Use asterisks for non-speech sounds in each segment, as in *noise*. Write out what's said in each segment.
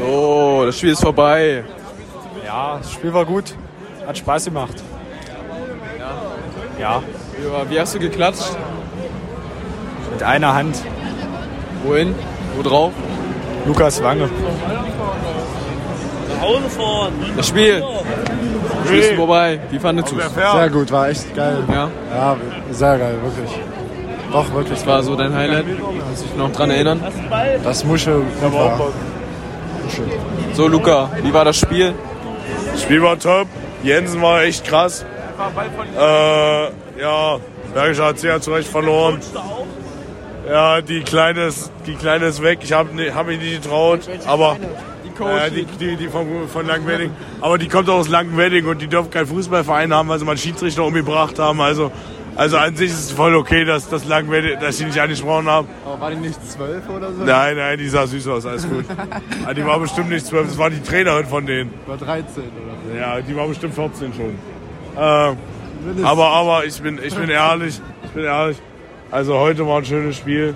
Oh, das Spiel ist vorbei. Ja, das Spiel war gut. Hat Spaß gemacht. Ja. Ja, Wie hast du geklatscht? Mit einer Hand. Wohin? Wo drauf? Lukas Wange. Augen fahren. Das Spiel. Das Spiel ist vorbei. Wie fandest du es? Sehr gut, war echt geil. Ja, Ja, sehr geil, wirklich. Doch, wirklich. das war so dein Highlight. Kannst du dich noch dran erinnern? Das Muschel. Ja. So, Luca, wie war das Spiel? Spiel war top. Jensen war echt krass. Äh, ja, Bergischer HC hat zu Recht verloren. Ja, die Kleine ist, die Kleine ist weg. Ich habe hab mich nicht getraut. Aber äh, die, die, die von, von Langenwedding. Aber die kommt auch aus Langenwedding und die dürfen keinen Fußballverein haben, weil sie mal einen Schiedsrichter umgebracht haben. Also, also an sich ist es voll okay, dass, dass, Langenwedding, dass sie nicht angesprochen haben. Aber war die nicht zwölf oder so? Nein, nein, die sah süß aus. Alles gut. Aber die war bestimmt nicht zwölf. Das war die Trainerin von denen. War 13 oder Ja, die war bestimmt 14 schon. Äh, aber aber ich, bin, ich bin ehrlich, ich bin ehrlich. Also heute war ein schönes Spiel.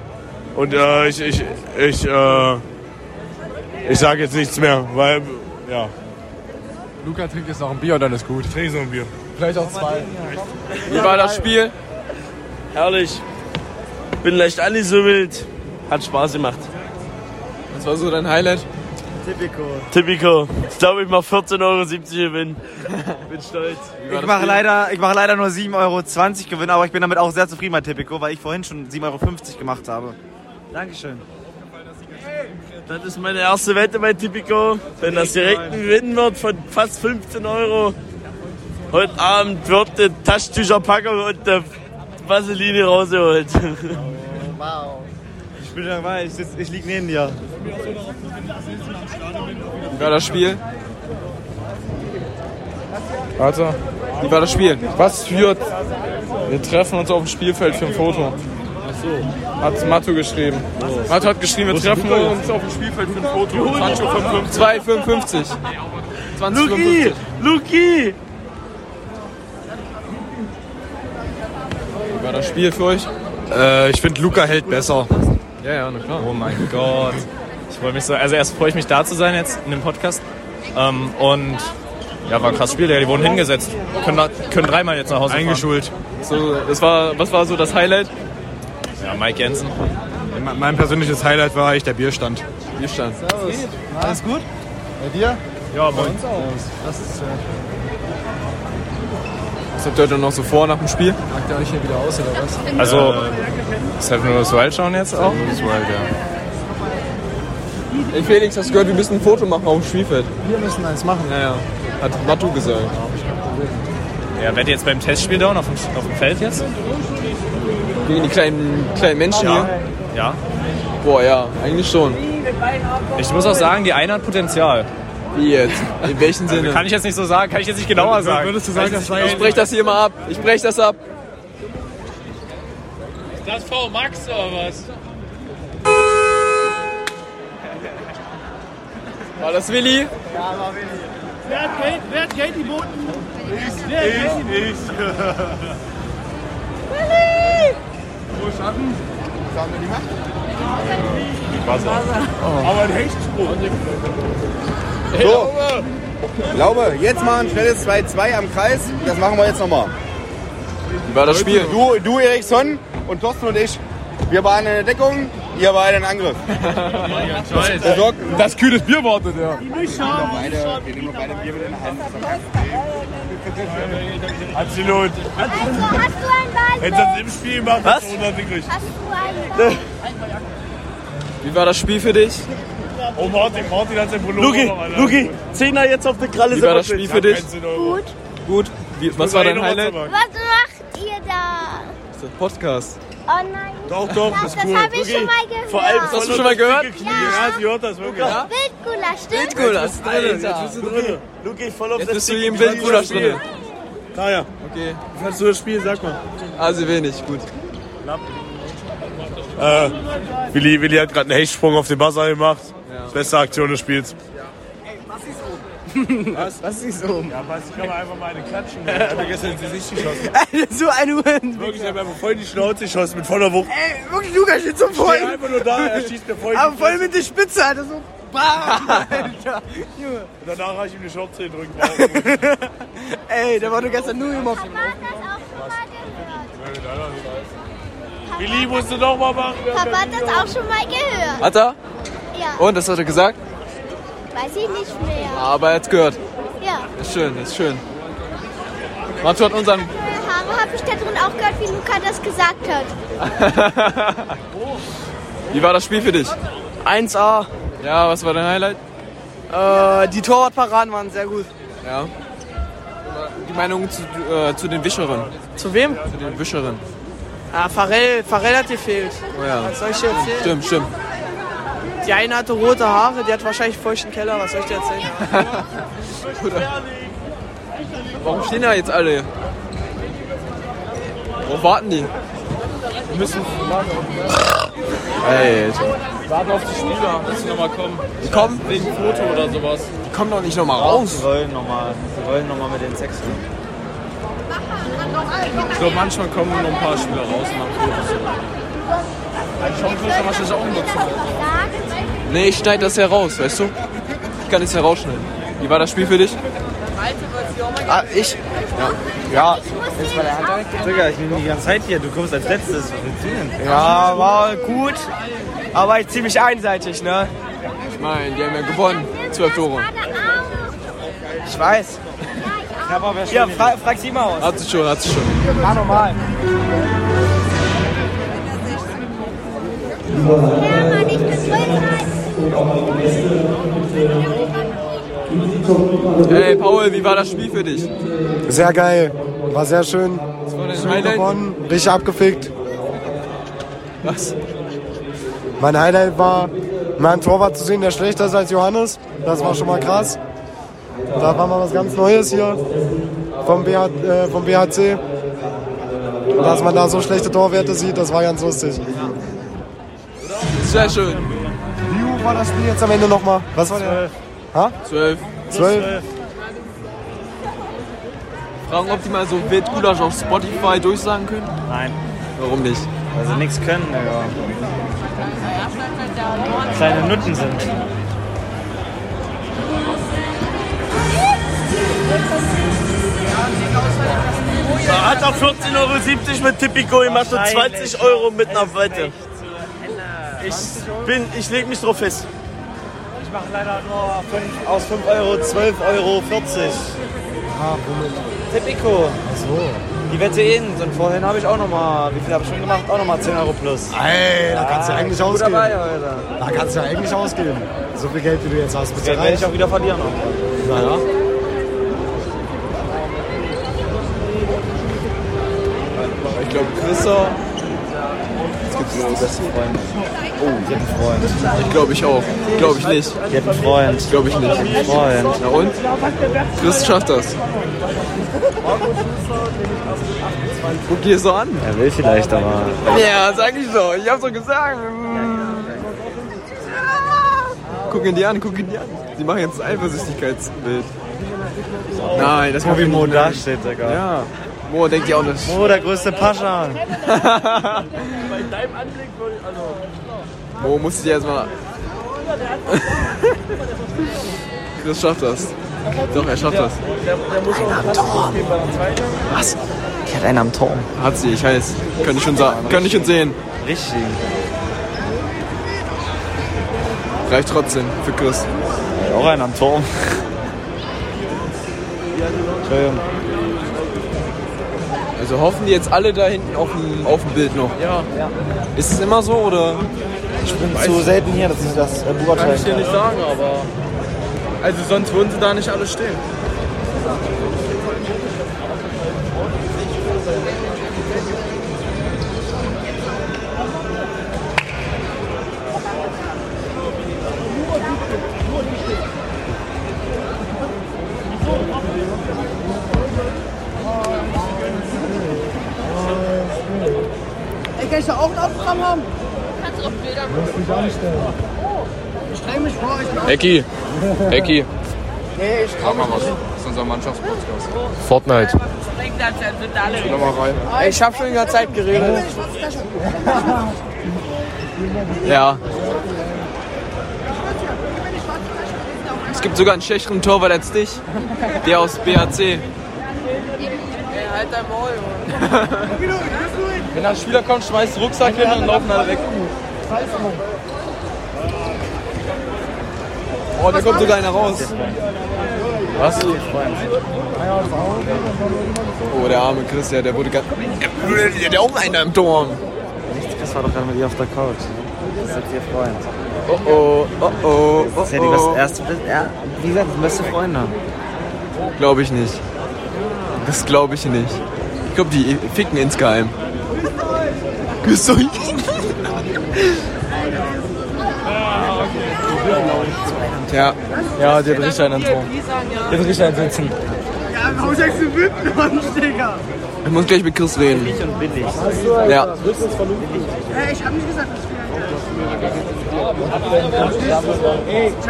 Und äh, ich, ich, ich, äh, ich sage jetzt nichts mehr, weil, ja, so. Luca trinkt jetzt noch ein Bier und dann ist gut. trink so ein Bier. Vielleicht auch zwei. Wie war das Spiel? Herrlich. Bin leicht angesümmelt. Hat Spaß gemacht. Das war so dein Highlight. Typico. Ich glaube, ich mache 14,70 Euro Gewinn. Bin stolz. war Ich das mache leider, ich mache leider nur 7,20 Euro Gewinn, aber ich bin damit auch sehr zufrieden bei Tipico, weil ich vorhin schon 7,50 Euro gemacht habe. Dankeschön. Das ist meine erste Wette bei Tipico. Wenn das direkt ein Gewinn wird von fast 15 Euro. Heute Abend wird eine Taschentücherpackung und eine Vaseline rausgeholt. Ich bin dabei, ich, sitz, ich liege neben dir. Wie war das Spiel? Warte. Wie war das Spiel? Was für. Wir treffen uns auf dem Spielfeld für ein Foto. Ach so. Hat Matto geschrieben. Matto hat geschrieben, wir treffen uns auf dem Spielfeld für ein Foto. 20.55 Uhr. 2,55. 20,55. Luki! Luki! Wie war das Spiel für euch? Äh, ich finde, Luca hält besser. Ja, ja, na klar. Oh mein Gott. Ich freue mich so. Also erst freue ich mich da zu sein jetzt in dem Podcast. Ähm, und ja, war ein krasses Spiel, Digga. Die wurden hingesetzt. Können, nach- können dreimal jetzt nach Hause Eingeschult. So, das war, was war so das Highlight? fahren. Ja, Mike Jensen. Me- Mein persönliches Highlight war eigentlich der Bierstand. Hier stand. Alles gut? Bei dir? Ja, moin. Das ist schön. Was habt ihr heute noch so vor nach dem Spiel? Packt ihr euch hier wieder aus oder was? Also, Seven Rose Wild schauen jetzt auch. Ey Felix, hast du gehört, wir müssen ein Foto machen auf dem Spielfeld? Wir müssen eins machen. Naja, hat Matu gesagt. Ja, werdet ihr jetzt beim Testspiel down auf dem, auf dem Feld jetzt? Gegen die kleinen, kleinen Menschen hier? Ja. Boah, ja, eigentlich schon. Ich muss auch sagen, die eine hat Potenzial. Wie jetzt? Also In welchem Sinne? Kann ich jetzt nicht so sagen, kann ich jetzt nicht genauer sagen. Würdest du sagen, das war Ich brech das hier mal ab. Ich brech das ab. Das V Max oder was? War das Willi? Wer hat Geld, wer hat Geld geboten? Ich, ich. So, Glaube, jetzt mal ein schnelles 2-2 am Kreis. Das machen wir jetzt nochmal. Wie war das Spiel? Du, du Eriksson und Thorsten und ich, wir waren in der Deckung, ihr beide in Angriff. Das kühles Bier wartet, ja. Beide, wir nehmen beide Bier mit in der Hand. Absolut. Also, hast du ein Ball? Hätte das im Spiel gemacht, Was? hättest du unser Ding gekriegt. Hast du ein Ball? Wie war das Spiel für dich? Oh, Martin, Martin hat sein *laughs* Pullover. Luki, Alter. Luki, Zehner jetzt auf der Kralle. Wie war das sind wir Spiel Ich für hab dich? 19 Euro. Gut. Wie, was war dein Soll ich noch was Highlight? sagen? Was macht ihr da? Podcast. Oh nein. Doch, doch, das ist das cool. habe ich schon mal gehört. Vor allem Hast du schon mal gehört? Ja, sie hört das wirklich. Wildgulasch, stimmt? Wildgulasch. Alter. Luki, Luki, voll auf Jetzt das bist du Ding hier im geknallt. Wildgulasch drin. Naja, Okay. wie fandst du das Spiel? Sag mal. Also wenig, gut. Willi, Willi hat gerade einen Hechtsprung auf den Buzzer gemacht. Beste Aktion des Spiels. *laughs* Was ist oben? Ja, was? Ich kann mal einfach mal eine *laughs* klatschen. Ich habe gestern ins Gesicht *laughs* geschossen. so eine Uhr. Wirklich, ich habe einfach voll in die Schnauze geschossen mit voller Wucht. Ey, wirklich, Lukas, jetzt so Ich voll. stehe einfach nur da, er schießt mir voll. in die Aber voll mit der Spitze, Alter. So. *laughs* Bam! Alter. Danach habe ich ihm die Schürze gedrückt. Ey, da war du gestern nur immer auf Papa hat das auch schon mal gehört. Willi musst du nochmal machen. Papa hat das auch schon mal gehört. Hat er? Ja, Und, das hat er gesagt? weiß ich nicht mehr. Aber er hat's gehört. Ja, Ist schön, ist schön. Matu hat unseren meine Haare habe ich da drin auch gehört, wie Luca das gesagt hat. Wie war das Spiel für dich? 1A. Ja, was war dein Highlight? Äh, die Torwartparaden waren sehr gut. Ja. Die Meinung zu, äh, zu den Wischerinnen. Zu wem? Zu den Wischerinnen. Ah, Farell. Farell hat gefehlt. Oh ja. Was soll ich dir erzählen? Stimmt, stimmt. Die eine hatte rote Haare, die hat wahrscheinlich feuchten Keller. Was soll ich dir erzählen? Warum stehen da jetzt alle? Warum warten die? Wir müssen Alter. warten auf die Spieler, dass sie nochmal kommen. Die kommen, Wegen Foto oder sowas. die kommen doch nicht nochmal raus. Sie rollen nochmal. Sie rollen nochmal mit den Sex. Ich glaube, manchmal kommen nur noch ein paar Spieler raus. und machen Fotos. Nee, ich schneide das ja raus, weißt du? Ich kann es ja rausschneiden. Wie war das Spiel für dich? Ah, ich? Ja. Ja. Jetzt war der Hand Digga, ich bin die ganze Zeit hier. Du kommst als letztes. Was willst du denn? Ja, war gut, aber ziemlich einseitig, ne? Ich meine, die haben ja gewonnen. Zwölf Tore. Ich weiß. Ja, fra frag sie mal aus. Hat sich schon, hat sich schon. War normal. Ja, Mann, ich bin Ey, Paul, wie war das Spiel für dich? Was Sehr geil. War sehr schön. war dein Highlight? Gewonnen. Richtig abgefickt. Was? Mein Highlight war, meinen Torwart zu sehen, der schlechter ist als Johannes. Das war schon mal krass. Da war mal was ganz Neues hier vom, BH, äh, vom BHC. Dass man da so schlechte Torwerte sieht, das war ganz lustig. Sehr schön. Wie hoch war das Spiel jetzt am Ende nochmal? Was war der? Zwölf. Zwölf? Fragen, ob die mal so Wild Gulasch auf Spotify durchsagen können? Nein. Warum nicht? Weil sie nichts können, Digga. Kleine Nutten sind. Er hat auch 14,70 Euro mit Tipico gemacht und 20 Euro mit nach Weite. Ich bin, ich leg mich drauf fest. Aus 5 Euro 12 Euro 40. Tipico. Ach Die Wette in. Und vorhin habe ich auch nochmal, wie viel habe ich schon gemacht? Auch nochmal 10 Euro plus. Ey, da kannst du Ah, ja eigentlich Gut ausgeben. dabei, Da Alter. kannst du ja eigentlich ausgeben. So viel Geld, wie du jetzt hast, bist du Den werde reich. ich auch wieder verlieren. Oh, Naja. Ich glaube, Chrissa. Ich glaube, ich auch. Glaube ich nicht. Ich hätte einen Freund. Glaube ich nicht. Freund. Na und? Chris schafft das. Guck dir so an. Er will vielleicht, aber. Ja, sag ich so. Ich hab's doch gesagt. Guck ihn dir an, guck ihn dir an. Die machen jetzt ein Eifersüchtigkeitsbild. Nein, das war Wie Mo da steht, Digga. Ja. Mo denkt ja auch nicht. Mo, Oh, der größte Pascha. Mo musste dir erstmal. *laughs* Chris schafft das. Doch, er schafft das. Ich hatte einen am Turm. Hat sie, ich heiß. Könnte ich schon sagen. Könnte ich schon sehen. Richtig. Reicht trotzdem für Chris. Auch einen am Turm. Entschuldigung. Also hoffen die jetzt alle da hinten auf dem, auf dem Bild noch. Ja. Ist es immer so oder? Bin zu selten hier, dass ich das äh, Kann ich dir beurteilen nicht sagen, aber. Also, sonst würden sie da nicht alle stehen. Ecki. Ecki. Sag mal was. Das ist unser Mannschaftspodcast. Fortnite. Geh nochmal rein. Ich habe schon in der Zeit *laughs* geredet. Ja. Es gibt sogar einen schlechteren Torwart als dich. Der aus BAC. halt dein Maul, *laughs* Wenn ein Spieler kommt, schmeißt den Rucksack hin und laufen alle weg. Oh, da kommt sogar einer raus. Was? Oh, der arme Chris, ja, der wurde ganz. Der hat ja auch einer im Turm. Chris war doch gerade mit ihr auf der Couch. Das ist ihr Freund. Oh oh, oh oh, oh Das ist ja die oh. beste, erste, ja, wie gesagt, die beste Freunde. Glaube ich nicht. Das glaube ich nicht. Ich glaube, die ficken insgeheim. Grüß euch. Tja. Ja, der hat richtig einen Tor. Der hat richtig einen sitzen. Ja, warum sagst du wütend, Mann, Digga? Ich muss gleich mit Chris reden. und billig. Ja. Hey, ich hab nicht gesagt, ich bin Ich hab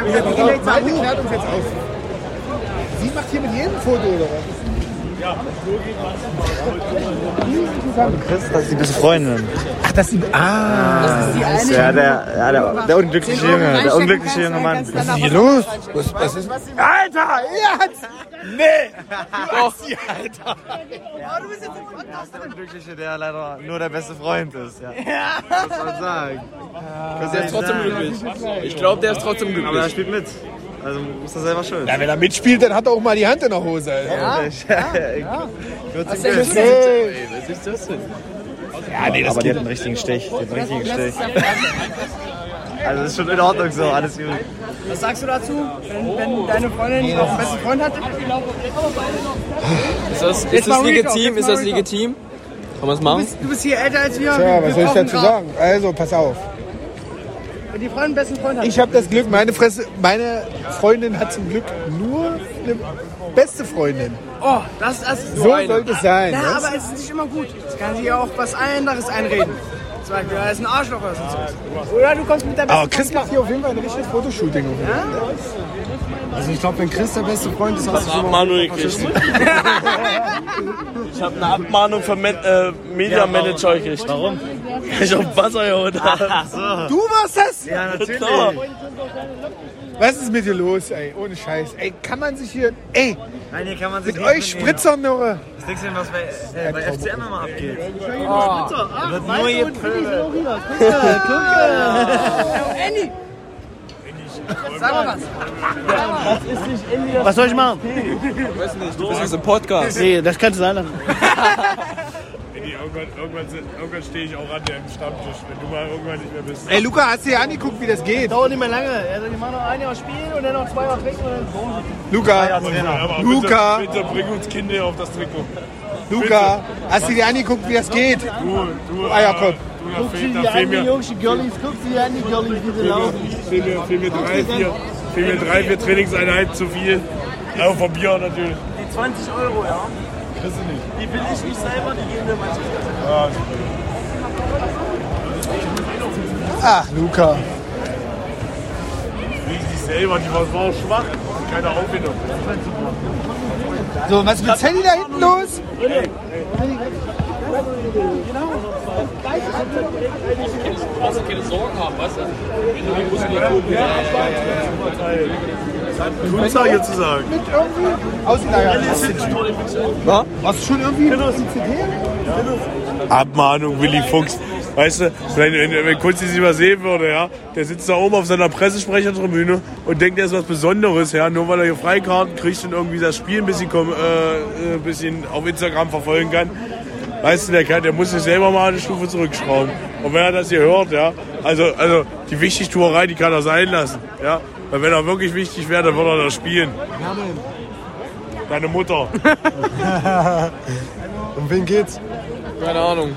gesagt, die Index Seite klärt uns jetzt auf. Sie macht hier mit jedem ein Foto, oder was? Ja, Chris, das ist die beste Freundin. Ach, das ist die. Ah, das ist die eine- Ja, der, ja, der, der unglückliche Junge, der unglückliche junge Mann. Was ist hier los? Was, was ist. Alter, jetzt! Nee! Doch. Alter! Oh, du bist jetzt im Podcast drin. Unglückliche, der leider nur der beste Freund ist. Ja. Ja. Was soll man sagen? Was Der ist soll ich trotzdem sagen? glücklich. Ich glaube, der ist trotzdem glücklich. Aber er spielt mit. Also muss er selber schuld. Ja, wenn er mitspielt, dann hat er auch mal die Hand in der Hose. Ja, ja, ja. Was Glück. ist das denn? Was ist das denn? Ja, nee, das aber die geht. hat einen richtigen Stich. Die hat einen richtigen Stich. Letztes Jahr- Also ist schon in Ordnung so, alles gut. Was sagst du dazu, wenn, wenn deine Freundin noch einen besten Freund hat? Ist das, Jetzt ist mal das Real Talk, legitim? Ist jetzt mal das Real Talk. legitim? Kann man es machen? Du bist hier älter als wir. Tja, wir was soll ich brauchen dazu Rat. sagen? Also, pass auf. Wenn die Freundin einen besten Freund hat. Ich habe das Glück, meine, Fresse, meine Freundin hat zum Glück nur eine beste Freundin. Oh, das, das ist So sollte es sein, Na, ne? aber es ist nicht immer gut. Es kann sich ja auch was anderes einreden. Zum Beispiel, er ist ein Arschloch oder so. Oder du kommst mit der besten Aber Chris macht hier auf jeden Fall ein richtiges Fotoshooting. Also ich glaube, wenn Chris der beste Freund ist, hast du Ich hab eine Abmahnung gekriegt. *laughs* Ich hab eine Abmahnung vom Med äh, Media Manager gekriegt. Warum? Ich hab Wasser geholt. habe. Du warst das? *laughs* Ja, natürlich. Klar. Was ist mit dir los, ey? Ohne Scheiß. Ey, kann man sich hier. Ey! Nein, hier kann man sich mit nicht euch mitnehmen. Spritzern, Nore! Was denkst du denn, was bei, äh, bei FCM immer abgeht? Oh. Da wird Weißt nur du, gepöbelt. Guck mal, guck mal. Ey, Andy! Sag mal was. Das ist nicht in dir. Was soll ich machen? Ich weiß nicht, du bist jetzt im Podcast. Nee, das kannst du sein lassen. Eddie, irgendwann, irgendwann, sind- irgendwann stehe ich auch an dem Stammtisch, wenn du mal irgendwann nicht mehr bist. Ey, Luca, hast du dir angeguckt, wie das geht? Dauert nicht mehr lange. Also, die machen noch ein Jahr spielen und dann noch zwei Jahre trinken und dann Luca! Aber bitte- Genau. Luca! Bitte bring uns Kinder auf das Trikot. Luca! Hast du dir angeguckt, wie das geht? Oh, Du, du, Eierkopf! Da Guck sie fehlt, dir da an, fehlen die mir, Jungs, die Girlies. Guck sie dir an, die Girlies, wie sie laufen. fehlen mir, fehlen mir drei, vier, fehlen mir drei, vier Trainingseinheiten zu viel. Aber vom Bier natürlich. Die 20 Euro, ja. Kriegst du nicht. Die will ich nicht selber, die gehen mir manchmal. Ja, Ach, Luca! Wegen sich selber, die war, war auch schwach. Keine Aufwindung. So, was ist mit Sally da hinten los? Du brauchst keine Sorgen haben, weißt du? Guten Tag hier zu sagen. Mit irgendwie Außenlager. Was? Hast du schon irgendwie ein CD? Abmahnung, Willy Fuchs. Weißt du, wenn, wenn, wenn Kunzi sie mal sehen würde, ja, der sitzt da oben auf seiner Pressesprechertribüne und denkt, er ist was Besonderes, ja, nur weil er hier Freikarten kriegt und irgendwie das Spiel ein bisschen, kom- äh, äh, ein bisschen auf Instagram verfolgen kann. Weißt du, der Kerl, der muss sich selber mal eine Stufe zurückschrauben. Und wenn er das hier hört, ja, also, also die Wichtigtuerei, die kann er sein lassen, ja. Weil wenn er wirklich wichtig wäre, dann würde er das spielen. Deine Mutter. Um wen geht's? Keine Ahnung.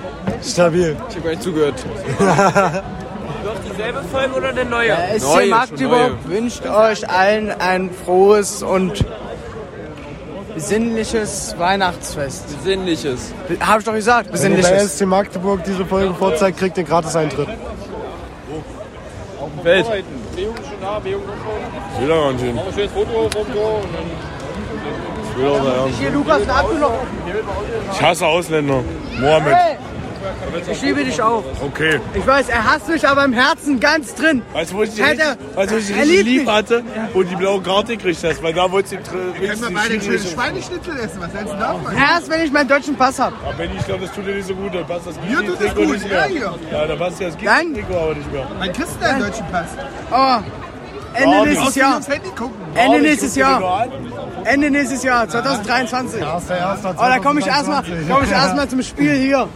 Stabil. Ich habe gar nicht *laughs* zugehört. Doch dieselbe Folge oder der neue? SC Neue, schon Magdeburg wünscht euch allen ein frohes und besinnliches Weihnachtsfest. Besinnliches. Hab ich doch gesagt, Wenn ihr bei besinnliches. SC Magdeburg diese Folge vorzeigt, kriegt ihr gratis Eintritt. Welt. B-Jugend ist schon da, B-Jugend kommt schon. Will er gar nicht hin. Machen wir schönes Foto vom Tor und dann. Will er auch sein, ja. Hier, Lukas, hat abgenommen. Ich hasse Ausländer. Mohammed. Hey! Ich liebe dich auch. Okay. Ich weiß, er hasst mich, aber im Herzen ganz drin. Weißt du, wo ich dich Hat richtig, er- weißt, du, wo ich dich er richtig liebt lieb hatte? Wo du die blaue Karte gekriegt hast, weil da wolltest du Wir können mal beide schöne Schweineschnitzel essen. Was hältst du davon? Erst wenn ich meinen deutschen Pass habe. Aber wenn ich glaube, das tut dir nicht so gut, dann passt das Mir tut das Gizzi-Trikot gut, nicht ja, mehr. hier. Ja, dann passt das Nein. Gizzi-Trikot aber nicht mehr. Wann kriegst du deinen deutschen Pass? Oh, Ende Oh, nächstes du Jahr. musst nicht aufs Handy gucken. Ende Oh, nächstes ich guck dir Jahr. Ende nächstes Jahr, 2023. Oh, da komme ich erstmal komm ich erst mal zum Spiel hier.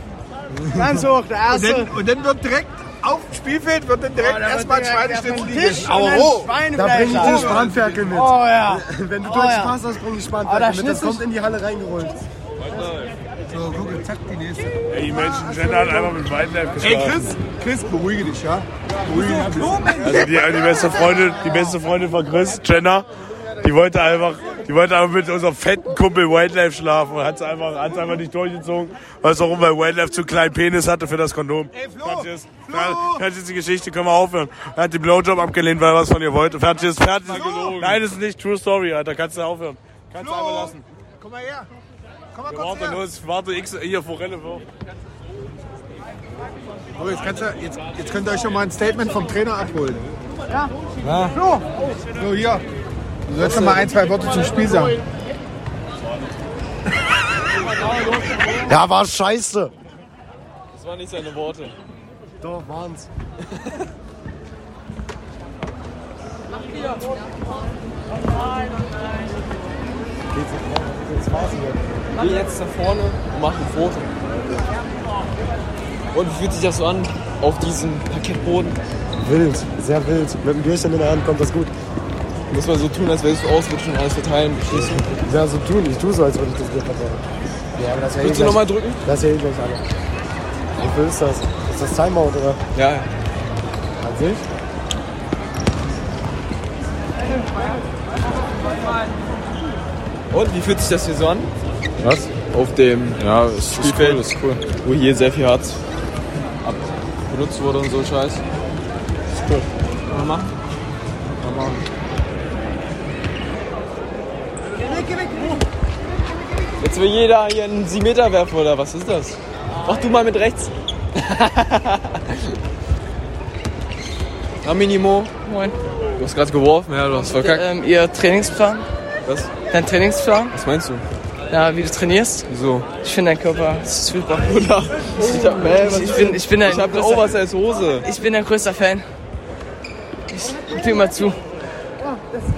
Ganz hoch, der erste. Und dann, und dann wird direkt auf dem Spielfeld wird dann direkt Oh, da wird erstmal ein direkt Schweineschnitzel auf den liegen. Tisch und dann Da Schweinefleisch bringe ich ab. die Spanferkel mit. Oh ja. Wenn du Oh, deutschen ja. Pass hast, bringe ich Oh, da Spanferkel mit. Das schnitzel ich- kommt in die Halle reingerollt. So, guck, zack, die nächste. Ey, die Menschen gendern einfach mit Weinleib Ah, Ey, geschlagen. Chris, Chris, beruhige dich, ja? Beruhige dich. ein bisschen. Also die, die beste Freundin, die beste Freundin von Chris, Jenna, die wollte einfach, die wollte einfach mit unserem fetten Kumpel Wildlife schlafen und hat es einfach, hat's einfach nicht durchgezogen. Weißt du warum? Weil Wildlife zu kleinen Penis hatte für das Kondom. Ey, Flo, fertig ist, Fer- fertig ist die Geschichte, können wir aufhören. Er hat den Blowjob abgelehnt, weil er was von ihr wollte. Fertig ist, fertig. ist. Nein, das ist nicht True Story, Alter, kannst du aufhören. Kannst du einfach lassen. Komm mal her. Komm mal Wir kurz warten her. los, warte, X, hier, Forelle, wo? Oh, jetzt, kannst du, jetzt, jetzt könnt ihr euch schon mal ein Statement vom Trainer abholen. Ja. Ja. Flo. Flo, hier. Du sollst noch mal ein, zwei Worte zum Spiel sagen. *laughs* Ja, war scheiße. Das waren nicht seine Worte. Doch, waren's. Geh jetzt da vorne und mach ein Foto. Und wie fühlt sich das so an auf diesem Parkettboden? Wild, sehr wild. Mit dem Bierchen in der Hand kommt das gut. Muss man so tun, als würdest du ausrutschen und alles verteilen. verstehst du? Ja, so tun. Ich tue so, als würde ich das Bier verteilen. Ja, aber das ist ja eh Willst du gleich- nochmal drücken? Das ist ja eh gleich alle. Wie viel ist das? Ist das Timeout oder? Ja, ja. An sich? Und wie fühlt sich das hier so an? Was? Auf dem ja, Spielfeld, ist cool, wo hier sehr viel Harz ab benutzt wurde und so Scheiß. Ist cool. Mal machen. Mal machen. Jetzt will jeder hier einen 7 Meter werfen oder was ist das? Mach du mal mit rechts. Na Minimo. Moin. Du hast gerade geworfen, ja, du hast verkackt. Ähm, ihr Trainingsplan? Was? Dein Trainingsplan? Was meinst du? Ja, wie du trainierst? Wieso? Ich finde dein Körper super. Bruder, ich hab, ey, was ich, ist bin, denn? ich bin dein Ich hab eine größter- Oversize Hose. Ich bin dein größter Fan. Ich tu immer zu.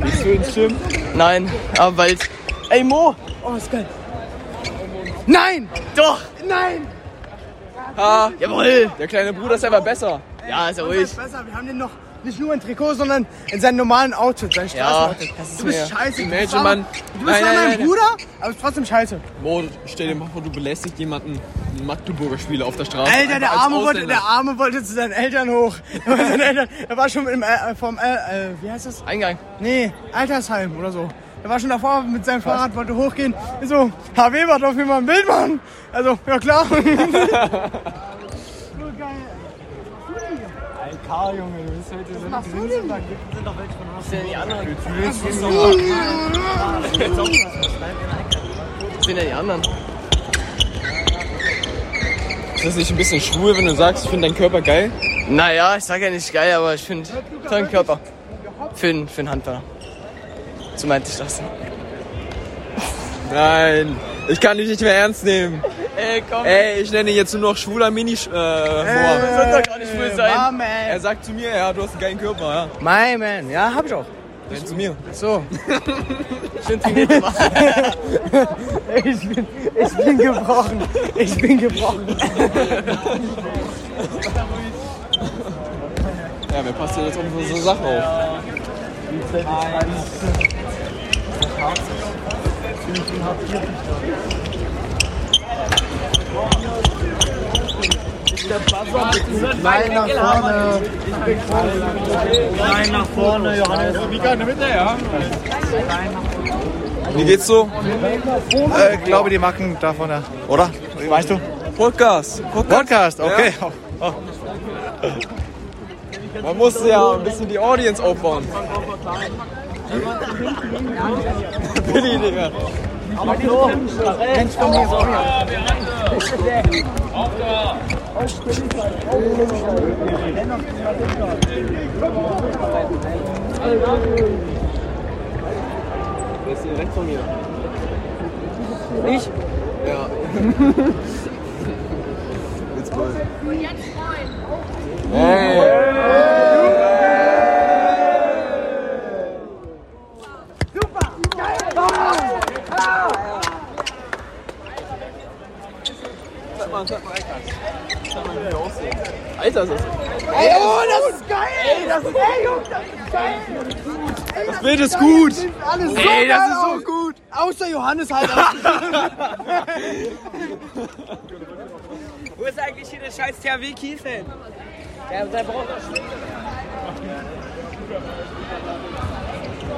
Gehst du ins Gym? Nein, aber bald. Ey Mo! Oh, ist geil. Nein! Doch! Nein! Ah, jawohl! Der kleine Bruder ist einfach besser. Ja, ist ja Und ruhig. das ist besser. Wir haben den noch nicht nur in Trikot, sondern in seinem normalen Outfit, sein Straßenoutfit. das ist du bist mir- scheiße. Du bist Imagine, zwar, Mann. du bist Nein, zwar nein, mein nein, nein. Bruder, aber ist trotzdem scheiße. Mo, stell dir mal vor, du belästigst jemanden, einen Magdeburger Spieler auf der Straße. Alter, einfach der als Arme, wollte, Ausländer. der Arme wollte zu seinen Eltern hoch. *laughs* Er war seinen Eltern- Er war schon im, äh, vom, äh, äh, wie heißt das? Eingang. Nee, Altersheim oder so. Er war schon davor mit seinem Fahrrad, wollte hochgehen. Ich so, Herr Weber, darf ich mal ein Bild machen? Also, *laughs* ja klar. Alkar, Junge, du bist heute so machst du ein denn? Da sind doch welche von uns. die anderen? sind ja die anderen. Ist das nicht ein bisschen schwul, wenn du sagst, ich finde deinen Körper geil? Naja, ich sag ja nicht geil, aber ich finde tollen Körper. Für einen, für einen Handballer. So meinte ich das. Nein, ich kann dich nicht mehr ernst nehmen. Ey, komm. Ey, ich nenne ihn jetzt nur noch schwuler mini äh, Mohammed. Äh. soll doch gar nicht schwul sein. my man. Er sagt zu mir, ja, du hast einen geilen Körper, ja. My man, ja, hab ich auch. Dann zu mir. *laughs* So. Schön trainiert gemacht. ich, bin, ich bin gebrochen. Ich bin gebrochen. Ja, wer passt denn jetzt auf unsere Sache auf? Nein, nach vorne. Nein, nach vorne, Johannes. Mika in der Mitte, ja? Wie geht's so? Ich Äh, glaube, die machen davon, ja. Oder? Weißt du? Podcast. Podcast, okay. Man musste ja ein bisschen die Audience aufbauen. Billy, Digga. Aber so, Mensch, komm hier so. Wer ist hier rechts von mir? Ich? Ja. Jetzt voll. Alter, das ist. Ey, oh, das ist geil! Ey, das ist, ey, Junge, das ist geil! Ey, das Bild ist geil. gut. Das sieht alles so Ey, das geil ist so aus. gut! Außer Johannes halt. aus. Wo ist eigentlich hier der scheiß THW Kiefel? Der, der braucht doch Schläge.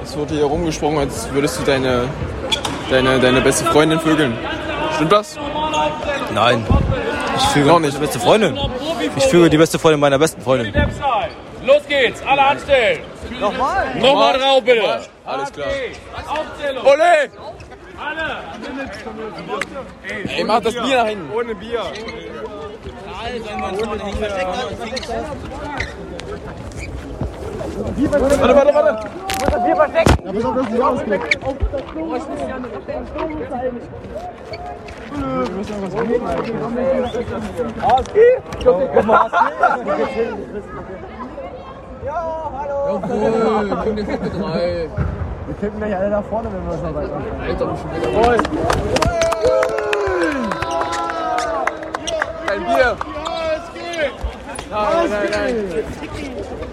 Es wurde hier rumgesprungen, als würdest du deine, deine, deine beste Freundin vögeln. Stimmt das? Nein. Ich füge auch nicht. Die beste Freundin. Ich füge die beste Freundin meiner besten Freundin. Los geht's, alle anstellen. Nochmal. Nochmal drauf, bitte. Alles klar. Aufzählung. Ole! Alle. Ey, mach das Bier nach hinten. Ohne Bier. Warte, warte, warte! Bier verstecken! Ja, pass auf, dass es nicht ausgeht. Auf das Klo! Ich muss ja nicht auf den Klo sein. ASG? Ich glaub, der kommt Ja, hallo! Jawohl, komm, der Kippe drei. Wir kippen gleich alle nach vorne, wenn wir das noch weiter machen. Alter, ich bin wieder raus. Ein Bier. Nein, nein, nein.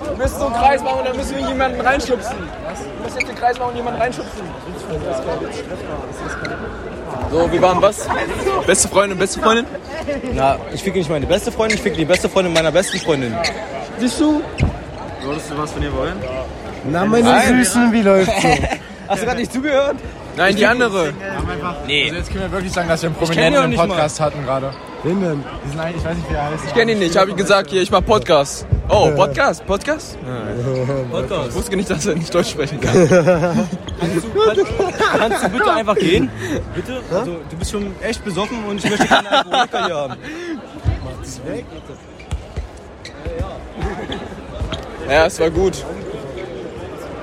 Wir müssen so einen Kreis machen und dann müssen wir jemanden reinschubsen. Wir müssen jetzt den Kreis machen und jemanden reinschubsen. So, wir waren was? Beste Freundin, beste Freundin? Na, ich ficke nicht meine beste Freundin, ich ficke die beste Freundin meiner besten Freundin. Siehst du? Würdest du was von ihr wollen? Na, meine Nein. Süßen, wie läuft's so? Hast du gerade nicht zugehört? Nein, die andere. Nee. Also jetzt können wir wirklich sagen, dass wir einen Ich kenn die Prominenten auch im nicht mal. Podcast hatten gerade. Wen denn? Diesen einen, Ich weiß nicht, wie er heißt. Ich kenne ihn nicht, habe ich gesagt, hier, ich mache Podcast. Oh, Podcast, Podcast? Podcast. Ich wusste nicht, dass er nicht Deutsch sprechen kann. Kannst du bitte einfach gehen? Bitte? Also, du bist schon echt besoffen und ich möchte keine Alkoholiker hier haben. Mach's weg. ja, es war gut.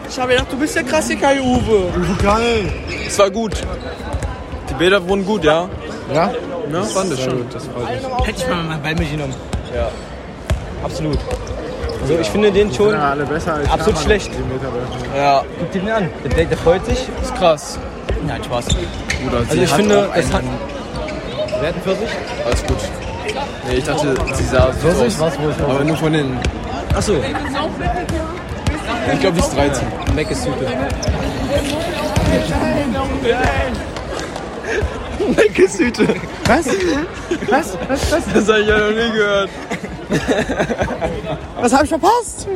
Ich habe gedacht, du bist der krasse Kai-Uwe. Geil. Es war gut. Die Bilder wurden gut, ja? Ja? Ja, fand ich Sehr schon. gut, das freut mich. Hätte ich mal mein Bein mitgenommen. Ja. Absolut. Also ich finde den schon absolut schlecht. Ja. Guck dir den an. Der, der, der freut sich. Ist krass. Nein, Spaß. also ich finde, es hat... Wer hat 40? Alles gut. Nee, ich dachte, sie sah so Das aus. ist was, wo ich war. Aber nur von innen. Achso. Ich glaube, die ist 13. Mac ist super. Lecker Süte. Was? Was? Was? Was? Das habe ich ja noch nie gehört. Was hab ich verpasst?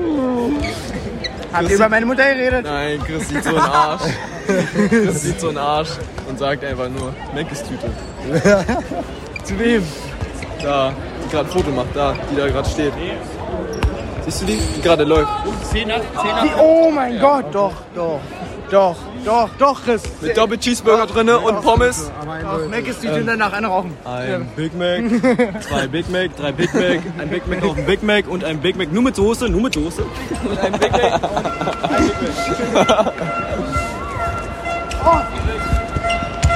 Habt ihr über meine Mutter geredet? Nein, Chris sieht so ein Arsch. Chris sieht so ein Arsch und sagt einfach nur, Meckes *laughs* Tüte. Zu wem? Da, die gerade ein Foto macht, da, die da gerade steht. Siehst du die? Die gerade läuft. 10 nach 10 Die, oh mein Gott, doch, doch, doch, doch, doch, Chris. Mit Doppel-Cheeseburger drinne und Pommes. Auf Mac ist die Ähm, Tür danach eine rauchen. Ein Big Mac, zwei Big Mac, drei Big Mac, ein Big Mac auf ein Big Mac und ein Big Mac nur mit Soße, nur mit Soße. Und ein Big Mac und ein Big Mac.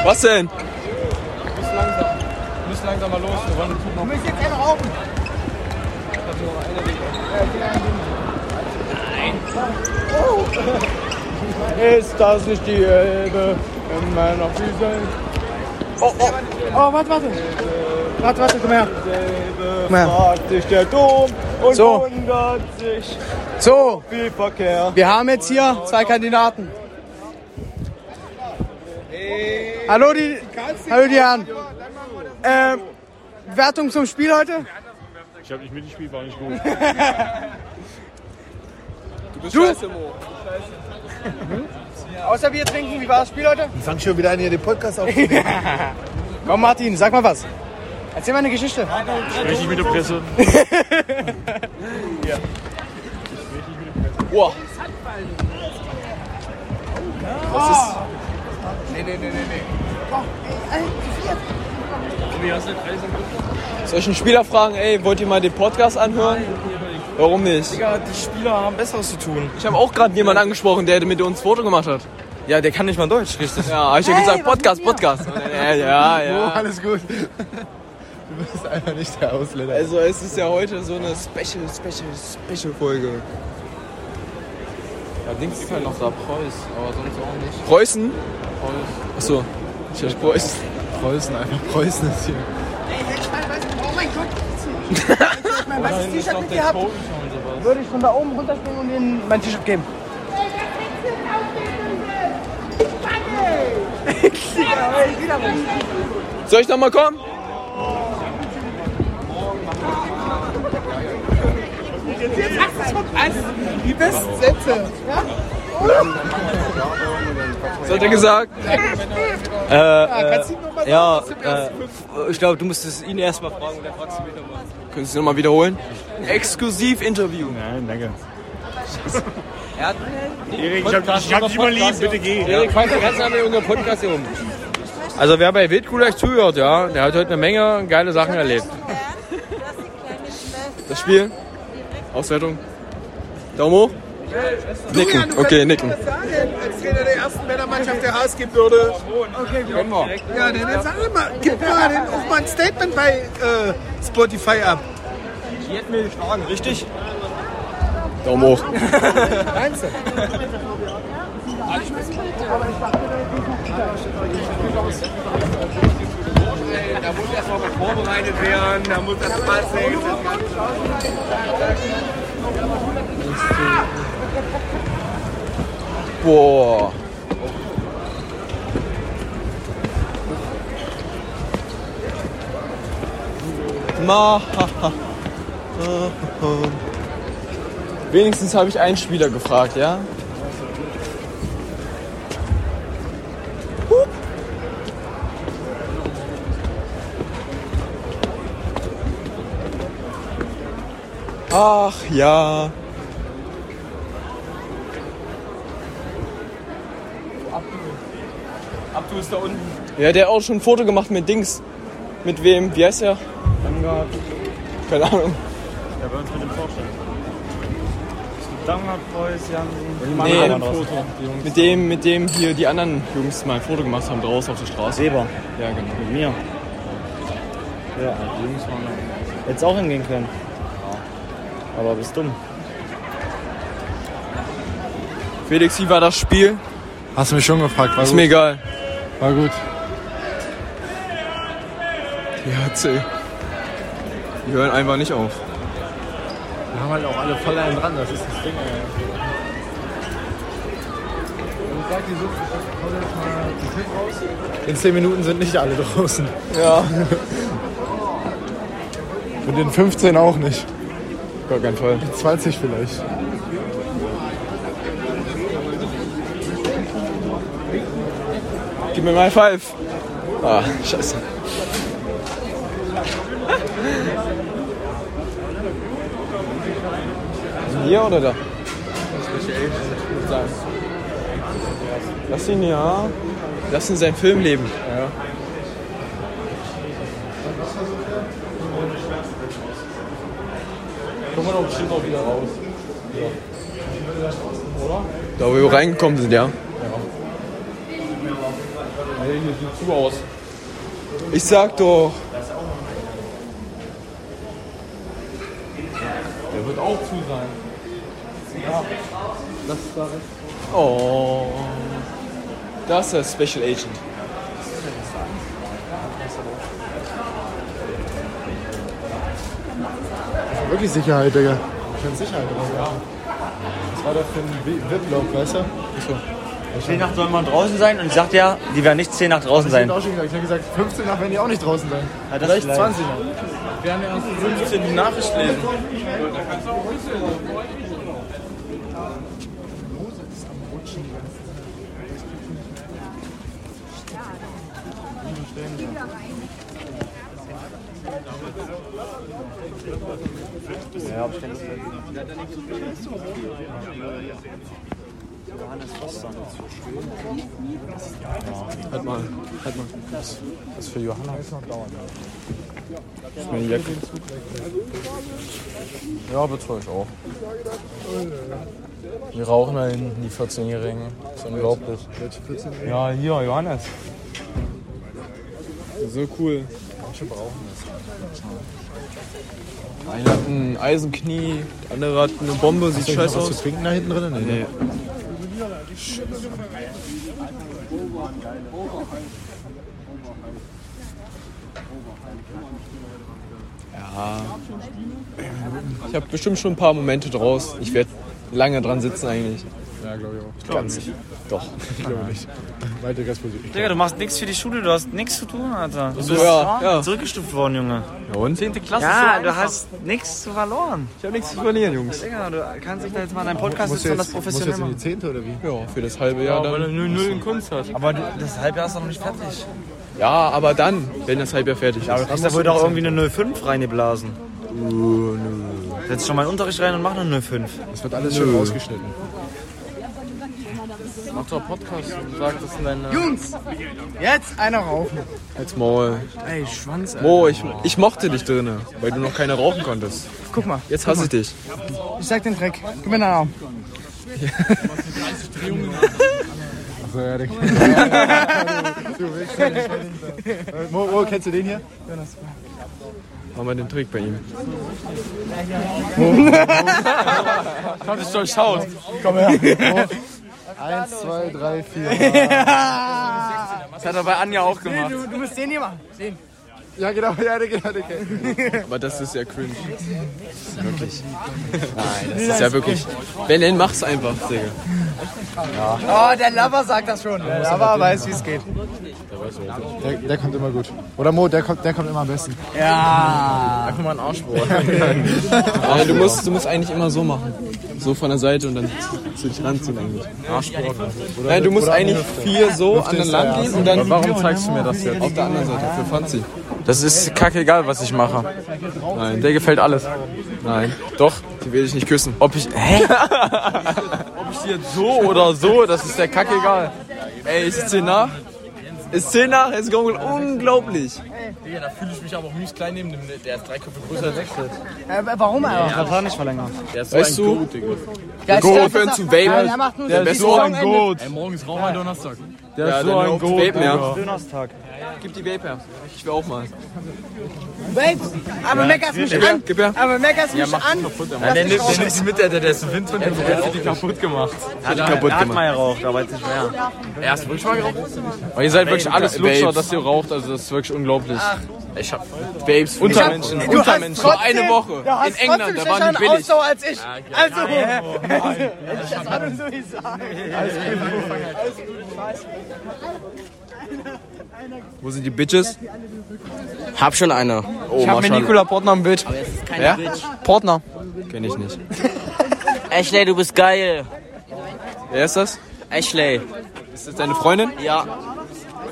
Was denn? Müssen langsam, müssen langsam mal los. Wir wollen Du musst jetzt einfach rauchen. Ist das nicht die Elbe in meiner Füße? Oh, oh. Oh, warte, warte. Warte, warte, komm her. Komm her. Sich der Dom und So. wundert sich So, viel Verkehr. wir haben jetzt hier zwei Kandidaten. Hallo, die, hallo, die Herren. Ähm, Wertung zum Spiel heute? Ich habe nicht mitgespielt, war nicht gut. Du bist scheiße, Mo. Außer Bier trinken, wie war das Spiel heute? Fang schon wieder an, hier den Podcast Komm, Martin, sag mal was. Erzähl mal eine Geschichte. Sprech nicht mit der Presse. Boah. Das ist. Nee, nee, nee, nee, nee. Soll ich einen Spieler fragen, ey, wollt ihr mal den Podcast anhören? Warum nicht? Digga, die Spieler haben Besseres zu tun. Ich habe auch gerade jemanden angesprochen, der mit uns ein Foto gemacht hat. Ja, der kann nicht mal Deutsch, richtig? Ja, hab ich ja gesagt, Podcast, Podcast. Ja, ja, ja. Oh, alles gut. *laughs* Du bist einfach nicht der Ausländer. Also es ist ja heute so eine Special, Special, Special-Folge. Ja, Dings ist halt noch da, Preuß, aber sonst auch nicht. Preußen? Preuß. Achso, ich dachte Preußen. Preußen, einfach Preußen ist hier. Ey, hätte ich mal weiß, oh mein Gott, hätte ich mein weißes T-Shirt mit dir gehabt, würde ich von da oben runterspringen und ihnen mein T-Shirt geben. Soll ich nochmal kommen? Die besten Sätze. Was hat er gesagt? Äh, äh, ja, äh, ich glaube, du musstest ihn erstmal fragen und dann fragst du mich nochmal. Könntest du nochmal wiederholen? Ein Exklusiv-Interview. Nein, *laughs* danke. Erik, ich hab, ich hab dich mal lieb, bitte geh. Erik, fang den ganzen Abend irgendeinen Podcast hier um. Also wer bei Wildgulasch zuhört, ja, der hat heute eine Menge geile Sachen erlebt. Das Spiel? Auswertung? Daumen hoch? Nicken, okay, nicken. Als Trainer der ersten Männermannschaft der HSG würde. Okay, Können wir. Ja, dann jetzt alle mal, gib mir mal, den, ruf mal ein Statement bei äh, Spotify ab. Die hätten mir geschlagen, richtig? Daumen hoch. Meinst du? Da muss erstmal was vorbereitet werden, da muss das passen. Boah. Ma. Wenigstens habe ich einen Spieler gefragt, ja? Hup. Ach ja. Abdu ist da unten. Ja, der hat auch schon ein Foto gemacht mit Dings. Mit wem? Wie heißt er? Dankard. Keine Ahnung. Der wird uns mit dem vorstellen. Dankard, Preuß, Jansen. Nee, mit dem, mit dem hier die anderen Jungs mal ein Foto gemacht haben, draußen auf der Straße. Weber. Ja, genau. Mit mir. Ja, die Jungs waren da. Jetzt auch hingehen können. Aber bist dumm. Felix, wie war das Spiel? Hast du mich schon gefragt, war Ist gut. mir egal. War gut. Die HC. Die hören einfach nicht auf. Wir haben halt auch alle voll einen dran, das ist das Ding, ey. Und sag die Sucht, ich hol jetzt mal die Tipp raus. In 10 Minuten sind nicht alle draußen. Ja. *laughs* Und in 15 auch nicht. Gott, ganz toll. In 20 vielleicht. Gib mir mal ein Five. Ah, scheiße. Hier oder da? Lass ihn ja. Lass ihn seinen Film leben. Kommen wir doch bestimmt auch wieder raus. Da wo wir reingekommen sind, ja. Hey, hier sieht zu aus. Ich sag doch. Der wird auch zu sein. Ja. Das ist da rechts. Oh. Das ist der Special Agent. Wirklich Sicherheit, Digga. Ich finde Sicherheit aber ja. Das war doch für einen VIP-Lauf, weißt du? Achso. 10 nach soll man draußen sein und ich sagte ja, die werden nicht 10 nach draußen Ich sein. hab auch schon gesagt, ich hab gesagt, 15 nach werden die auch nicht draußen sein. Ja, das vielleicht, vielleicht. 20 nach. Wir haben ja erst 15 die Nachricht lesen. Johannes Foster. Halt mal, halt mal. Das ist für Johanna. Das ist mir Jack. Ja, betreue ich auch. Die rauchen da hinten, die 14-Jährigen. Das ist unglaublich. Ja, hier, Johannes. So cool. Manche brauchen das. Einer hat ein Eisenknie, der andere hat eine Bombe, sieht Hast du scheiße noch was aus. zu trinken da hinten drin? ne? Nee. Ja. Ich habe bestimmt schon ein paar Momente draus. Ich werde lange dran sitzen eigentlich. Ja, glaube ich auch. Ich glaube nicht. Doch, ich glaube nicht. Weiter Gasposition. Digga, du machst nichts für die Schule, du hast nichts zu tun, Alter. Du Ach bist so, ja, ja. zurückgestuft worden, Junge. Ja und? 10. Klasse ja, du hast nichts zu verloren. Ich habe nichts zu verlieren, Jungs. Digga, du kannst dich da jetzt mal in deinem Podcast sitzen und das professionell machen. die 10. oder wie? Ja, für das halbe Jahr dann. weil er nur null in Kunst hat. Aber du- das Halbjahr ist doch noch nicht fertig. Ja, aber dann, wenn das halb Jahr fertig ist. Ja, aber du kriegst da wohl doch irgendwie eine 05 reingeblasen. Uh, nö. Setz schon mal in den Unterricht rein und mach eine 05. Das wird alles schön rausgeschnitten. Mach doch einen Podcast und sag das in deine. Jungs, jetzt einer rauchen. Als Maul. Ey, Schwanz, Alter. Mo, ich, ich mochte dich drinnen, weil du noch keine rauchen konntest. Guck mal. Jetzt guck hasse mal. ich dich. Ich sag den Dreck. Gib mir einen Arm. Achso, ja, der Du willst ja nicht verlinkt Mo, Mo, kennst du den hier? Machen wir den Trick bei ihm. Ich hab dich durchschaut. Komm her. Eins, zwei, drei, vier. Das hat er bei Anja auch gemacht. Du, du musst den hier machen. Den. Ja, genau, ja, genau, genau. Aber das ist ja cringe. Wirklich. Nein, das Nee, ist das ja ist wirklich. Wenn, dann mach's einfach, Digga. Oh, der Lover sagt das schon. Der Lover weiß, wie es geht. Der, der kommt immer gut. Oder Mo, der kommt, der kommt immer am besten. Ja. Einfach mal einen Arschbohr. Nein, du musst, du musst eigentlich immer so machen. So von der Seite und dann zu den Handschuhen eigentlich. Arschbohr. Nein, du musst Oder eigentlich Hüfte. vier so Hüfte an den ist Land der gehen erste. und dann. Warum zeigst du mir das jetzt? Auf der anderen Seite, für Franzi. Das ist kackegal, was ich mache. Nein. Der gefällt alles. Nein. Doch, die will ich nicht küssen. Ob ich. *laughs* Hä? Ob ich die jetzt so oder so, das ist der kackegal. Ey, ist 10 nach? Ist 10 nach? Ist unglaublich. Digga, da fühle ich mich aber auch mies klein neben dem. Der ist drei Köpfe größer als Wechsel. Äh, warum Ja, aber? Vertrag nicht verlängert. Der ist Weißt so du? ein Goat, Digga. Ja, ich Goat. glaub, Aufhören das- zu vapen. Nein, er macht nur so Der ist die so ein Saisonende. Goat. Ey, morgens rauchen wir Donnerstag. halt Der ist so ein Goat. Ja. Dönerstag. Gib die Vape her. Ich will auch mal. Babes, aber Ja, meckerst mich gib her, an. gib her. Aber meckerst Ja, mich mach an. die kaputt, dass Mann. ich rauche. sie mit, der, der ist ein Wind und der hat die kaputt gemacht. Hat, die kaputt hat, hat gemacht. mal geraucht, aber jetzt nicht mehr. Erst wirklich mal geraucht? Aber ihr seid wirklich alles Babes. Lutscher, dass ihr raucht, also das ist wirklich unglaublich. Ich hab. Babes, Ich hab- Untermenschen, du hast trotzdem- Untermenschen. Nur eine Woche. Du hast In England, da trotzdem waren die schlechter billig. Ausdauer als ich. Also, Ja, hätte ich das an und so gesagt. Alles gut. Wo sind die Bitches? Hab schon eine. ich hab mir Nikola Portner im Bild. keine Ja? Bitch. Portner. Kenn ich nicht. Ashley, du bist geil. Wer ist das? Ashley. Ist das deine Freundin? Ja.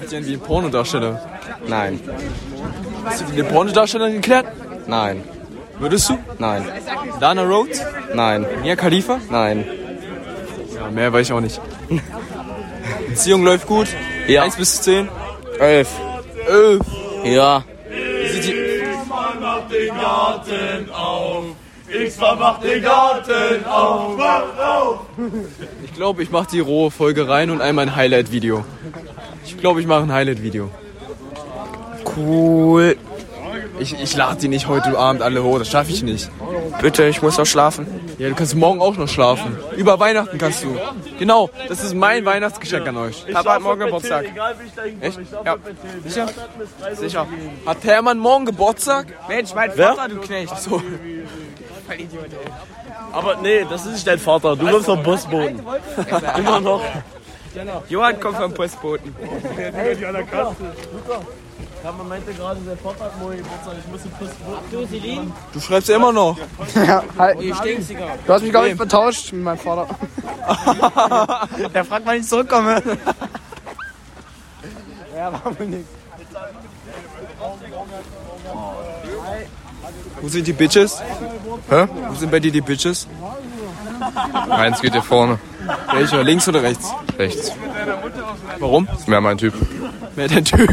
Ist die irgendwie ein Pornodarsteller? Nein. Hast du die eine Pornodarstellerin geklärt? Nein. Würdest du? Nein. Dana Rhodes? Nein. Mia Khalifa? Nein. Ja, mehr weiß ich auch *laughs* nicht. Beziehung läuft gut? Ja. 1 bis 10? 11. 11? Ja. Ich mach den Garten auf. Ich mach den Garten auf. Mach auf. Ich glaube, ich mache die rohe Folge rein und einmal ein Highlight-Video. Ich glaube, ich mache ein Highlight-Video. Cool. Ich, ich lade die nicht heute Abend alle hoch, das schaffe ich nicht. Bitte, ich muss noch schlafen. Ja, du kannst morgen auch noch schlafen. Über Weihnachten kannst du. Genau, das ist mein Weihnachtsgeschenk an euch. schlafe Papa hat morgen mit Geburtstag. Till, Egal wie ich da hinkomme, Echt? ich schlafe Ja. mit Till. Sicher? Der hat mit 30 Sicher. Hat Hermann morgen Geburtstag? Mensch, mein Wer? Vater, du Knecht. So. Aber nee, das ist nicht dein Vater. Du wirst am Busboden. Immer noch. Johann kommt vom Postboten. Ja, man meinte gerade, der Vater hat morgen Geburtstag. Ich muss den Busboden. Du, Selin? Du schreibst ja immer noch. Ja, halt. Ihr Stinksiger. Du hast mich, glaube ich, vertauscht mit meinem Vater. Der fragt, wann ich zurückkomme. Ja, war wohl nix. Wo sind die Bitches? Hä? Wo sind bei dir die Bitches? Meins geht hier vorne. Welcher? Links oder rechts? Rechts. Warum? Ist mehr mein Typ. Wer dein Typ?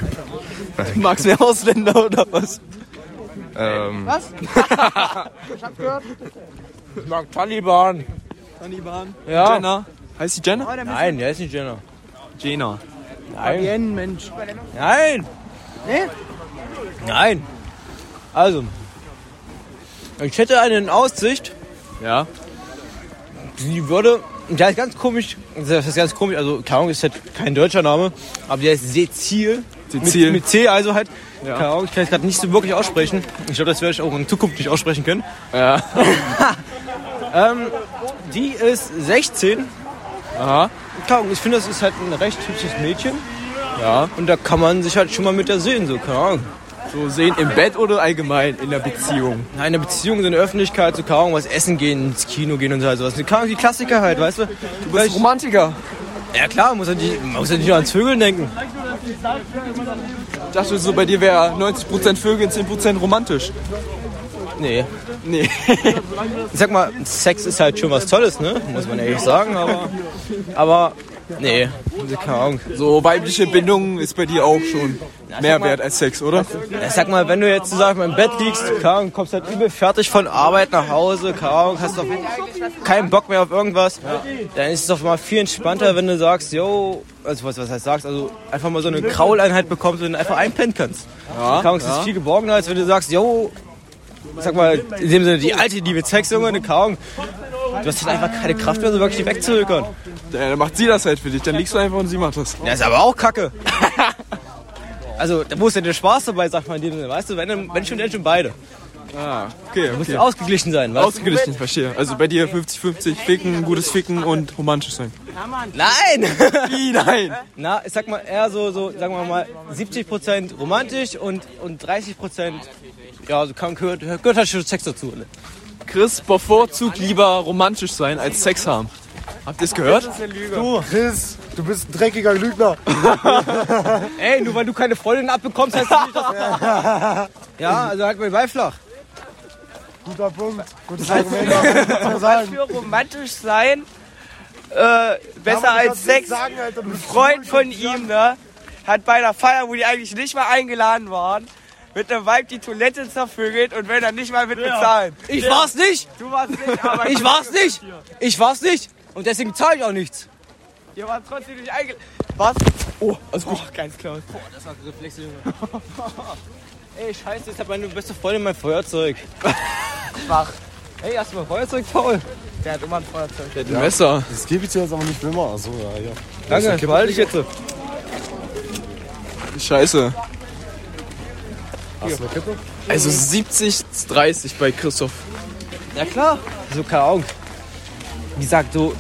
Nein. Magst mehr Ausländer oder was? Ähm, Was? ich hab gehört. Ich mag Taliban. Taliban. Ja. Jenna. Heißt die Jenna? Nein, der ist nicht Jenner. Jena. Nein. Mensch. Nein. Nee? Nein. Also, ich hätte einen in Aussicht. Ja. Die würde. Der ist ganz komisch. Das ist ganz komisch. Also, keine Ahnung, ist halt kein deutscher Name. Aber der ist Cecil. Cecil. Mit, mit C also halt. Ja. Keine Ahnung, ich kann es gerade nicht so wirklich aussprechen. Ich glaube, das werde ich auch in Zukunft nicht aussprechen können. Ja. ähm, die ist 16. Aha. Keine Ahnung, ich finde, das ist halt ein recht hübsches Mädchen. Ja. Und da kann man sich halt schon mal mit der sehen, so, keine Ahnung. So sehen im Bett oder allgemein in der Beziehung? Nein, in der Beziehung, so in der Öffentlichkeit, so, keine Ahnung, was essen gehen, ins Kino gehen und so, halt sowas. Keine Ahnung, die Klassiker halt, weißt du? Du bist Romantiker. Ja klar, muss ja nicht, man muss ja nicht nur ans Vögeln denken. Ich dachte so, bei dir wäre 90% Vögel, 10% romantisch. Nee. Nee. Ich sag mal, Sex ist halt schon was Tolles, ne? Muss man ehrlich sagen, aber. Aber. Nee, keine Ahnung. So weibliche Bindung ist bei dir auch schon mehr wert als Sex, oder? Ich sag mal, wenn du jetzt so sag mal, im Bett liegst, keine Ahnung, kommst halt übel fertig von Arbeit nach Hause, keine Ahnung, hast doch keinen Bock mehr auf irgendwas, dann ist es doch mal viel entspannter, wenn du sagst, yo, also was, was heißt sagst, also einfach mal so eine Krauleinheit bekommst und einfach einpennen kannst. Ja, keine Ahnung, es ja. ist viel geborgener, als wenn du sagst, yo, ich sag mal, in dem Sinne, die alte Liebe, zeigst du immer eine Kaung. Du hast halt einfach keine Kraft mehr, so wirklich wegzuhökern. Dann macht sie das halt für dich, dann liegst du einfach und sie macht das. Das ist aber auch kacke. *laughs* Also, da muss ja der Spaß dabei, sagt man in dem Sinne, weißt du, wenn, dann- wenn schon, dann schon beide. Ah, okay, Muss okay. ja ausgeglichen sein, weißt du? Ausgeglichen, verstehe. Also bei dir 50-50, ficken, gutes Ficken und romantisch sein. Nein! *laughs* Wie nein? Na, ich sag mal eher so, so sagen wir mal, 70% romantisch und, und 30% ja, so kann, gehört, gehört halt schon Sex dazu. Ne? Chris bevorzugt lieber romantisch sein als Sex haben. Habt ihr es gehört? Du, Chris, du bist ein dreckiger Lügner. Ey, nur weil du keine Freundin abbekommst, heißt das nicht, *laughs* dass... ja, also halt mal beiflach. Guter Punkt. Gutes Also, Argument. was soll man sagen? für romantisch sein, äh, besser aber du als kannst Sex. nicht sagen, Alter, du ein bist Freund von ihm, ne, hat bei einer Feier, wo die eigentlich nicht mal eingeladen waren, mit einem Vibe die Toilette zervögelt und will dann nicht mal mit bezahlen. Ich war's nicht! Du warst *laughs* nicht, aber Ich war's nicht! Ich war's nicht! Und deswegen zahle ich auch nichts. Ihr wart trotzdem nicht eingeladen. Was? Oh, also Oh, ganz klar. Boah, das war Reflexe, Junge. *laughs* Ey, scheiße, jetzt hat meine beste Freundin mein Feuerzeug. Schwach. Ey, hast du mein Feuerzeug, Paul? Der hat immer ein Feuerzeug. Der hat ein Messer. Das gebe ich dir jetzt aber nicht für immer. Achso, ja, ja. Danke, Das ist okay. behalte ich jetzt. Scheiße. Hast du eine Kippe? Also 70-30 bei Christoph. Ja klar. So, keine Ahnung. Wie gesagt, so,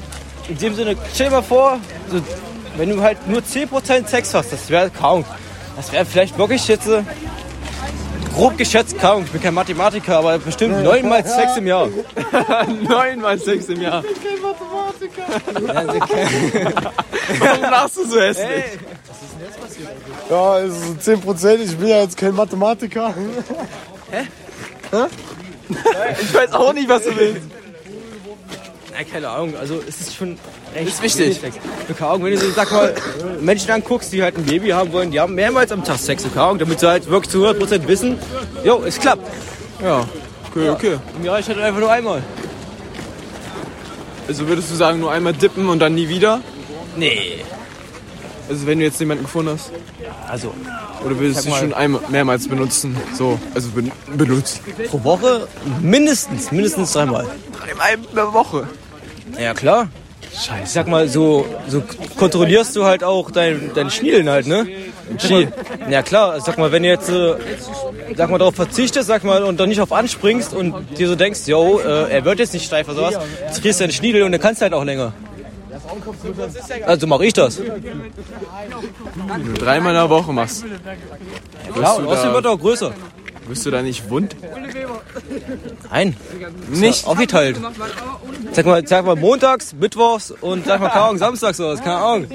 in dem Sinne, stell dir mal vor, so, wenn du halt nur 10% Sex hast, das wäre keine Ahnung. Das wäre vielleicht wirklich jetzt äh, grob geschätzt, keine Ahnung, ich bin kein Mathematiker, aber bestimmt neunmal Sex im Jahr. Neunmal Sex im Jahr. kein Mathematiker. Warum lachst du so hässlich? Ja, also 10 Prozent. Ich bin ja jetzt kein Mathematiker. Hä? Hä? Ich weiß auch nicht, was du willst. Na, keine Ahnung, also es ist schon recht Ist wichtig. viel Sex. So, Keine Ahnung, wenn du so, sag mal, Menschen anguckst, die halt ein Baby haben wollen, die haben mehrmals am Tag Sex, so, keine Ahnung, damit sie halt wirklich zu 100% wissen, jo, es klappt. Ja, okay, okay. Im Jahr, ich hatte einfach nur einmal. Also würdest du sagen, nur einmal dippen und dann nie wieder? Nee. Also wenn du jetzt jemanden gefunden hast? Also. Oder würdest Sag du mal- schon einmal, mehrmals benutzen? So, also ben, benutzt. Pro Woche mindestens, mindestens dreimal. Dreimal in der Woche. Ja, klar. Scheiße. Ich sag mal, so, so kontrollierst du halt auch dein, dein Schnielen halt, ne? Schniel. Ja, klar. Sag mal, wenn du jetzt, äh, sag mal, darauf verzichtest, sag mal, und dann nicht auf anspringst und dir so denkst, yo, äh, er wird jetzt nicht steif oder sowas, jetzt kriegst du deinen Schniedel und dann kannst du halt auch länger. Also mach ich das. Wenn du dreimal in der Woche machst. Ja, und außerdem wird er auch größer. Wirst du da nicht wund? Nein. Ist Nicht? ja Aufgeteilt. Sag mal, sag mal montags, mittwochs und sag mal, keine Ahnung, samstags sowas, keine Ahnung.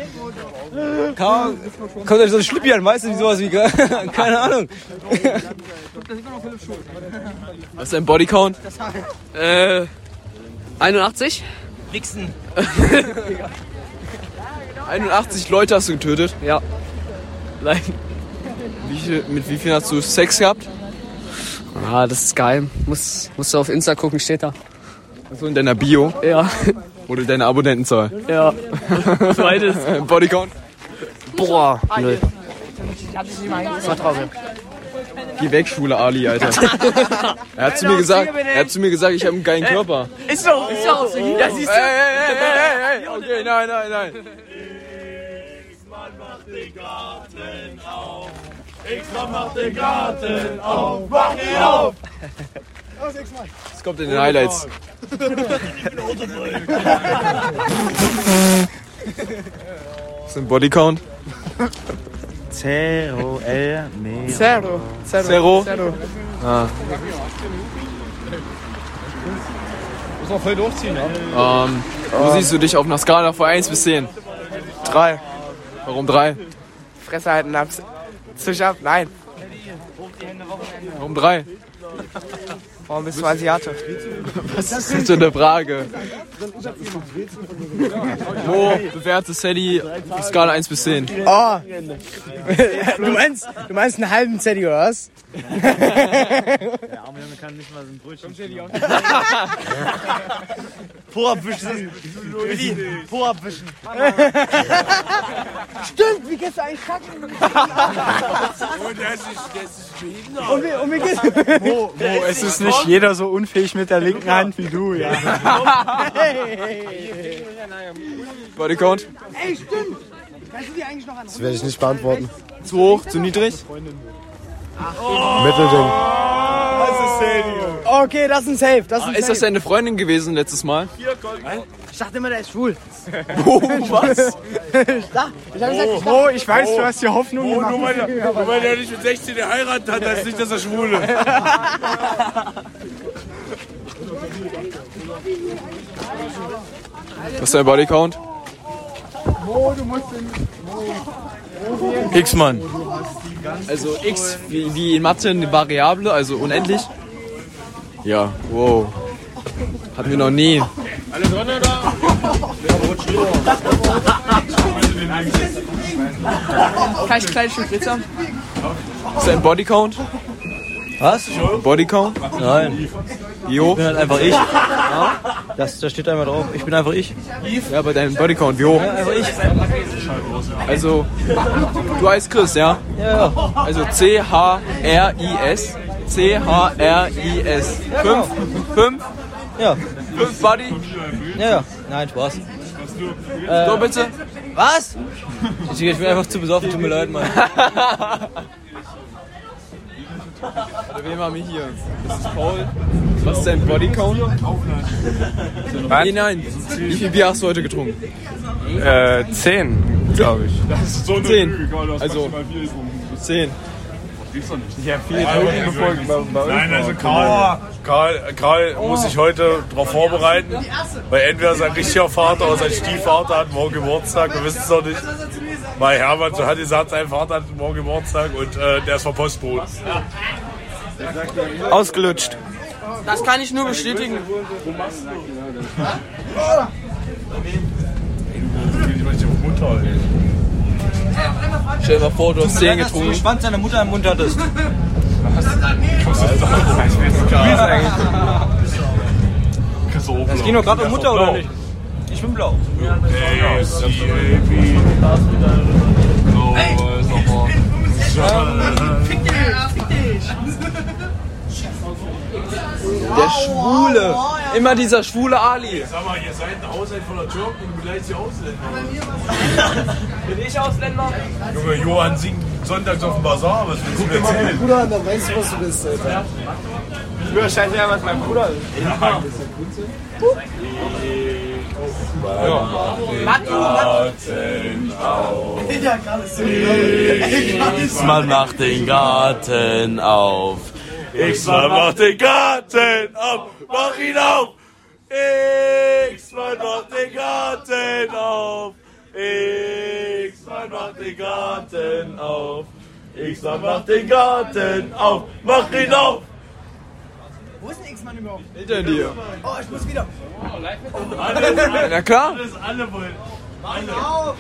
Keine Ahnung. Kommt euch so ein Schlippi an, weißt du, wie sowas wie, keine Ahnung. Was ist dein Bodycount? Äh, 81? Wichsen. 81 Leute hast du getötet? Ja. Nein. Wie viel, mit wie vielen hast du Sex gehabt? Ah, das ist geheim. Muss, musst du auf Insta gucken, steht da. So in deiner Bio? Ja. Oder deine Abonnentenzahl? Ja. Zweites. *laughs* Bodycount? Boah, null. Das war traurig. Geh weg, schwule *laughs* Ali, Alter. er hat zu mir gesagt, er hat zu mir gesagt, ich habe einen geilen Körper. Äh, Ist doch, ist doch so. Ja, siehst du. Ey, ey, ey, ey, ey, okay, nein, nein, nein. X-Man macht den Garten auf. X-Man macht den Garten auf. Mach ihn auf! Los, X-Mann. Das kommt in den Highlights. Ist ein Bodycount? Zero, El, Mero. Zero. Zero. Zero? Zero. Ah. Muss noch voll durchziehen, ja? Ähm, wo siehst du dich auf einer Skala von 1 bis 10? 3. Warum 3? Fresse halten, hab's. Zisch ab, nein. Warum 3? Warum bist du Asiate? *laughs* Was ist das für eine Frage? Wo bewertet Sally auf Skala 1 bis 10? Oh. Du meinst, du meinst einen halben Zeddy, oder *laughs* was? Der arme Junge kann nicht mal so ein Brötchen schmieren. Po abwischen. Willi, Po abwischen. Stimmt, wie geht's eigentlich kacken? Und wie, und wie geht's? Mo, Mo, es ist nicht jeder so unfähig mit der linken Hand wie du, ja. hey. Bodycount? Ey, stimmt. Weißt du die eigentlich noch an? Das werde ich nicht beantworten. Zu hoch, zu niedrig? Mittelding. Okay, das ist ein Safe. Das ist, ein Ist das Safe. deine Freundin gewesen letztes Mal? Ich dachte immer, der ist schwul. Oh, was? ich dachte, ich hab gesagt, ich Mo, dachte- ich weiß, du hast die Hoffnung Oh, gemacht. nur weil, er- nur weil er nicht mit 16 geheiratet hat, heißt nicht, dass er schwul ist. Was ist dein Bodycount? Mo, du musst den. X-Mann. Also X wie, wie in Mathe eine Variable, also unendlich. Ja, wow. Hatten wir noch nie. Alle drin oder? Kann ich ein kleines Stück Glitzer? Ist dein Bodycount? Was? Bodycount? Nein. Wie hoch? Ich bin halt einfach ich. Das, da steht einmal drauf. Ich bin einfach ich. Ja, aber dein Bodycount, wie hoch? Ja, einfach ich. Also, du heißt Chris, ja? Ja, ja. Also C-H-R-I-S. C-H-R-I-S. Fünf? Fünf? genau. Ja. Fünf Buddy? Ja, ja. Nein, Spaß. Äh, So bitte? Was? Ich, ich bin einfach zu besoffen, tut mir leid, Mann. Also, Oder wen haben wir hier? Das ist Paul. Was ist dein Bodycount? Nee, nein. Wie viel Bier hast du heute getrunken? Äh, 10, glaube ich. Das ist so eine Zehn. Lüge, Gott, das Also- macht schon mal viel rum. 10. Gibt's doch nicht. Ja, viel Nein, Drogen also- befolgt bei- bei uns Nein, also war. Karl, Karl, Karl muss sich heute darauf vorbereiten, weil entweder sein richtiger Vater oder sein Stiefvater hat morgen Geburtstag, wir wissen es noch nicht. Weil Hermann so hat gesagt, sein Vater hat morgen Geburtstag und äh, der ist vom Postboten. Ausgelutscht. Das kann ich nur bestätigen. Stell dir mal vor, du hast 10 getrunken. Schwanz deiner Mutter im Mund hattest. Das ging doch gerade um Mutter, oder nicht? Ich bin blau. Fick dich, fick Der Schwule. Immer dieser schwule Ali. Sag mal, ihr seid ein Haushalt voller Türken und gleich die Ausländer. Bin ich Ausländer? Junge, Johann singt sonntags auf dem Bazar, was willst du mir erzählen? Bruder an, dann weißt du, was du bist, Alter. Früher scheiße ja, was mein Bruder ist. Ja. X-Man macht den Garten auf. X-Man macht den Garten auf. Mach ihn auf. X-Man macht den Garten auf. X-Man macht den Garten auf. X-Man macht den Garten auf. Mach ihn auf. Wo ist denn ist man überhaupt? Hinter *laughs* dir. Oh, ich muss wieder. Na klar. Alles alle wollen. Alle.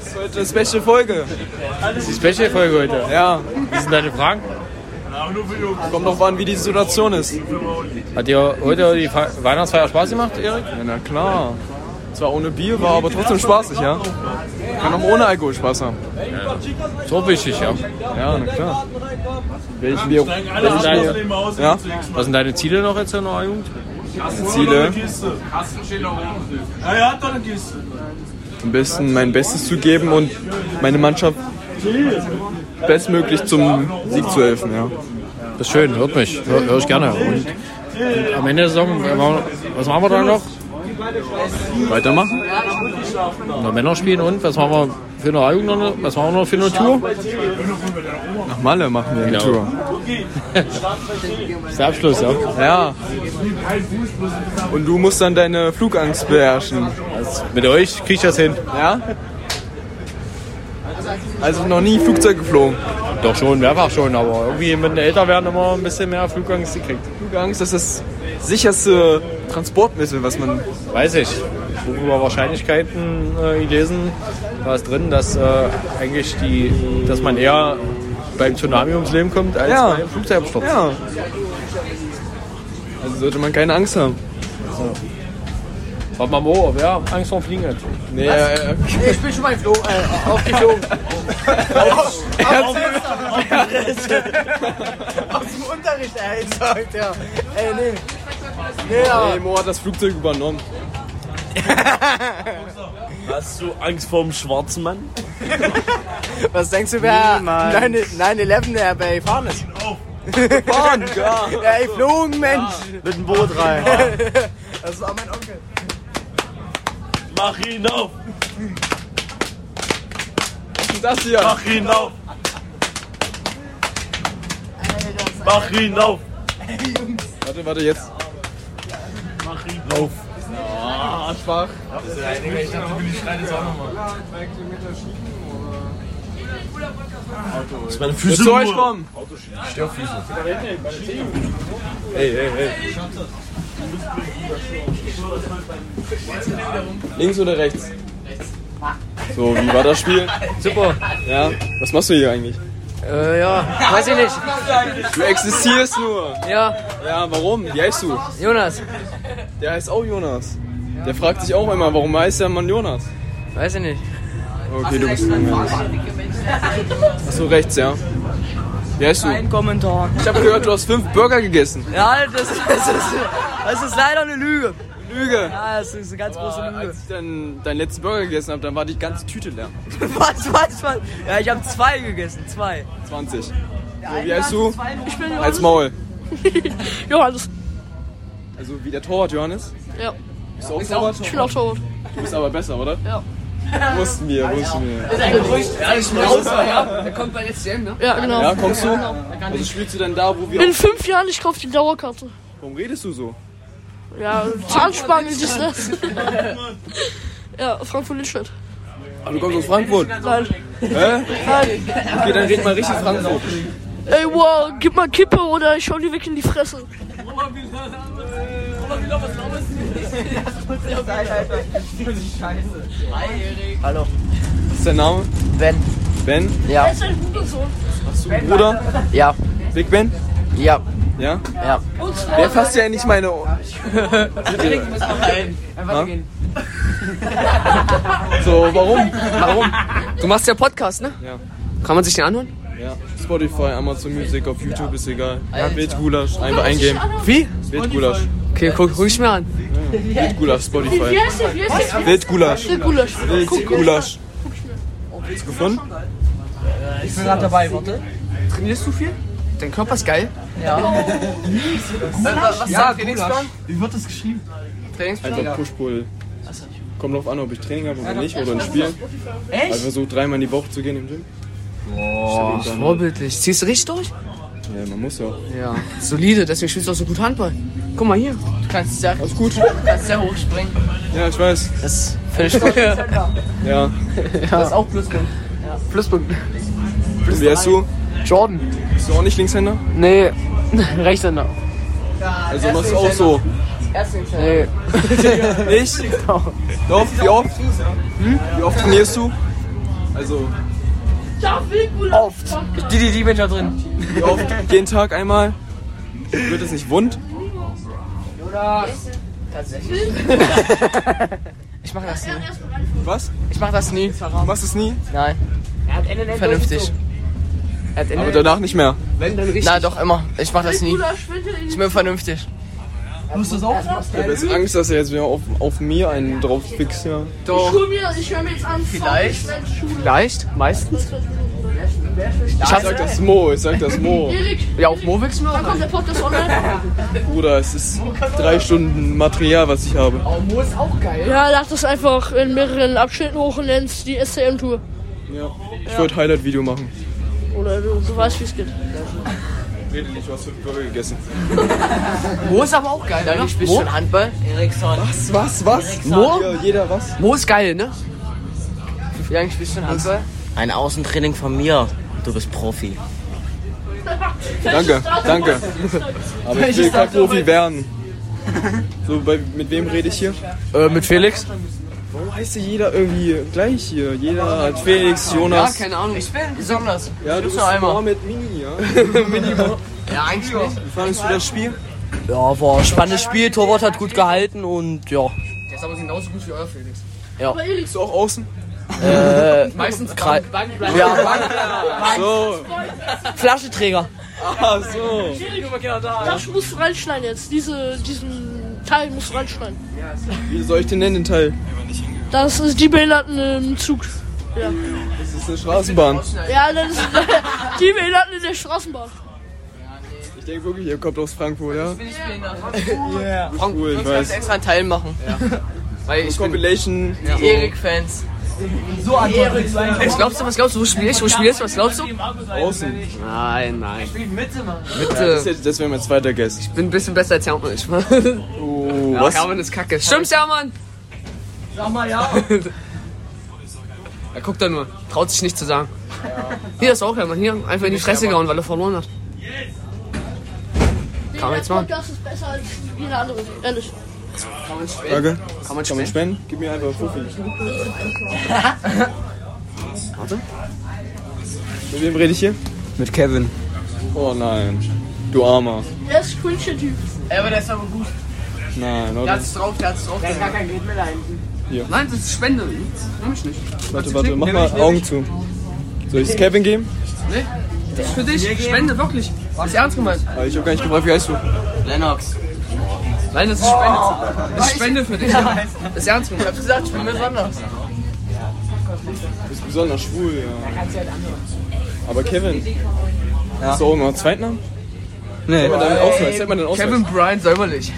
Das ist heute eine Special Folge. Das ist die Special Folge heute. Ja. Wie sind deine Fragen? Aber nur für Jungs. Kommt drauf an, wie die Situation ist. Hat dir heute die Fe- Weihnachtsfeier Spaß gemacht, Erik? na klar. Zwar ohne Bier, war aber trotzdem spaßig, ja? Kann auch ohne Alkohol Spaß haben. So wichtig, ja. Ja, na klar. Welchen Bier? Steigen alle welchen ab, Bier- nehmen wir aus, Ja? Was sind deine Ziele noch jetzt in der Jugend? Ziele. Kasten steht da oben. Ja, ja, hat doch eine Kiste. Am besten mein Bestes zu geben und meine Mannschaft bestmöglich zum Sieg zu helfen, ja. Das ist schön, hört mich. Hör, hör ich gerne. Und am Ende der Saison, was machen wir da noch? Weitermachen. Noch Männer spielen und was machen wir für eine Jugend noch? Was machen wir noch für eine Tour? Nach Malle machen wir eine Genau. Tour. Ist der Abschluss, ja? Ja. Und du musst dann deine Flugangst beherrschen. mit euch krieg ich das hin. Ja? Also noch nie Flugzeug geflogen. Doch schon, mehrfach schon, aber irgendwie mit den Älterwerden immer ein bisschen mehr Flugangst gekriegt. Flugangst, das ist das sicherste Transportmittel, was man. Weiß ich. Ich habe über Wahrscheinlichkeiten äh, gelesen, war es drin, dass äh, eigentlich die, dass man eher beim Tsunami ums Leben kommt als Ja. beim Flugzeugabsturz. Ja. Also sollte man keine Angst haben. Warte mal, Mo, wer Angst vor dem Fliegen hat? Nee, äh, Ich bin schon mal geflogen, äh, aufgeflogen. Aus dem Unterricht, ey, sagt ja. Ey, nee. Nee, aber- nee, Mo hat das Flugzeug übernommen. Hast du Angst vor dem schwarzen Mann? Was denkst du, wer 9- 9-11 äh, der bei gefahren ist? Gefahren, *laughs* ja. Der geflogen, Mensch. Mit dem Boot rein. Das war mein Onkel. Mach ihn auf! Was ist das Ah. hier? Mach ihn auf! Mach ihn auf! Warte, warte, jetzt. Mach ihn Auf. Ah, schwach. Auto. meine Füße Willst du euch kommen? Störfüße. Ey, ey, ey. Links oder rechts? So, wie war das Spiel? Super. Ja, was machst du hier eigentlich? Äh, ja, weiß ich nicht. Du existierst nur. Ja. Ja, warum? Wie heißt du? Jonas. Der heißt auch Jonas. Der fragt sich auch immer, warum heißt der Mann Jonas? Weiß ich nicht. Okay, du bist ein Mensch. Achso, rechts, ja. Wie heißt du? Ein Kommentar. Ich habe gehört, du hast fünf Burger gegessen. Ja, das ist, das ist, das ist leider eine Lüge. Lüge. Ja, das ist eine ganz große Lüge. Äh, Als ich dann deinen letzten Burger gegessen habe, dann war die ganze Tüte leer. *laughs* Was, was, was? Ja, ich habe zwei gegessen, zwei. 20. So, wie heißt du? Ich bin Johannes. Als Maul. Johannes. Also wie der Torwart, Johannes? Ja. Bist du auch Torwart? Ich bin auch tot. Du bist aber besser, oder? Ja. Wussten wir, wussten wir. ist ein Gerücht. Ja, ich bin raus, ja. Der kommt bei jetzt CM, ne? Ja, genau. Ja, kommst du? Also spielst du dann da, wo wir In auch... fünf Jahren, ich kaufe die Dauerkarte. Warum redest du so? Ja, Zahnspange ist das. ne? ja, Frankfurt Littstadt. Ah, du kommst aus Frankfurt. Nein. Hä? Nein. Okay, dann red mal richtig Frankfurt. Ey, wow, gib mal Kippe oder ich schau dir weg in die Fresse. Hallo. Was ist dein Name? Ben. Ben? Ja. ist ein Hurensohn. Hast du einen Bruder? Ja. Big Ben? Ja. Ja? Ja. Wer fasst ja eigentlich meine... Ohren? Einfach gehen. So, warum? Warum? Du machst ja Podcast, ne? Ja. Kann man sich den anhören? Ja. Spotify, Amazon Music, auf YouTube ist egal. Alter. Wildgulasch, einfach eingeben. Wie? Wildgulasch. Okay, guck, guck ich mir an. Wildgulasch, Spotify. Wie heißt der? Wie heißt der? Wildgulasch. Wildgulasch. Wildgulasch. Hast du gefunden? Ich bin gerade dabei, warte. Trainierst du viel? Dein Körper ist geil. Ja. was ist Ja, dein Trainingsplan? Wie wird das geschrieben? Trainingsplan? Einfach Push-Pull. Kommt drauf an, ob ich Training habe oder nicht oder ein Echt? Spiel. Also versuch dreimal in die Woche zu gehen im Gym. Boah, vorbildlich. Ziehst du richtig durch? Ja, man muss ja. Ja. Solide, deswegen spielst du auch so gut Handball. Guck mal hier. Du kannst sehr, gut. kannst sehr hoch springen. *laughs* Ja, ich weiß. Das Finde ich Ja. Das ist auch Pluspunkt. Pluspunkt. Und Wie heißt du? Jordan. Bist du auch nicht Linkshänder? Nee, *laughs* Rechtshänder. Also machst du auch so. Nee. *laughs* Genau. Nicht? Doch, wie oft? Hm? Wie oft trainierst du? Also Oft. Die, die, die bin ich da drin. wie oft? Jeden Tag einmal? Wird es nicht wund? Jonas. Tatsächlich. ich mach das nie. Was? Ich mach das nie. Du machst es nie? Nein. Vernünftig. Er hat Ende- Aber danach nicht mehr. Wenn dann richtig. Na doch, immer. Ich mach das nie. Ist mir vernünftig. Musst du das auch machen? Ich habe jetzt Angst, dass er jetzt wieder auf, auf mir einen drauf fixt. Ja. Doch. hol mir, ich höre mir jetzt an. Vielleicht. Vielleicht. Meistens. Ich sag das Mo, ich sag das Mo. Erik, Ja, auf Mo wächst wann kommt der Podcast online? Bruder, es ist drei Stunden Material, was ich habe. Mo ist auch geil. Ja, lach das einfach in mehreren Abschnitten hoch und nennst die SCM-Tour. Ja. Ich wollte Highlight-Video machen. Oder du, du weißt, wie es geht. Rede nicht, du hast fünf Burger gegessen. Mo ist aber auch geil, ne? Ich bin schon Handball. Eriksson. Was, was, was? Mo? jeder was? Mo ist geil, ne? Ja, ich bin schon Handball. Ein Außentraining von mir. Du bist Profi. Danke, danke. Aber ich will Welches kein Datum? Profi werden. So, bei, mit wem rede ich hier? Äh, mit Felix. Warum heißt hier jeder irgendwie gleich hier? Jeder hat Felix, Jonas. Ja, keine Ahnung. Ich bin besonders. Ja, du bist Mohammed Mini, ja? *laughs* Minimo. Ja, eigentlich nicht. Wie fandest du das Spiel? Ja, war ein spannendes Spiel. Torwart hat gut gehalten und ja. Der ist aber genauso gut wie euer Felix. ja. Bist du auch außen? Äh, Meistens Krei- Bank- Bank- Ja, Bank- Bank- So. Flaschenträger. Ah, so. Das musst du reinschneiden jetzt. Diese, diesen Teil musst du reinschneiden. Wie soll ich den nennen, den Teil? Das ist die Behinderten im Zug. Ja, Das ist eine Straßenbahn. ja das ist *laughs* die Behinderten in der Straßenbahn. Ich denke wirklich, ihr kommt aus Frankfurt, ja? Yeah. Frank cool, ich Ich kann weiß. extra einen Teil machen. Weil ich bin Compilation. so. Erik-Fans. So Erik sein. Was glaubst du, was glaubst du? Wo spielst du? Wo spielst du? Was glaubst du? Außen. Nein, nein. Ich Mitte, Mann. Ja, das, ist jetzt, das wäre mein zweiter Guess. Ich bin ein bisschen besser als Hermann. Ich *laughs* war- Oh, Ja, was? Hermann ist kacke. Stimmt's, Hermann? Sag mal ja. *laughs* Er guckt da nur. Traut sich nicht zu sagen. Hier ist auch Hermann. Hier, einfach in die Fresse gehauen, weil er verloren hat. Kann man jetzt machen. Das ist besser als jeder andere, ehrlich. Frage? Kann man spenden? Gib mir einfach Fuffi. *laughs* Warte. Mit wem rede ich hier? Mit Kevin. Oh nein. Du Armer. Der ist Cringe-Typ. Ey, aber der ist aber gut. Nein, Der oder? hat es drauf, der hat es drauf. Der hat gar kein Geld mehr da hinten. Hier. Nein, das ist Spende. Nimm ich nicht. Warte, warte, mach mal Augen zu. Soll ich es Kevin geben? Nee, das ist für dich. Spende, wirklich. Das ist ernst gemeint. Aber ich hab gar nicht gefragt, wie heißt du? Lennox. Nein, das ist Spende. Das ist Spende für dich. Das ist ernst gemeint. Oh. Ich hab gesagt, ich bin besonders. Du bist besonders schwul, ja. halt Aber Kevin. Hast du auch noch einen Zweitnamen? Nee. Zeig mal deinen Ausweis, zeig mal deinen Ausweis. Kevin Bryant, säuberlich.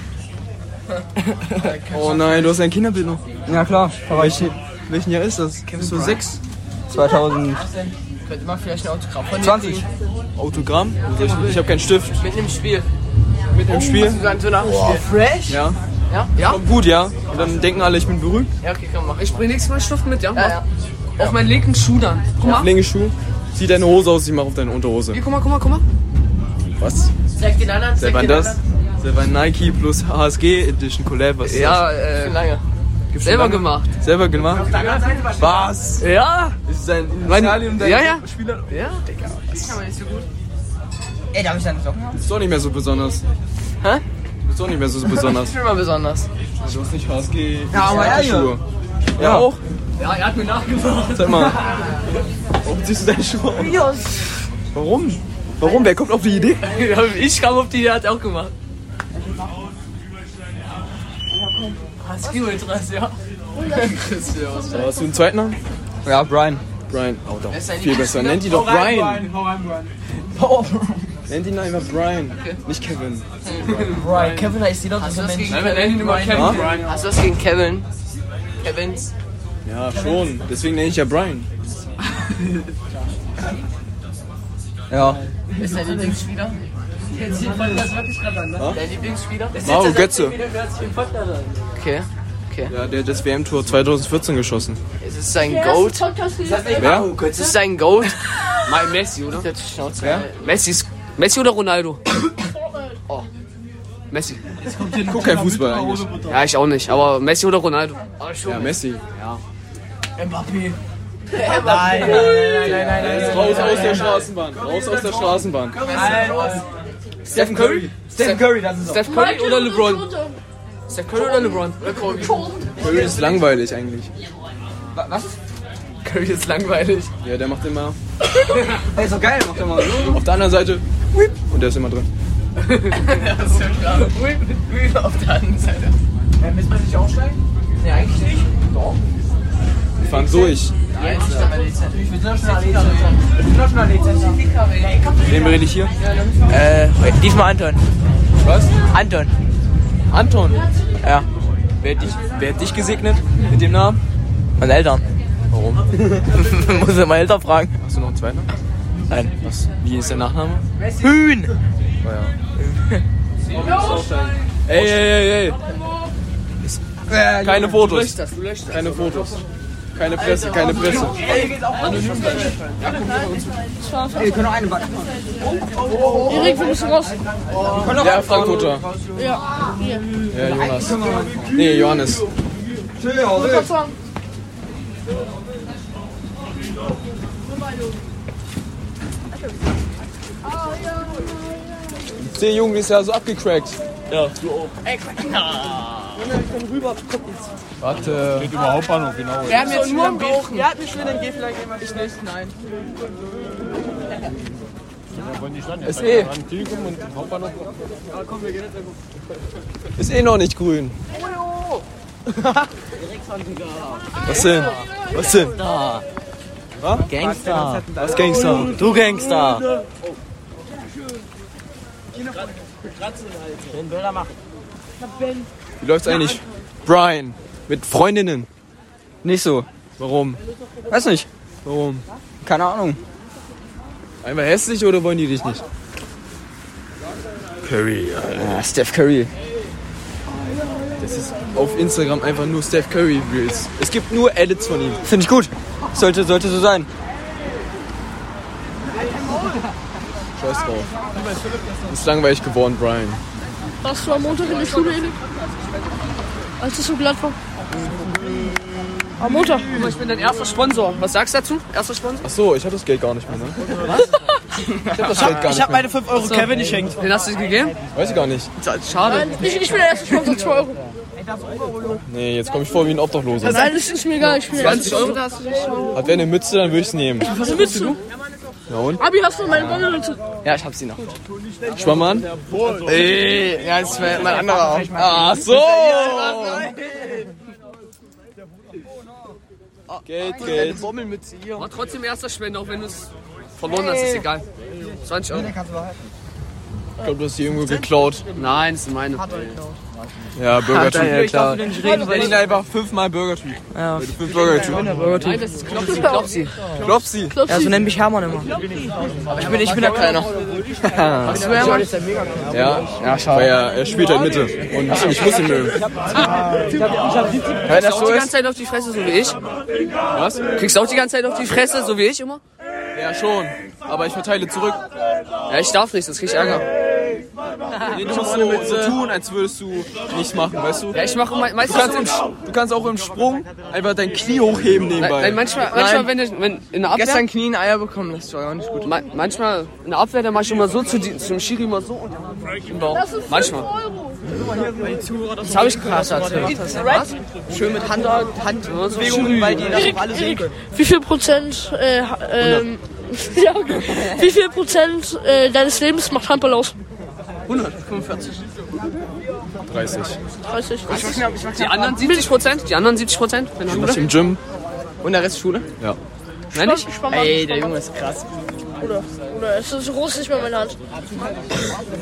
Oh nein, du hast ein Kinderbild noch. Ja klar, aber ich. Welchen Jahr ist das? Kevin Bist du sechs? 2000. Könnte man vielleicht ein Autogramm von dir 20. kriegen? Autogramm? Also ich ich habe keinen Stift. Mit einem Spiel. Mit einem Spiel? Oh, Susanne, so nach dem Boah, Spiel. Fresh? Ja. Ja? Ja? Kommt gut, ja? Und dann denken alle, ich bin berühmt. Ja, okay, komm, mach. Ich bring nächstes Mal Stift mit, ja? Mach. Auf meinen linken Schuh dann. Guck mal. Linke Schuh. Zieh deine Hose aus, ich mach auf deine Unterhose. Hier, guck mal, guck mal, guck mal. Was? Zeig den anderen, Selber das? Selber Nike plus HSG Edition Collab, was ist Ja, das? äh. Gibt's schon Selber lange? gemacht. Selber gemacht? Was? Ja! Ist sein Initialien dein ja, ja. Spieler? Ja, Digga. Das kann man nicht so gut. Ey, darf ich dann Socken haben? Ist doch nicht mehr so besonders. Hä? Ist doch nicht mehr so besonders. *laughs* Ich bin mal besonders. Ich weiß nicht, HSG. Ja, aber er, ja. Schuhe. Ja, auch? Ja, er hat mir nachgemacht. *laughs* Sag mal. Warum ziehst du deine Schuhe an? Warum? Warum? Wer kommt auf die Idee? Ich kam auf die, der hat auch gemacht. Hast du Interesse, ja? Chris, ja, was So, hast du einen zweiten Namen? Ja, Brian. Brian. Oh, doch. Viel besser. Nennt die doch Brian. Hau rein, Brian. Nennt ihn einfach Brian. Nicht Kevin. Brian. Kevin heißt die doch. Hast du was gegen Kevin? Ha? Hast du was gegen Kevin? Kevins. Ja, schon. Deswegen nenne ich ja Brian. Ja. Ist dein Lieblingsspieler? Das wirklich gerade an, ne? Dein Lieblingsspieler? Mario jetzt der Götze. Satz, Okay. Okay. Ja, der hat das WM-Tour 2014 geschossen. Es ist ein Der Goat. erste Podcast, den ich Wer? Es ist ein Goat. Mein Messi, oder? Messi ist. Messi oder Ronaldo? Oh. Messi. Ich guck kein Fußball eigentlich. Ja, ich auch nicht, aber Messi oder Ronaldo. Ja, Messi. Ja. Mbappé. Nein, nein, nein, nein, nein, nein. Raus aus der Straßenbahn. Raus aus der Straßenbahn. Stephen Curry? Stephen Curry, das ist Stephen Curry oder LeBron? Stephen Curry oder LeBron? Oder Kobe? Curry ist langweilig eigentlich. Was? Curry ist langweilig. Ja, der macht immer. *laughs* Der ist doch geil, macht er mal so. Auf der anderen Seite. whip, Und der ist immer drin. das ist ja klar. auf der anderen Seite. Ja, müssen wir nicht aufsteigen? Nee, eigentlich nicht. Doch. Wir fahren durch. Wen rede ich hier? Äh, diesmal Anton. Was? Anton. Anton? Ja. Wer hat, dich, wer hat dich gesegnet mit dem Namen? Meine Eltern. Warum? *laughs* Muss ich meine Eltern fragen. Hast du noch einen zweiten? Nein. Was? Wie ist der Nachname? Hühn! Oh, ja. Ey, ey, ey, ey. Keine Fotos. Keine Fotos. Keine Presse, keine Presse. Wir können auch eine Backe Erik, wir müssen raus. Ja, Frank Kutter. Ja, hier. Ja, Jonas. Nee, Johannes. Der Junge ist ja so abgecrackt. Ja, du auch. Ey, na. Ich kann rüber gucken. Warte. Geht über Hauptbahnhof, genau. Wir haben jetzt nur nur einen Bauch. Er hat mich schon den Gehfleisch gemacht. Ich nicht, nein. Ist eh. Ist eh noch nicht grün. *laughs* Was denn? Was denn? Was? Gangster. Was Gangster? Du Gangster. Den Bilder machen. Wie läuft's eigentlich? Brian. Mit Freundinnen. Nicht so. Warum? Weiß nicht. Warum? Keine Ahnung. Einmal hässlich oder wollen die dich nicht? Curry, Ah, Steph Curry. Das ist auf Instagram einfach nur Steph Curry Reels. Es gibt nur Edits von ihm. Finde ich gut. Sollte, sollte so sein. Scheiß drauf. Ist langweilig geworden, Brian. Warst du am Montag in der Schule, Erik? Als es so glatt war. Am Montag. Ich bin dein erster Sponsor. Was sagst du dazu? Erster Sponsor? Ach so, ich hab das Geld gar nicht mehr, ne? Ich hab das Geld gar nicht mehr. 5 Euro Kevin geschenkt. Den hast du gegeben? Weiß ich gar nicht. Schade. Nein, ich, ich bin der erste Sponsor, *laughs* 2 Euro. Nee, jetzt komme ich vor wie ein Obdachloser. Nein, das ist mir egal. Ich bin der erste 20 Euro? Sponsor. Hat wer eine Mütze, dann würde ich's nehmen. Was willst du? Na und? Abi, hast du meine Bonnermütze? Ja, ich hab sie noch. Schwammann? Ey, ja, das ist mein mein anderer auch. Ach so! Geld, Geld. Bommelmütze hier. War trotzdem erster Spender, auch wenn du es verloren hast, ist egal. 20 Euro. Ich glaube, du hast die irgendwo geklaut. Nein, das sind meine. Ja, Burger Typ. Ich darf mit denen nicht reden, weil ich ich- einfach fünfmal Burger Typ. Ja. Fünf Burger Typ. Nein, das ist Klopsi, Klopsi. Klopsi. Ja, so nennt mich Hermann immer. Ich bin, ich bin der Kleiner. Hast du Hermann? Ja, ja schade. Weil er, er spielt halt Mitte. Und ich muss ihn mögen. Wenn das so Kriegst du auch die ist. ganze Zeit auf die Fresse, so wie ich? Was? Kriegst du auch die ganze Zeit auf die Fresse, so wie ich immer? Ja, schon. Aber ich verteile zurück. Ja, ich darf nicht, das krieg ich Ärger. Nee, du musst so, so tun, als würdest du nichts machen, weißt du? Ja, ich mache me Du meistens kannst, im, Sch- du kannst auch im Sprung einfach dein Knie hochheben nebenbei. Nein, äh, manchmal, manchmal Nein. wenn, ich, wenn in der Abwehr... Gestern Knie in Eier bekommen, das war auch nicht gut. Ma manchmal in der Abwehr, da mach ich immer so zu die, zum Schiri immer so und im Bauch. Manchmal. Das habe ich krass erzählt. Was? Schön mit Hand, Hand so Schiri. Erik, Erik, wie viel Prozent, äh, ha- ähm, *laughs* ja, okay. wie viel Prozent äh, deines Lebens macht Handball aus? 145. 30. 30. Die anderen 70 Prozent? Die anderen 70 Prozent? Du bist im Gym. Und der Rest Schule? Ja. Nein, ich? Spannend. Ey, der Junge ist krass. Oder, oder es ist groß nicht mehr meine Hand.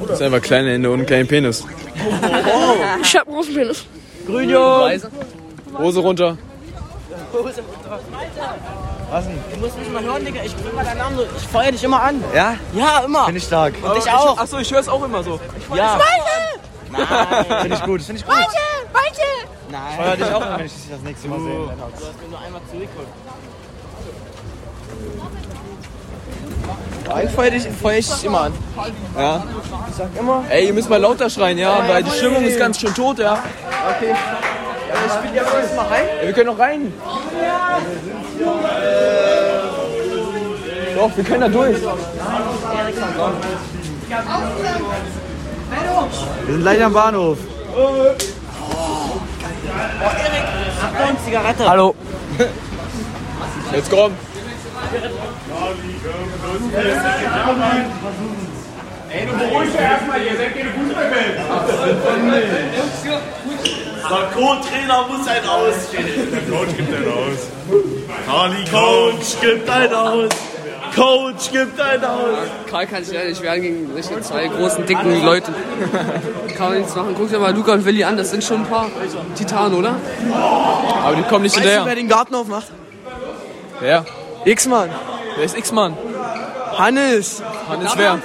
Das ist einfach kleine Hände und kleinen Penis. Ich hab einen großen Penis. Grün, Jungs. Hose runter. Was denn? Du musst mich mal hören, Digga. Ich bring mal deinen Namen so. Ich feuer dich immer an. Ja? Ja, immer. Finde ich stark. Und dich auch. Achso, ich höre es auch immer so. Ja. Schweine! Finde ich gut. Finde ich gut. Weite! Weite! Ich feuer dich auch, an, wenn ich dich das nächste Mal sehe. Lennart. Nur einmal zurückholen. Ich feuer dich, feuer ich dich immer an. Ja. Ich sag immer. Ey, ihr müsst mal lauter schreien, ja, weil die Stimmung ist ganz schön tot, ja. Okay. Ja, ich bin ja jetzt mal rein. ja wir können noch rein. Doch, wir können da durch. Wir sind gleich am Bahnhof. Zigarette. Hallo. Jetzt komm. Ey, du beruhigst ja erstmal, ihr seid keine Fußballwelt. Der Co-Trainer muss ein aus. Der Coach gibt einen aus. Harley Coach gibt einen aus. Coach gibt einen aus. Karl kann sich leider nicht wehren gegen solche zwei großen, dicken Leute. *laughs* Kann man nichts machen. Guck dir mal Luca und Willi an, das sind schon ein paar Titanen, oder? Aber die kommen nicht weißt hinterher. du, wer den Garten aufmacht? Wer? X-Mann. Wer ist X-Mann? Hannes. Hannes wer?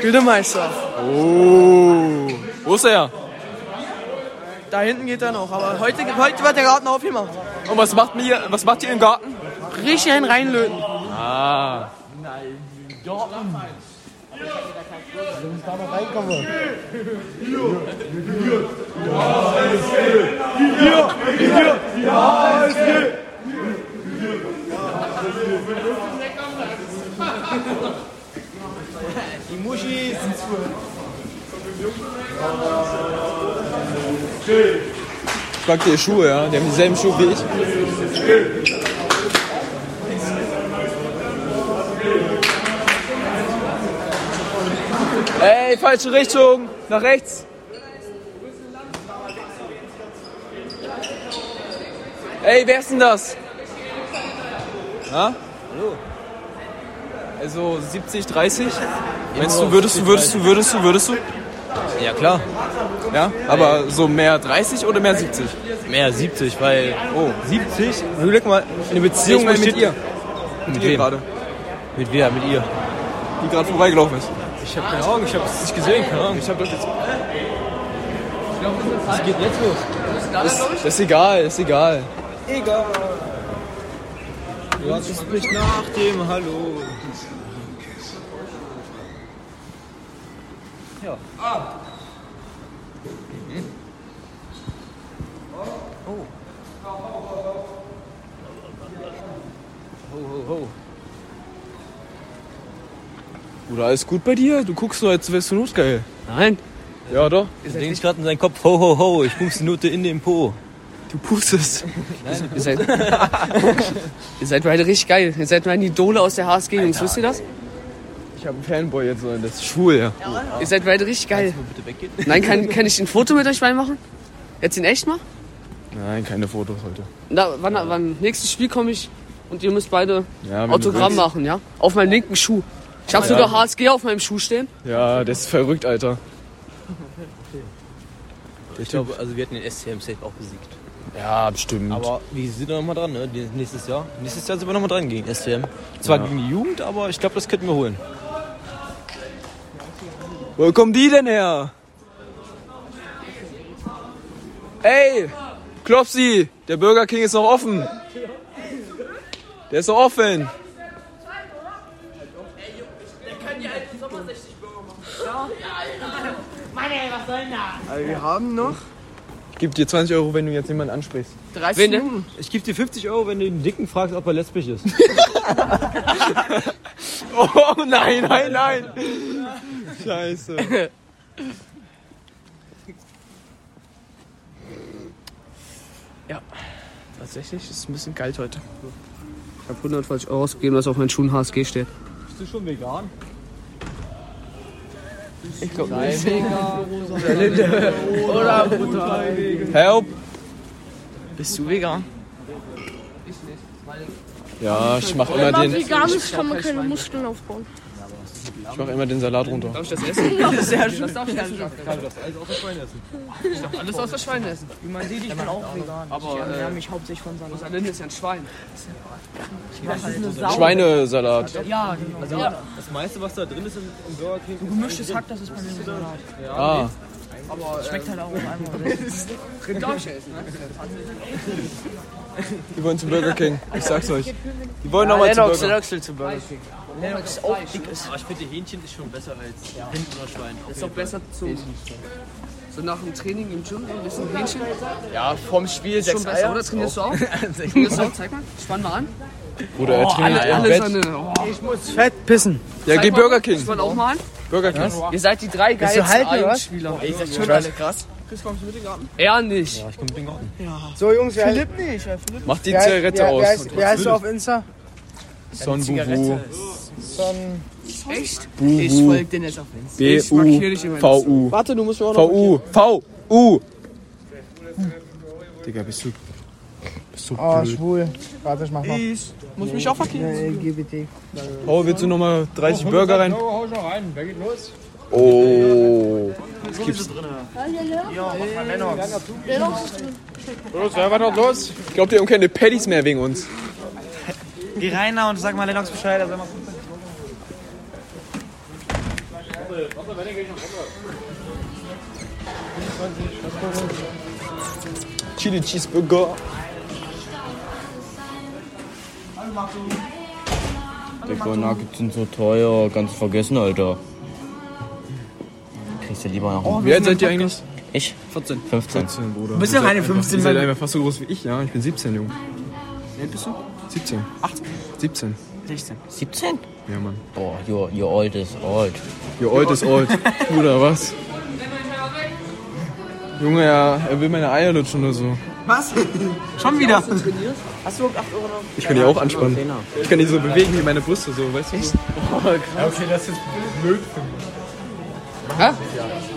Güldemeister. Oh. Wo ist er? Da hinten geht er noch, aber heute, heute wird der Garten aufgemacht. Und was macht, mir, was macht ihr im Garten? Richtig einen reinlöten. Ah. Die Muschis. Ich frag dir Schuhe, ja? Die haben dieselben Schuhe wie ich. Ey, falsche Richtung. Nach rechts. Ey, wer ist denn das? Na? Hallo. Also 70, 30? Meinst du, würdest du, würdest du, würdest du, würdest du? Ja, klar. Ja, aber so mehr 30 oder mehr 70? Mehr 70, weil. Oh. 70? Überleg Also mal, eine Beziehung Ich meine mit besteht- ihr. Mit, ihr wem? gerade. Mit wer? Mit ihr. Die gerade vorbeigelaufen ist. Ich hab keine Augen, ich hab's nicht gesehen, keine Ahnung. Ich hab das jetzt. Was geht jetzt los? Das, das ist egal, ist egal. Egal. Du hast mich nach dem Hallo. Ja. Ho, ho, ho. Bruder, alles gut bei dir? Du guckst so, als wärst du notgeil. Nein. Ja, doch. Du denkst gerade in seinen Kopf, ho ho ho, ich puste Note in den Po. Du pustest. Nein, Ihr seid, ihr seid beide richtig geil. Ihr seid meine Idole aus der HSG, Jungs. Wisst ihr das? Ich habe einen Fanboy jetzt, so, das ist schwul, ja. Ihr seid beide richtig geil. Nein, kann, kann ich ein Foto mit euch reinmachen? Jetzt in echt mal? Nein, keine Fotos heute. Na, wann, wann nächstes Spiel komme ich und ihr müsst beide Ja, wenn du Autogramm willst. machen, ja? Auf meinem linken Schuh. Ich habe Ja. sogar HSG auf meinem Schuh stehen. Ja, das ist verrückt, Alter. Ich glaube, also wir hatten den SCM Safe auch besiegt. Ja, bestimmt. Aber wir sind da nochmal dran, ne? Nächstes Jahr. Nächstes Jahr sind wir nochmal dran gegen SCM. Zwar Ja. gegen die Jugend, aber ich glaube, das könnten wir holen. Wo kommen die denn her? Ey, Klopsi, der Burger King ist noch offen. Der ist noch offen. Mann, ey, was soll denn das? wir haben noch. Ich gebe dir 20 Euro, wenn du jetzt jemanden ansprichst. *laughs* 30 Wen denn? Minuten. Ich gebe dir 50 Euro, wenn du den Dicken fragst, ob er lesbisch ist. Oh nein, nein, nein. Scheiße. Ja, tatsächlich ist es ein bisschen kalt heute. Ich habe 120 Euro ausgegeben, dass auf meinen Schuhen HSG steht. Bist du schon vegan? Ich glaub nicht. Oder Brutal. Help! Bist du vegan? Ja, ich mach Wenn immer man den, ich vegan ist, kann man keine Muskeln aufbauen. mach immer den Salat runter. Darf ich das *laughs* essen? Sehr schön. Das darf ich essen. Ich darf alles außer Schwein essen. Wie man sieht, ich bin auch vegan. Aber ich ernähre mich hauptsächlich von Salat. Rosalinde ist ja ein Schwein. Das ist eine Schweinesalat. Ja, genau. Also Ja. das meiste, was da drin ist im im Burger King. ist Gemischtes eigentlich- Hack, das ist bei mir so Salat. Ja. Ah. Aber, Schmeckt halt auch auf einmal. Rind darf ich ja essen, ne? Die wollen zum Burger King. Ich sag's euch. Die wollen Ja, nochmal zum Lennox, Burger Lennox will zu Burger King. Ja, das ist auch dick ist. Aber ich finde, Hähnchen ist schon besser als Rind oder Schwein. Das ist auch besser zum. So nach dem Training im Gym, so ein bisschen Hähnchen. Ja, vorm Spiel Ist schon besser, oder? Trainierst du auch? Trainierst du auch? Zeig mal, spann mal an. Bruder, er trainiert alle, im alle Bett. Seine, oh. Ich muss Fett pissen. Ja, Zeig geh mal, Burger King. Spann auch mal an. Burger King. Ihr seid die drei Willst du geilsten halten, oder was? Spieler. Ey, ihr seid Oh, schon alle krass. Chris, kommst du mit den Garten? Er nicht. Ja, ich komm mit den Garten. So, Jungs, wer Philipp nicht. ey, Philipp. Mach die wer- Zigarette wer, aus. Wer heißt, wer heißt du auf Insta? Son Bubu. Zigarette. Son. Echt? Bubu. Ich folge den jetzt auf Insta. Ich markiere dich immer. V-U. Warte, du musst mir auch noch. V-U. V-U. Digga, bist du. Bist du Oh, blöd. schwul. Warte, ich mach mal. Ich muss mich auch markieren. LGBT. Oh, willst du nochmal 30 Burger rein? hau schon rein. Wer geht los? Oh. Was gibt's? Ja, mach mal Lennox. Los, wer war noch los? Ich glaube, die haben keine Patties mehr wegen uns. Geh rein da und sag mal Lennox Bescheid. Also mal Chili Cheeseburger. Digga, Nuggets sind so teuer, ganz vergessen, Alter. Kriegst du lieber noch. Wie alt seid ihr eigentlich? Ich? 14. 15. 15, Bruder. Bist du Ihr seid keine einfach- 15, Ihr seid Mann? einfach fast so groß wie ich, ja. Ich bin 17, Junge. Wie alt bist du? 17. 18. 17. 16. 17? Ja, Mann. Boah, your, your old is old. Your old is old. Bruder, was? Junge, ja, er will meine Eier lutschen oder so. Was? Schon wieder? Hast du überhaupt 8 Euro noch? Ich kann die auch anspannen. Ich kann die so bewegen wie meine Brüste, so, weißt du? So. Oh, krass. Okay, das ist blöd für mich. Hä?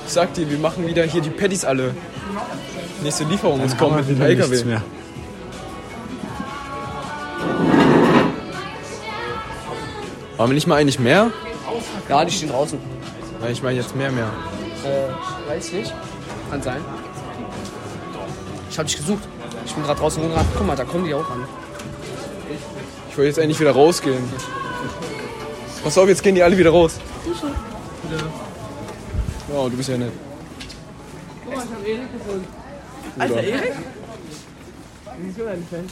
Ich sag dir, wir machen wieder hier die Patties alle. Nächste Lieferung ist kommen mit dem LKW. Waren wir nicht mal eigentlich mehr? Ja, die stehen draußen. Nein, ich meine jetzt mehr, mehr. Äh, weiß nicht. Kann sein. Ich hab dich gesucht. Ich bin gerade draußen rumgerannt. Guck mal, da kommen die auch an. Ich will jetzt endlich wieder rausgehen. Pass auf, jetzt gehen die alle wieder raus. Oh, du bist ja nett. Guck mal, ich hab Erik gefunden. Alter, Bruder. Erik? Wieso dein Fan?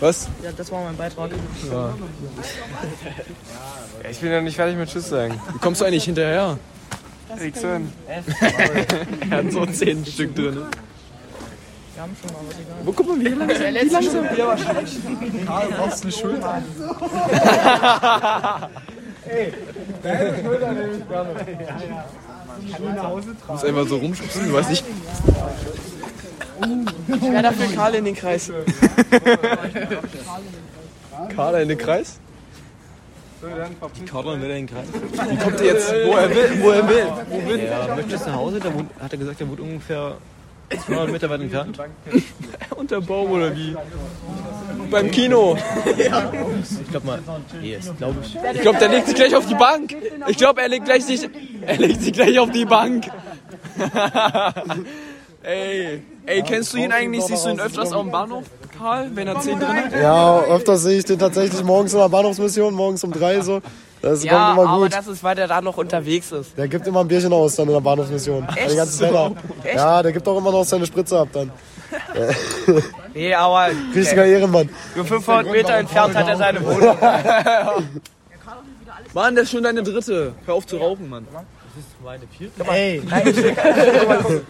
Was? Ja, das war mein Beitrag. Ja. Ich bin ja nicht fertig mit Tschüss sagen. Wie kommst du eigentlich hinterher? Kriegst du hin. *laughs* er hat so zehn Stück drin. Wir haben schon mal was egal. Wo guck mal, wie langsam- Der wie letzte langsam- Schritt, der war schlecht. Karl, brauchst du eine *laughs* Schulter? Ey, deine Schulter nehme ich gerne. Schön nach Hause Du musst einfach so rumschubsen, du weißt nicht. Ich wäre dafür Karl in den Kreis. Kader in den Kreis? Kader will den Kreis. Wie kommt er jetzt, wo er will, wo er will, wo will? Ja, möchtest du nach Hause? Da wohnt, hat er gesagt, er wohnt ungefähr 200 Meter weit entfernt. Unter Baum oder wie? Beim Kino. ja. Ich glaub mal, yes, glaube ich. Ich glaube, der legt sich gleich auf die Bank. Ich glaube, er legt gleich sich, er legt sich gleich auf die Bank. *laughs* ey, ey, kennst du ihn eigentlich? Siehst du ihn öfters am Bahnhof, Karl, wenn er 10 drin hat? Ja, öfter sehe ich den tatsächlich morgens in der Bahnhofsmission, morgens um drei so. Das Ja, kommt immer aber gut. das ist, weil der da noch unterwegs ist. Der gibt immer ein Bierchen aus dann in der Bahnhofsmission. Echt Die ganzen so? Männer. Echt? Ja, der gibt auch immer noch seine Spritze ab dann. Nee, aber. Richtiger Ehrenmann. Nur 500 Meter entfernt hat er seine Wohnung. *laughs* Mann, das ist schon deine dritte. Hör auf zu rauchen, Mann. Ey, nein, ich,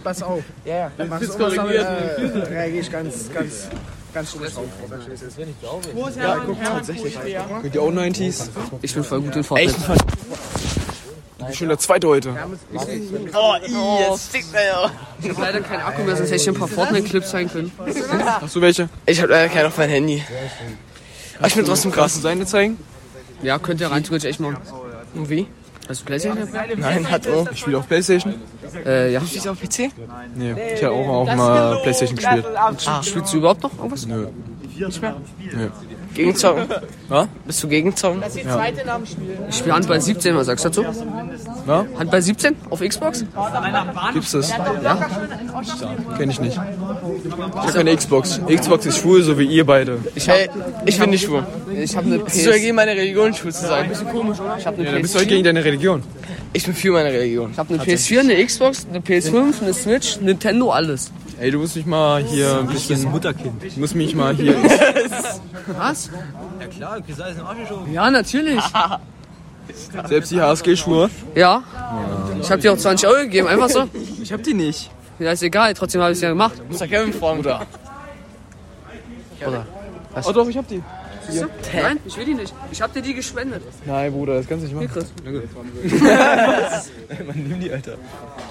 pass auf. Ja, ja. Dann machst du Ist sowas, dann korrigiert. äh, reagiere ich ganz, ganz, ganz schlimm drauf. Wo ist Ja, guck, tatsächlich. Könnt ihr auch 90s? Ich bin voll gut in Fortnite. Echt? Ich bin schon der Zweite heute. Oh, i, jetzt stinkt er ja. Ich hab leider keinen Akku mehr, sonst hätte ich dir ein paar Fortnite-Clips zeigen können. Hast du welche? Ah, Ich hab leider keinen auf mein Handy. Aber ich bin trotzdem krass. Kannst du seine zeigen? Ja, könnt ihr rein theoretisch echt machen. Und wie? Hast du Playstation? Nein, hat auch. Ich spiele auf Playstation. Äh, ja. Spielst du auf PC? Nee, ich habe auch, auch mal Playstation gespielt. Ah, spielst du überhaupt noch irgendwas? Nö. Nicht mehr? Nö. Gegenzocken? Was? Bist du Gegenzocken? Das ist die Ja. zweite nach dem Spiel. Ich spiele Handball 17, was sagst du dazu? Na? Handball 17 auf Xbox? Gibt's das? Ja. Kenn ich nicht. Ich habe keine Xbox. Xbox ist schwul, so wie ihr beide. Ich, hab, ich bin nicht schwul. Ich habe eine PS. PS. Ist gegen meine Religion schwul zu sein? Bisschen komisch, oder? Ich habe eine Ja, PS. dann bist du halt gegen deine Religion. Ich bin für meine Religion. Ich habe eine PS4, eine Xbox, eine PS5, eine Switch, Nintendo, alles. Ey, du musst mich mal hier ein bisschen. Mutterkind. Du musst mich mal hier. *laughs* Was? Ja klar, Gesa ist ein Arsch schon. Ja, natürlich. Selbst die HSG-Schuhe? Ah. Ja. Ich habe dir auch 20 Euro gegeben, einfach so. Ich hab die nicht. Ja, ist egal, trotzdem habe ich es ja gemacht. Muss der Kevin fragen, oder? Oder? Oh doch, ich hab die. Hier. Nein, ich will die nicht. Ich hab dir die gespendet. Nein, Bruder, das kannst du nicht Hier, machen. Chris. Was? Ey, man, nimm die, Alter.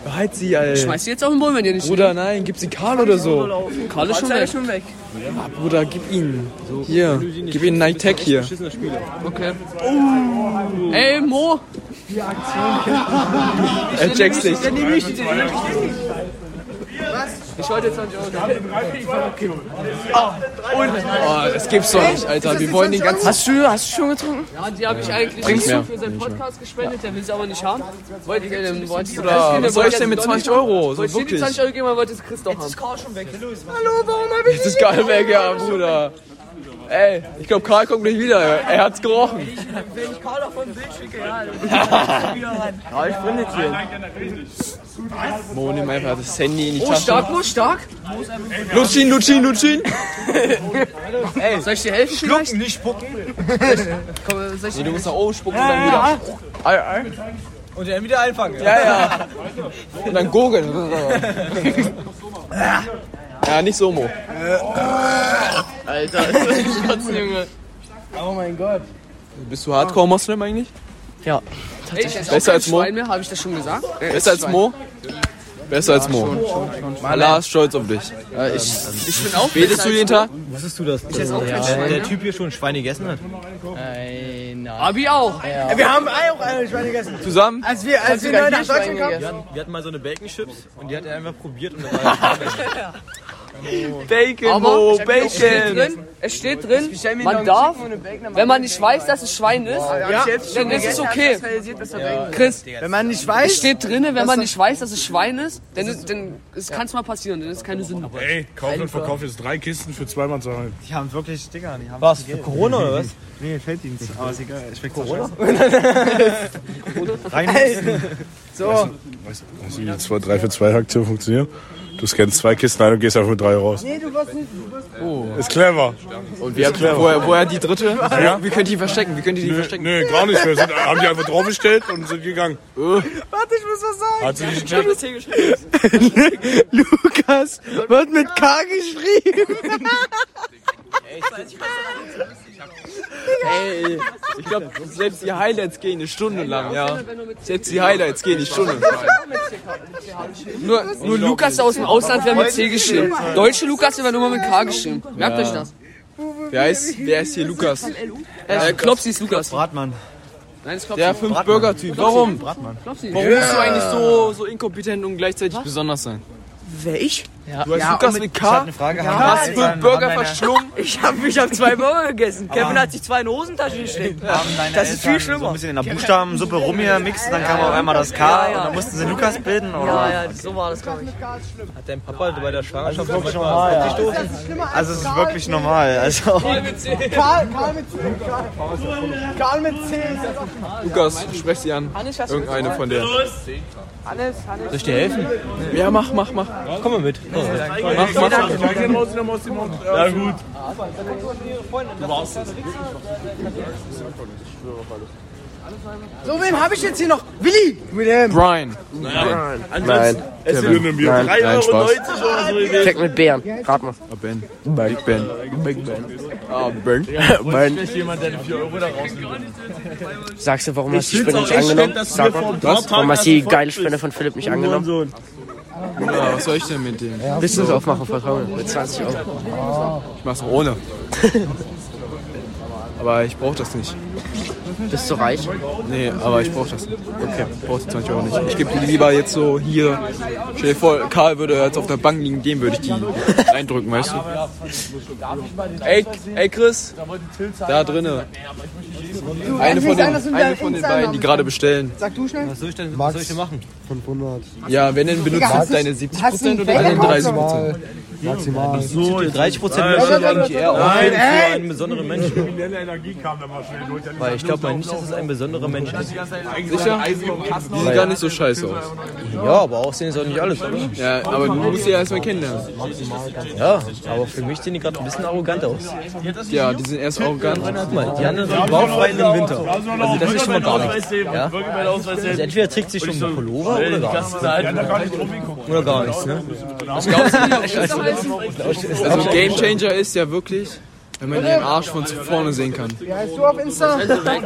Behalt sie, Alter. Ich schmeiß die jetzt auf den Boden, wenn ihr nicht. Bruder, nein, gib sie Karl oder so. Karl ist schon weg. Ah, Bruder, gib ihn. Hier, gib ihn Nike Tech hier. Okay. Oh. Ey, Mo! Die Aktion. Er checkt's nicht. Dann nehme ich die, dann nehme ich die. Ich wollte jetzt 20 Euro. Oh, das gibt's doch nicht, Alter. Wir wollen den ganzen. Hast du, hast du schon getrunken? Ja, die habe ich eigentlich Trink's mehr. für seinen Podcast gespendet, der will sie aber nicht haben. Wollte ich denn, wollte ich Bruder, was soll ich denn mit 20 Euro? So Wollte ich dir die wirklich. 20 Euro geben, aber wollte es Chris doch haben. Hallo, warum *laughs* habe ich Jetzt ist Karl weg, ja, Bruder. Ey, ich glaube, Karl kommt nicht wieder. Er hat's gerochen. Wenn ich Karl auf dem Bild schicke, ja. Aber ich bin nicht hier. Mo, nimm einfach das Handy in die Oh, Tasche. stark, oh, stark. Lutschin, Lutschin, Lutschin. Ey, soll ich dir helfen vielleicht? Schlucken, nicht spucken. Soll ich, komm, soll ich Nee, du musst nach oben spucken und dann wieder. Ei, ei. Und dann wieder einfangen. Ja, ja. Und dann gurgeln. *laughs* Ja, nicht so, Mo. Alter, ist das Schmerzen, Junge. Oh mein Gott. Bist du Hardcore-Muslim eigentlich? Ja. Ey, ich esse auch Besser kein als Mo? Schwein mehr, habe ich das schon gesagt? Äh, Besser als Schwein. Mo? Besser als Mo. Allah ist stolz auf dich. ich, ich bin auch Betest besser du als jeden Mo. Tag? Wusstest du das? Ich esse auch kein Ja, Schwein, Der ne? Typ hier schon Schweine gegessen hat. Ey, na. Abi auch. Ey, Wir haben auch eine Schweine gegessen. Zusammen? Als wir, als wir neu nach Deutschland kamen. Wir hatten, wir hatten mal so eine Bacon Chips und die hat er einfach probiert und da war Bacon, Aber Mo, es steht Bacon. drin, es steht drin man darf, wenn man nicht weiß, dass es Schwein ist, Ja. dann ist es okay. Chris, Wenn man nicht weiß. es steht drin, wenn dass man das- nicht weiß, dass es Schwein ist, dann, ist- dann kann es mal passieren, dann ist keine Sünde. Ey, kauf und verkauf jetzt drei Kisten für zweimal zu halb. Die haben wirklich Dinger. Die haben Was, für Corona oder was? Nee, Felddienst. Aber ist egal. Ich schmeckt Corona. Weißt So. du, weißt du, wie die 2, 3 für 2 Aktion funktioniert? Du scannst zwei Kisten ein und gehst einfach mit drei raus. Nee, du wirst nicht. Du wirst Oh. Ist clever. Und wir haben, woher, woher die dritte? Wie könnt ihr die verstecken? Wie könnt ihr die verstecken? Nö, gar nicht. Wir sind, haben die einfach draufgestellt und sind gegangen. Warte, ich muss was sagen. Hat sie nicht gecheckt. *laughs* Lukas wird mit K geschrieben. Ey, ich glaube, selbst die Highlights gehen eine Stunde lang, ja. Selbst die Highlights gehen eine Stunde. Nur, nur Lukas aus dem Ausland wäre mit C geschrieben. Deutsche Lukas wäre nur mal mit K geschrieben. Merkt Ja. euch das. Wer ist, wer ist hier Lukas? Äh, Klopsi ist Lukas. Bratmann. Nein, ist Klopsi. Der 5-Burger-Typ. Warum? Warum Klopsi. bist du eigentlich so, so inkompetent und gleichzeitig besonders sein? Welch? Du hast Ja, Lukas und mit Ich hab K. eine Frage. Ja. Haben Was deine für Eltern- Burger haben deine- verschlungen? Ich hab, ich hab zwei Burger gegessen. *laughs* Kevin hat sich zwei in die Hosentasche *laughs* gesteckt. haben deine Das ist viel Eltern So schlimmer. ein bisschen in der Buchstabensuppe rumgemixen, dann kam auf einmal das K Ja, ja. und dann mussten sie Lukas bilden. Oder? Ah, Ja, ja, so war das, glaube ich. Hat dein Papa bei der Schwangerschaft Das ist wirklich manchmal normal, auf dich ja. gestoßen? Also es ist wirklich normal. Also Karl, Karl mit C. Karl- Karl mit C. Lukas, sprech sie an. Hannes, hast du Irgendeine von der. Hannes, Hannes. Soll ich dir helfen? Ja, mach, mach, mach. Komm mal mit. Mach, mach, mach. Ja, gut. So, wen habe ich jetzt hier noch? Willi! William. Brian. Nein. Nein. Es Kevin. sind mir Nein, 3,90 nein, Euro Spaß. oder so gewesen. Check mit Bären. Rat mal. Ben. Big Ben. Big Ben. Ah, Ben. Nicht jemand, der 4 Euro da rausnimmt. Sagst du, warum Ich hast du die find's Spende auch nicht echt angenommen? nett, dass du Sag mir vor mal, ein paar was? Tagen warum hast du die erst geile folgt Spende von Philipp nicht Du angenommen? Ja, was soll ich denn mit dem? Willst du es aufmachen, Vertrauen? Mit 20 Euro. Ich mach's auch *laughs* ohne. aber ich brauch das nicht. Bist du reich? Nee, aber ich brauch das. Okay, brauch die 20 Euro nicht. Ich gebe die lieber jetzt so hier. Stell dir vor, Karl würde jetzt auf der Bank liegen, dem würde ich die *laughs* eindrücken, weißt du? Ey, ey Chris, da drinne. Du, Eine kannst von nicht den, sagen, dass du mit eine deinem von den Insider- beiden, die gerade bestellen. Sag du schnell. Was soll ich denn, was Max. soll ich denn machen? 500. Ja, wenn denn benutzt Digga, hast du- deine hast du 70% einen oder deine Bäcker 30%. Mal. Maximal. So, 30 Prozent Nein, Menschen nein, eigentlich nein, eher nein, auf nein, für ey! einen besonderen Menschen. Kriminelle Energie kam da mal schnell durch. Weil ich glaube mal nicht, dass es ein besonderer Mensch ist. Sicher? Sieht gar nicht so scheiße aus. Ja, aber aussehen ist auch nicht alles, oder? Ja, aber du musst sie ja erstmal kennenlernen. Ja, aber für mich sehen die gerade ein bisschen arrogant aus. Ja, die sind erst arrogant. Guck mal, die anderen sind bauchfrei in den Winter. Also das ist schon mal gar nichts. Ja? Wirklich meinen Ausweis Also sehen. entweder trägt sie schon einen Pullover oder gar nichts. Oder gar nichts, ne? Was glaubst du? Scheiße. Also Game Changer ist ja wirklich, wenn man den Arsch von vorne sehen kann. Wie heißt du auf Insta?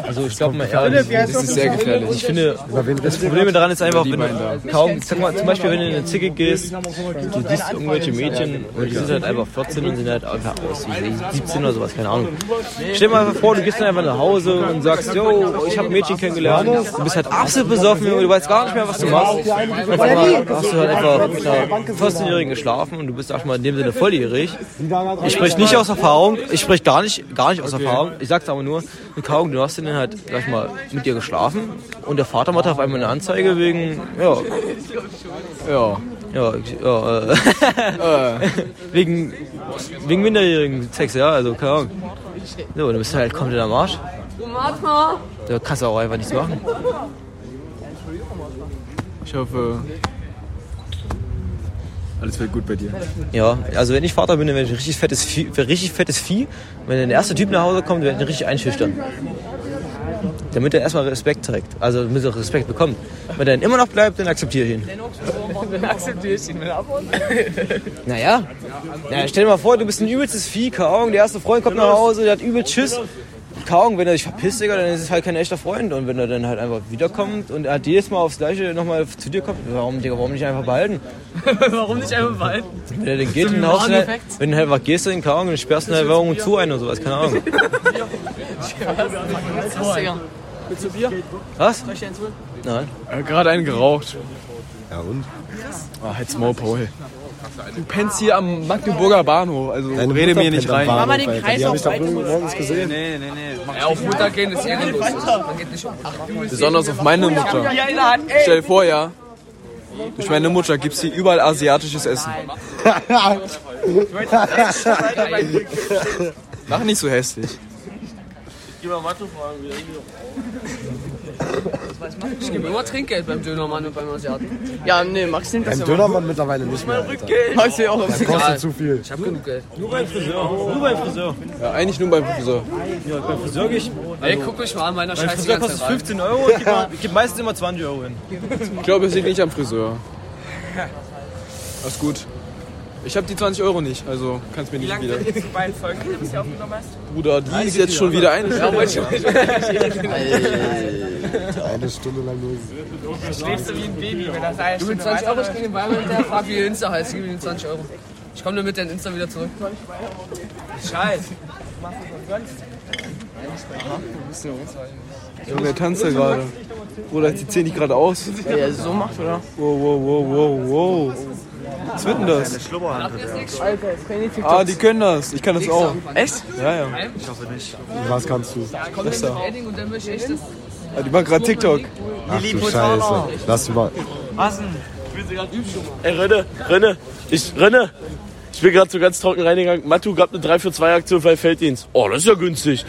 Also ich glaube mal Philipp, wie heißt ehrlich, du auf Das ist Insta? sehr gefährlich. Ich finde, das Problem daran ist einfach, wenn du kaum, sag mal, zum Beispiel, wenn du in eine Zicke gehst, du siehst irgendwelche Mädchen und die sind halt einfach 14 und sind halt einfach aus wie 17 oder sowas, keine Ahnung. Stell dir mal einfach vor, du gehst dann einfach nach Hause und sagst, yo, ich habe Mädchen kennengelernt, du bist halt absolut besoffen und du weißt gar nicht mehr, was du machst. Einfach mal hast du halt einfach mit einer 14-Jährigen geschlafen und du bist auch mal in dem Sinne volljährig. Ich spreche nicht aus Erfahrung, ich spreche gar nicht, gar nicht aus Erfahrung. Ich sag's aber nur, du Kaum, du hast dann halt, sag ich mal, mit dir geschlafen und der Vater macht auf einmal eine Anzeige wegen, ja. Ja. Ja, ich- ja äh, *laughs* wegen, wegen minderjährigen Sex, ja, also keine Ahnung. So, du bist du halt komplett am Arsch. Martha! Da kannst du auch einfach nichts machen. Ich hoffe, alles wird gut bei dir. Ja, also wenn ich Vater bin, dann werde ich ein richtig fettes Vieh. Wär richtig fettes Vieh. Wenn dann der erste Typ nach Hause kommt, werde ich ihn richtig einschüchtern. Damit er erstmal Respekt trägt. Also damit er Respekt bekommt. Wenn er dann immer noch bleibt, dann akzeptiere ich ihn. Dann akzeptiere ich ihn mit Abon. *laughs* Naja. naja, stell dir mal vor, du bist ein übelstes Vieh, keine Ahnung, der erste Freund kommt nach Hause, der hat übel Schiss. Keine Ahnung, wenn er dich verpisst, Digga, dann ist es halt kein echter Freund. Und wenn er dann halt einfach wiederkommt und er hat jedes Mal aufs Gleiche nochmal zu dir kommt, warum, Digga, warum nicht einfach behalten? *laughs* Warum nicht einfach behalten? Wenn er dann geht, So wie dann haust du Magen ihn halt, wenn du halt einfach gehst, dann keine Ahnung, dann sperrst du ihn halt irgendwo zu ein oder sowas, keine Ahnung. Willst du Bier? Was? Soll ich dir eins holen? Nein. gerade einen geraucht. Ja und? Ah, halt's Maul, Paul. Du pennst hier am Magdeburger Bahnhof, also rede mir nicht rein. Mach mal den Kreis auf morgens gesehen. Nee, nee, nee. Ja, auf Mutter gehen ist ehrenlos. Man geht nicht um 8 Uhr. Besonders auf meine Mutter. Stell dir vor, ja. Durch meine Mutter gibt's hier überall asiatisches *laughs* Essen. Mach nicht so hässlich. Geh mal Mathe fragen, wie er hier. Ich gebe immer Trinkgeld beim Dönermann und beim Asiaten. Ja, nee, Max nimmt das Beim ja mal. Dönermann mittlerweile nicht mehr. Alter. Max ja auch im Das kostet Regal. zu viel. Ich hab genug Geld. Nur beim Friseur. Nur beim Friseur. Ja, eigentlich nur beim Friseur. Ja, beim Friseur gehe ich. Ey, guck euch mal an, meiner Beim Scheiße. Friseur kostet es 15 Euro und ich gebe geb meistens immer 20 Euro hin. Ich glaube, es liegt nicht am Friseur. Alles gut. Ich habe die 20 Euro nicht, also kannst mir nicht wieder. du bei den Folgen, die du bisher aufgenommen hast? Bruder, die ist jetzt schon wieder eine Ja, wollte ich auch Eine Stunde lang nur. Schläfst du wie ein Baby, wenn das heißt. Du mit 20 Euro, ich gehe den Weimar hinterher, frag wie ihr Insta heißt, gib ihm 20 Euro. Ich komme damit dein Insta wieder zurück. Scheiß. Machst du doch sonst. Junge, der tanzt ja gerade. Bruder, die zählen dich gerade aus. Ja, so macht, oder? Wow, wow, wow, wow, wow. Was wird denn das? Alter, jetzt kann ich nicht Ah, die können das. Ich kann das auch. Echt? Ja, ja. Ich hoffe nicht. Was kannst du? Besser. Edding und dann möchte ich echt das. Ah, die machen gerade TikTok. Ach du Scheiße. Lass sie mal. Was denn? Ey, Renne, Renne, ich, Renne. Ich bin gerade so ganz trocken reingegangen. Matu gab eine 3 für 2 Aktion bei Felddienst. Oh, das ist ja günstig.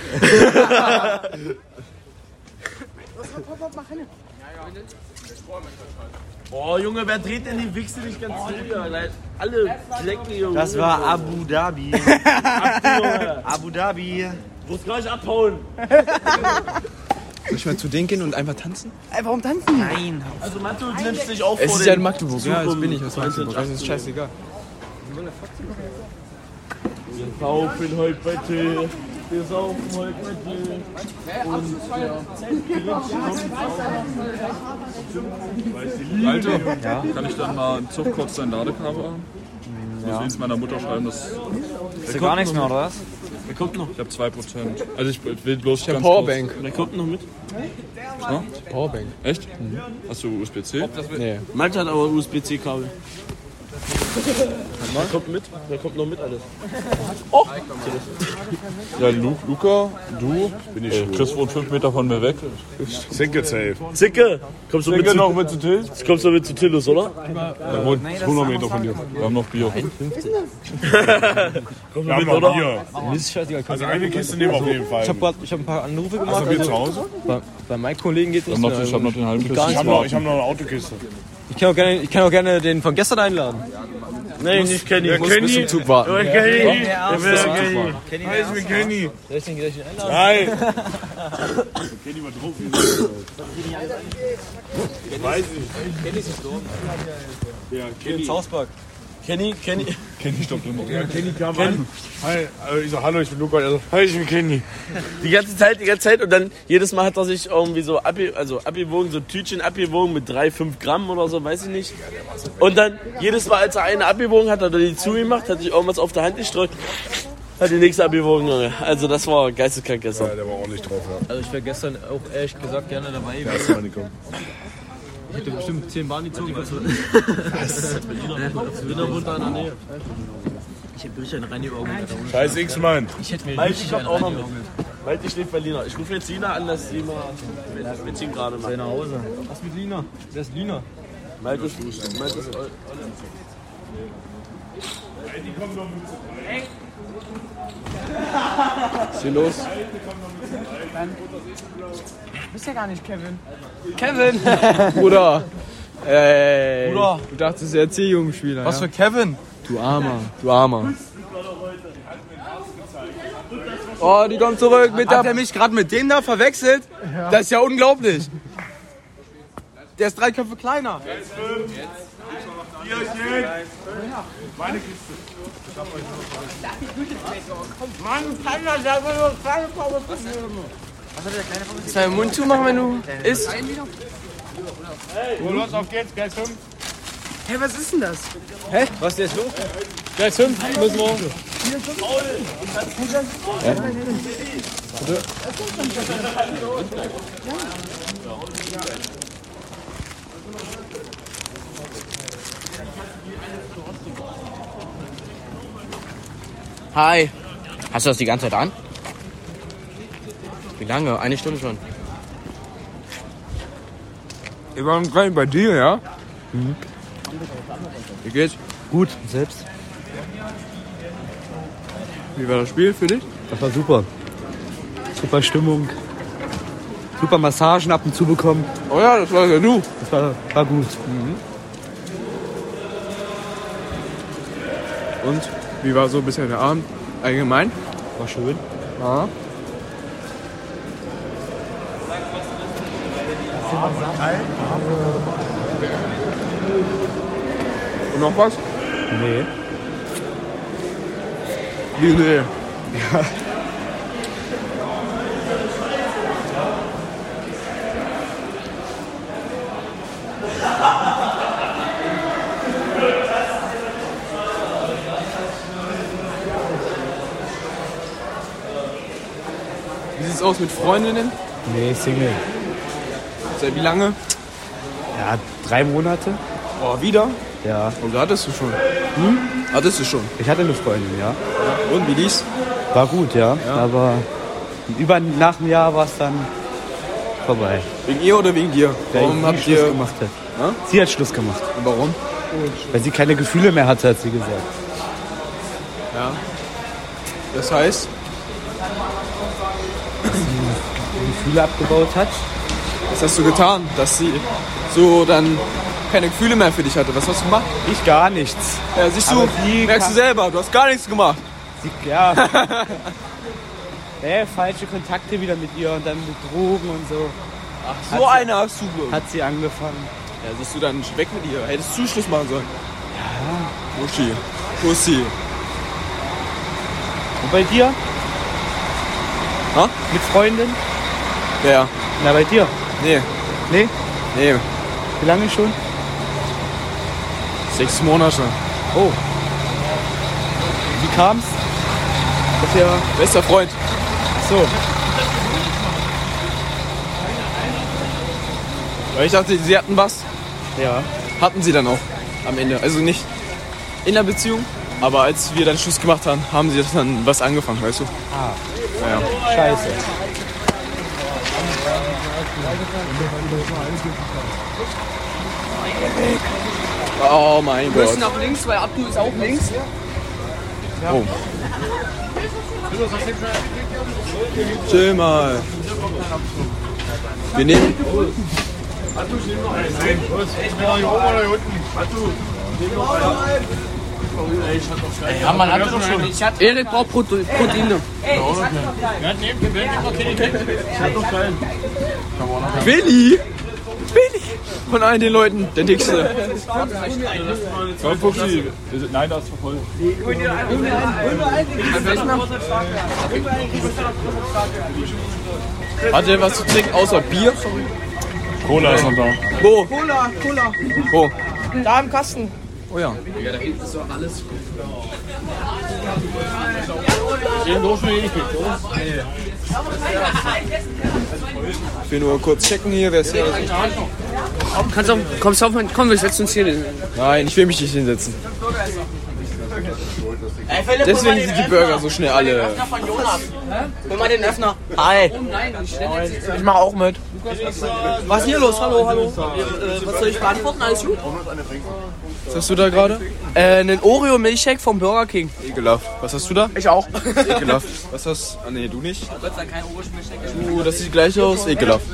Oh, Junge, wer dreht denn die Wichse nicht ganz zu dir? Leid, Alle Flecken, Junge. Das war Abu *laughs* Dhabi. Junge. Abu Dhabi. Muss gleich abhauen. Soll ich mal zu denen gehen und einfach tanzen? Ey, warum tanzen? Nein. Also, Matu nimmst dich auf Es vor ist ja den in Magdeburg. Ja, jetzt bin ich aus Magdeburg. Das ist scheißegal. Wir saufen heute halt bei Till. Wir saufen heute bei Till. Und Alter, kann ich dann mal im Zug kurz dein Ladekabel haben? Ja. Muss ich es meiner Mutter schreiben, dass. Ist ja gar nichts mehr, oder was? Wer kommt noch? Ich hab 2%. Also ich will bloß. Ich hab Powerbank. Wer kommt noch mit? Na? Powerbank. Mhm. Echt? Hast du USB-C? Nee. Malte hat aber USB-C-Kabel. Der kommt mit, der kommt noch mit alles. Oh! Ja, Lu Luca, du, bin ich Chris wohnt fünf Meter von mir weg. Zicke safe. Zicke, kommst du mit Zicke zu- noch mit zu Till? Jetzt kommst du mit zu Tillus, oder? Der wohnt 200 Meter von dir. Wir haben noch Bier. *laughs* Komm Wir mit, haben noch oder? Bier. Also eine Kiste nehmen wir auf jeden Fall. Ich habe hab ein paar Anrufe gemacht. Also Hast du Bier zu Hause? Bei, bei meinen Kollegen geht es nicht. noch- mehr. ich hab noch den halben Geht Kiste. gar Ich nichts hab noch- mehr. ich hab noch eine Autokiste. Ich kann auch gerne, ich kann auch gerne den von gestern einladen. Nee, Muss- nicht Kenny. muss Kenny? bis zum Zug warten. Ja, Kenny. Ja, Der will bis ja zum Zug Kenny. warten. Heiß wie Kenny. Soll ich den gleich einladen? Nein! *laughs* Kenny mal drauf. Weiß ich. Kenny ist gestorben. Ja, Kenny. Hauspark. Kenny, Kenny. Kenny stoppt immer. Ja, Kenny kam Kenny. an. Hi, äh, ich so, hallo, ich bin Luca. Er so, hi, ich bin Kenny. Die ganze Zeit, die ganze Zeit. Und dann jedes Mal hat er sich irgendwie so abge, also abgewogen, so Tütchen abgewogen mit 3, 5 Gramm oder so, weiß ich nicht. Und dann jedes Mal, als er eine abgewogen hat, hat er die zugemacht, hat sich irgendwas auf der Hand gestreut, hat die nächste abgewogen, Junge. Also das war geisteskrank gestern. Ja, der war ordentlich drauf, ja. Also ich wäre gestern auch ehrlich gesagt gerne dabei. Der ist reingekommen. Ich hätte bestimmt 10 Bahnen gezogen. Was? *laughs* Winterwunder in der Nähe. Ich hätte richtig eine reingeorgelt. Scheiß X-Mann. Ich hätte mir Malte, richtig ich hab eine auch noch mit. reingeorgelt. Malte schläft bei Lina. Ich rufe jetzt Lina an, dass sie mal mit ihm gerade macht. Sei nach Hause. Was mit Lina? Wer ist Lina? Malte ist Malte ist Olle. Was hier los? Bist ja gar nicht Kevin. Kevin! Bruder! Ey! Bruder. Du dachtest, er erzähl jungen Spieler. Was ja? für Kevin? Du Armer, du Armer. Oh, die kommt zurück mit Hat er mich gerade mit dem da verwechselt? Das ist ja unglaublich. Der ist drei Köpfe kleiner. Jetzt fünf. Bierchen. Meine Kiste. Ich hab euch noch Mann, kann das ja wohl nur kleine Pommes verfügen. Was hat der kleine Pommes? Kannst du deinen Mund zumachen, wenn du isst? So, los, auf geht's, Gleis 5. Hey, was ist denn das? Hä? Was ist jetzt los? Gleis 5, müssen wir. Hi. Hast du das die ganze Zeit an? Wie lange? Eine Stunde schon. Wir waren gerade bei dir, ja? Wie geht's? Gut, selbst. Wie war das Spiel für dich? Das war super. Super Stimmung. Super Massagen ab und zu bekommen. Oh ja, das war ja du. Das war, war gut. Und wie war so bisher der Abend allgemein? War schön. Ja. Und noch was? Nee. Wie nee? Ja. Wie sieht's aus mit Freundinnen? Nee, Single. Seit wie lange? Ja, drei Monate. Oh, wieder? Ja. Und hattest du schon? Hm? Hattest du schon? Ich hatte eine Freundin, ja. Und wie lief's? War gut, ja. Aber über nach einem Jahr war es dann vorbei. Wegen ihr oder wegen dir? Weil Warum sie habt Schluss ihr. gemacht hat. Ja? Sie hat Schluss gemacht. Und warum? Weil sie keine Gefühle mehr hatte, hat sie gesagt. Ja. Das heißt? Gefühle abgebaut hat. Was hast du getan, dass sie so dann keine Gefühle mehr für dich hatte? Was hast du gemacht? Ich gar nichts. Ja, siehst du, Aber sie merkst du kann- selber, du hast gar nichts gemacht. *laughs* Ja. nee, falsche Kontakte wieder mit ihr und dann mit Drogen und so. Ach, so eine hast du. Hat sie angefangen. Ja, siehst du dann weg mit ihr. Hättest du Schluss machen sollen. Ja. Buschi. Bussi. Und bei dir? Ha? Mit Freundin? Ja. Na, bei dir? Nee. Nee? Nee. Wie lange schon? Sechs Monate. Oh. Wie kam's? Das ist ja bester Freund. Ach so. Weil ich dachte, sie hatten was. Ja. Hatten sie dann auch am Ende. Also nicht In der Beziehung? Aber als wir dann Schluss gemacht haben, haben sie dann was angefangen, weißt du? Ah. Naja. Scheiße. Oh mein Wir Gott. müssen nach links, weil Abdu ist auch links. Oh. Chill mal. Wir nehmen. Ja, man hat doch schon. Erik braucht Prote Proteine. Willi! Willi! Von allen den Leuten, der dickste. Komm, Fuchsi. wir sind- Nein, da ist voll. Hat er was zu trinken außer Bier? Cola ist noch da. Wo? Cola, Cola. Wo? Da im Kasten. Oh ja. Digga, da hinten ist doch alles. Ich will nur kurz checken hier, wer ist hier. Kannst auch, kommst du auf mein, komm, wir setzen uns hier hin. Nein, ich will mich nicht hinsetzen. Deswegen sind die Burger so schnell alle. von Jonas. Hol mal den Öffner. Hi. Ich mache auch mit. Was ist hier los? Hallo, hallo. Äh, Was soll ich beantworten? Alles gut? Was hast du da gerade? Äh, einen Oreo-Milchshake vom Burger King. Ekelhaft. Was hast du da? Ich auch. Ekelhaft. *laughs* Was hast du? Ah, nee, du nicht. Du, das sieht gleich aus. Ekelhaft.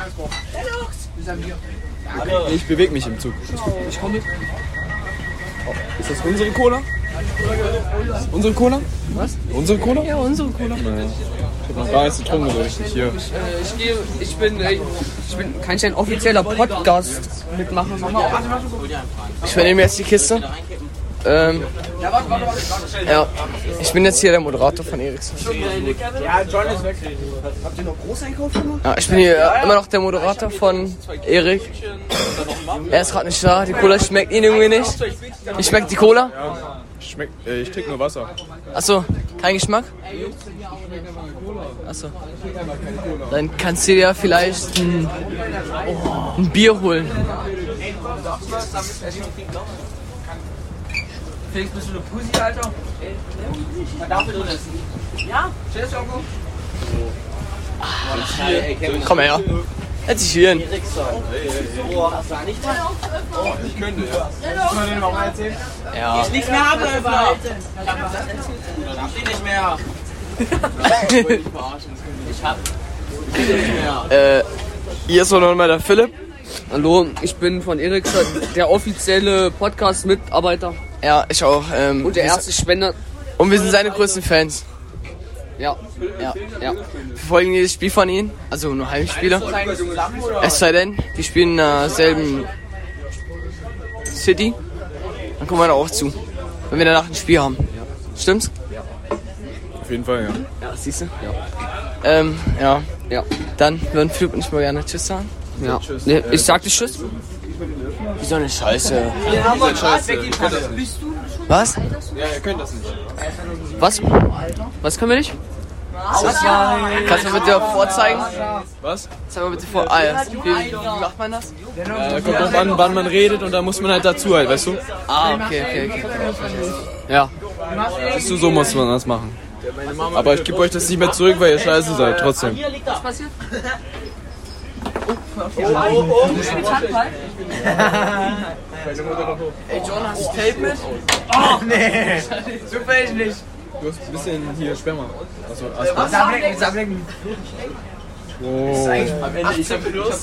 Nee, Ich bewege mich im Zug. Ich komme mit. Ist das unsere Cola? Unsere Cola? Was? Unsere Cola? Ja, unsere Cola. Naja. Ich hab noch gar nichts getrunken, so richtig. Hier. Äh, ich, gehe, ich bin, äh, ich bin, kann ich ein offizieller Podcast mitmachen? Ich übernehme jetzt die Kiste. Ähm, ja, ich bin jetzt hier der Moderator von Eriks. Ja, John ist weg. Habt ihr noch Großeinkauf gemacht? Ja, ich bin hier äh, immer noch der Moderator von Erik. Er ist gerade nicht da. Die Cola schmeckt ihn irgendwie nicht. Ich schmeckt die Cola. Ja. Schmeckt, äh, ich trinke nur Wasser. Achso, kein Geschmack? Achso. Dann kannst du dir ja vielleicht ein, oh, ein Bier holen. Felix, bist du eine Pussy, Alter? Man darf drin essen. Ja? Tschüss, Joko. Komm her. Setz dich hier hin. Ich könnte, ja. Ja. Ich nichts mehr habe, Öffner. Ich hab die nicht mehr. Ich hab die nicht mehr. Äh, hier ist auch noch mal der Philipp. Hallo, ich bin von Erik, der offizielle Podcast-Mitarbeiter Ja, ich auch. Ähm, und der erste Spender. Und wir sind seine größten Fans. Ja, ja, ja. Wir verfolgen jedes Spiel von ihnen, also nur Heimspiele. Es sei denn, die spielen in derselben City. Dann kommen wir da auch zu. Wenn wir danach ein Spiel haben. Stimmt's? Auf jeden Fall, ja. Ja, siehst du? Ähm, ja. Ja. Dann würden Philipp und ich mal gerne Tschüss sagen. Ja. Nee, ich sagte Tschüss. Wie so eine Scheiße. Hier haben wir einen Rad das weggeschmissen. nicht. Bist du? Was? Ja, ihr könnt das nicht. Was? Was können wir nicht? Kannst du mir bitte vorzeigen? Was? Zeig mal bitte vor. Ah, ja. Wie, wie macht man das? Genau. Äh, kommt drauf an, wann man redet und da muss man halt dazu halt, weißt du? Ah, okay, okay, okay. Ja. Weißt du, so muss man das machen. Aber ich gebe euch das nicht mehr zurück, weil ihr scheiße seid, trotzdem. Was passiert? Oh, Du spielst Handball? Ey, John, hast du Tape mit? Oh, nee. Super, ich nicht. Du hast ein bisschen hier Sperma. Also, Sammlecken, sammlecken. Oh. Am Ende, ich hab, ich hab's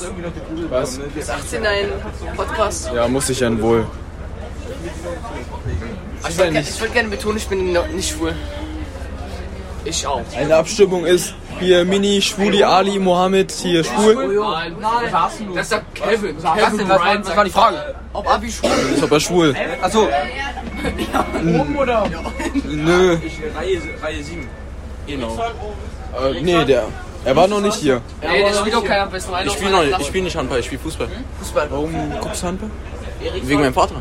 irgendwie noch gegoogelt. Was? Bis 18 ein Podcast. Ja, muss ich dann wohl. Ich würde gerne, würd gerne betonen, ich bin no- nicht schwul. Ich auch. Eine Abstimmung ist hier Mini, Schwuli, Ali, Mohammed, hier schwul. Nein, nein. Das sagt Kevin. Was denn? Kevin Was Ryan war- was war die sagt, äh, Frage? Ob Abi schwul Ist aber schwul. Achso. Oben oder? Hm. Nö. Reihe, Reihe 7. Genau. Äh, nee, der. Er war noch nicht hier. Ey, das spielt doch keiner am besten Ich spiele noch, ich spiel nicht Handball, ich spiele Fußball. Fußball. Warum guckst du Handball? Wegen meinem Vater.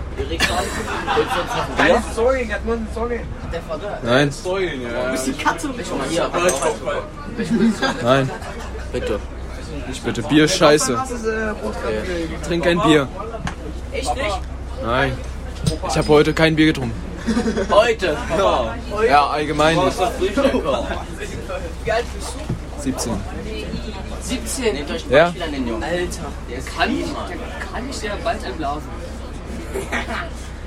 Keine Sorge, das muss eine Sorge. Der Vater. Nein. Du bist die Katze. Ich bin hier. Nein. Bitte. Nicht bitte. Bier ist scheiße. Trink kein Bier. äh, Echt nicht? Nein. Ich habe heute kein Bier getrunken. Heute. Ja. Ja, allgemein. Du brauchst noch Frühstück. 17. 17. Nehmt euch Ja. Beispiel an den Jungen. Alter, der ist kann ich, clean, Mann. der kann ich der bald einblasen.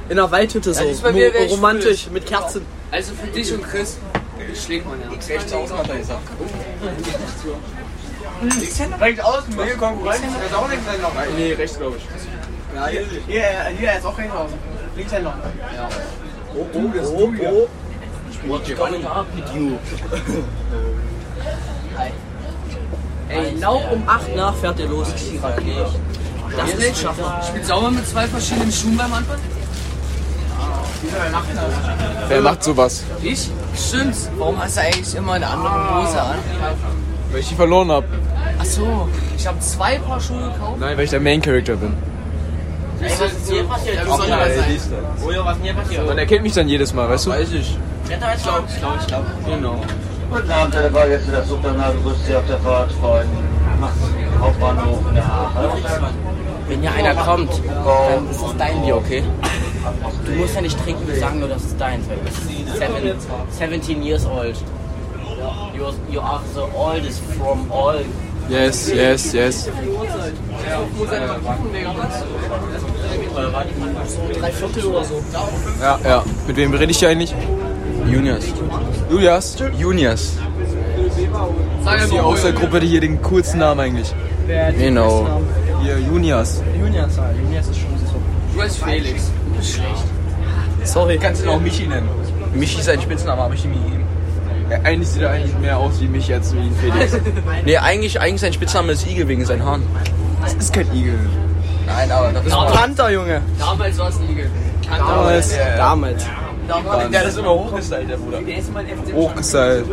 In der Waldhütte so. Das ist bei mir, Mo- wer ich romantisch, fühle. mit Kerzen. Also für dich und Chris schlägt man ja. Rechts außen hat er gesagt. Direkt außen, Nee, Konkurrenz, da ist auch nichts mehr noch. Nee, rechts glaube ich. Ja, hier, hier, hier ist auch rechts außen. Links halt noch. Ja. Oh, oh, oh, oh. What coming up with you? Ey, genau um 8 nach fährt der los. Das ist nicht schaffen. Ich bin sauber mit zwei verschiedenen Schuhen beim Anfang. Wer macht das? Wer macht sowas? Ich? Stimmt's. Warum hast du eigentlich immer eine andere Ah. Hose an? Weil ich die verloren habe. Ach so, ich habe zwei Paar Schuhe gekauft. Nein, weil ich der Main Character bin. Ey, was ist hier passiert? Du sollst Ja, aber ey, die sein. ist da. Oh ja, was ist denn hier passiert? Man erkennt mich dann jedes Mal, weißt du? Weiß ich. Retter, ich glaube, ich glaube, ich glaube. Genau. Guten Abend, alle Fahrgäste der Zug danach begrüßt Sie auf der Fahrt von Hauptbahnhof nach Wenn hier einer kommt, dann ist es dein Bier, okay? Du musst ja nicht trinken, wir sagen nur, das ist dein. Seven, 17 years old. You are, you are the oldest from all. Yes, yes, yes. Drei Viertel oder so. Ja, ja. Mit wem rede ich hier eigentlich? Juniors. Julias? Juniors. Das ist die aus der Gruppe, die hier den coolsten Namen eigentlich. Wer hat den besten Genau. Namen? Hier, Juniors. ah, Junior ist schon so. Du heißt Felix. Du bist schlecht. Sorry. Kannst du ihn auch Michi nennen? Michi ist ein Spitzname, aber ich ihm gegeben. Ja, eigentlich sieht er eigentlich mehr aus wie mich als wie Felix. Nee, eigentlich, eigentlich sein Spitzname ist Igel wegen seinen Haaren. Das ist kein Igel. Nein, aber das Damals- Panther, Junge. Damals war es ein Igel. Damals. Damals. Der ist immer hochgestylt, der Bruder. Der ist mein FC. Hochgestylt.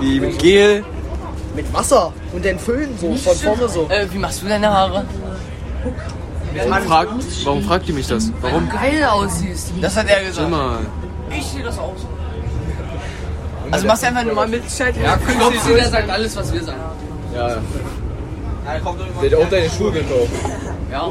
Wie mit Gel. Mit Wasser und den Föhn so, von vorne so. Äh, wie machst du deine Haare? Warum fragt, warum fragt ihr mich das? Warum? Geil aussiehst. Das hat er gesagt. Sag mal. Ich sehe das auch so. Also machst du einfach nur mal mit. Ja, Knopf, der sagt alles, was wir sagen. Ja. Der hat auch deine Schuhe gekauft. Ja.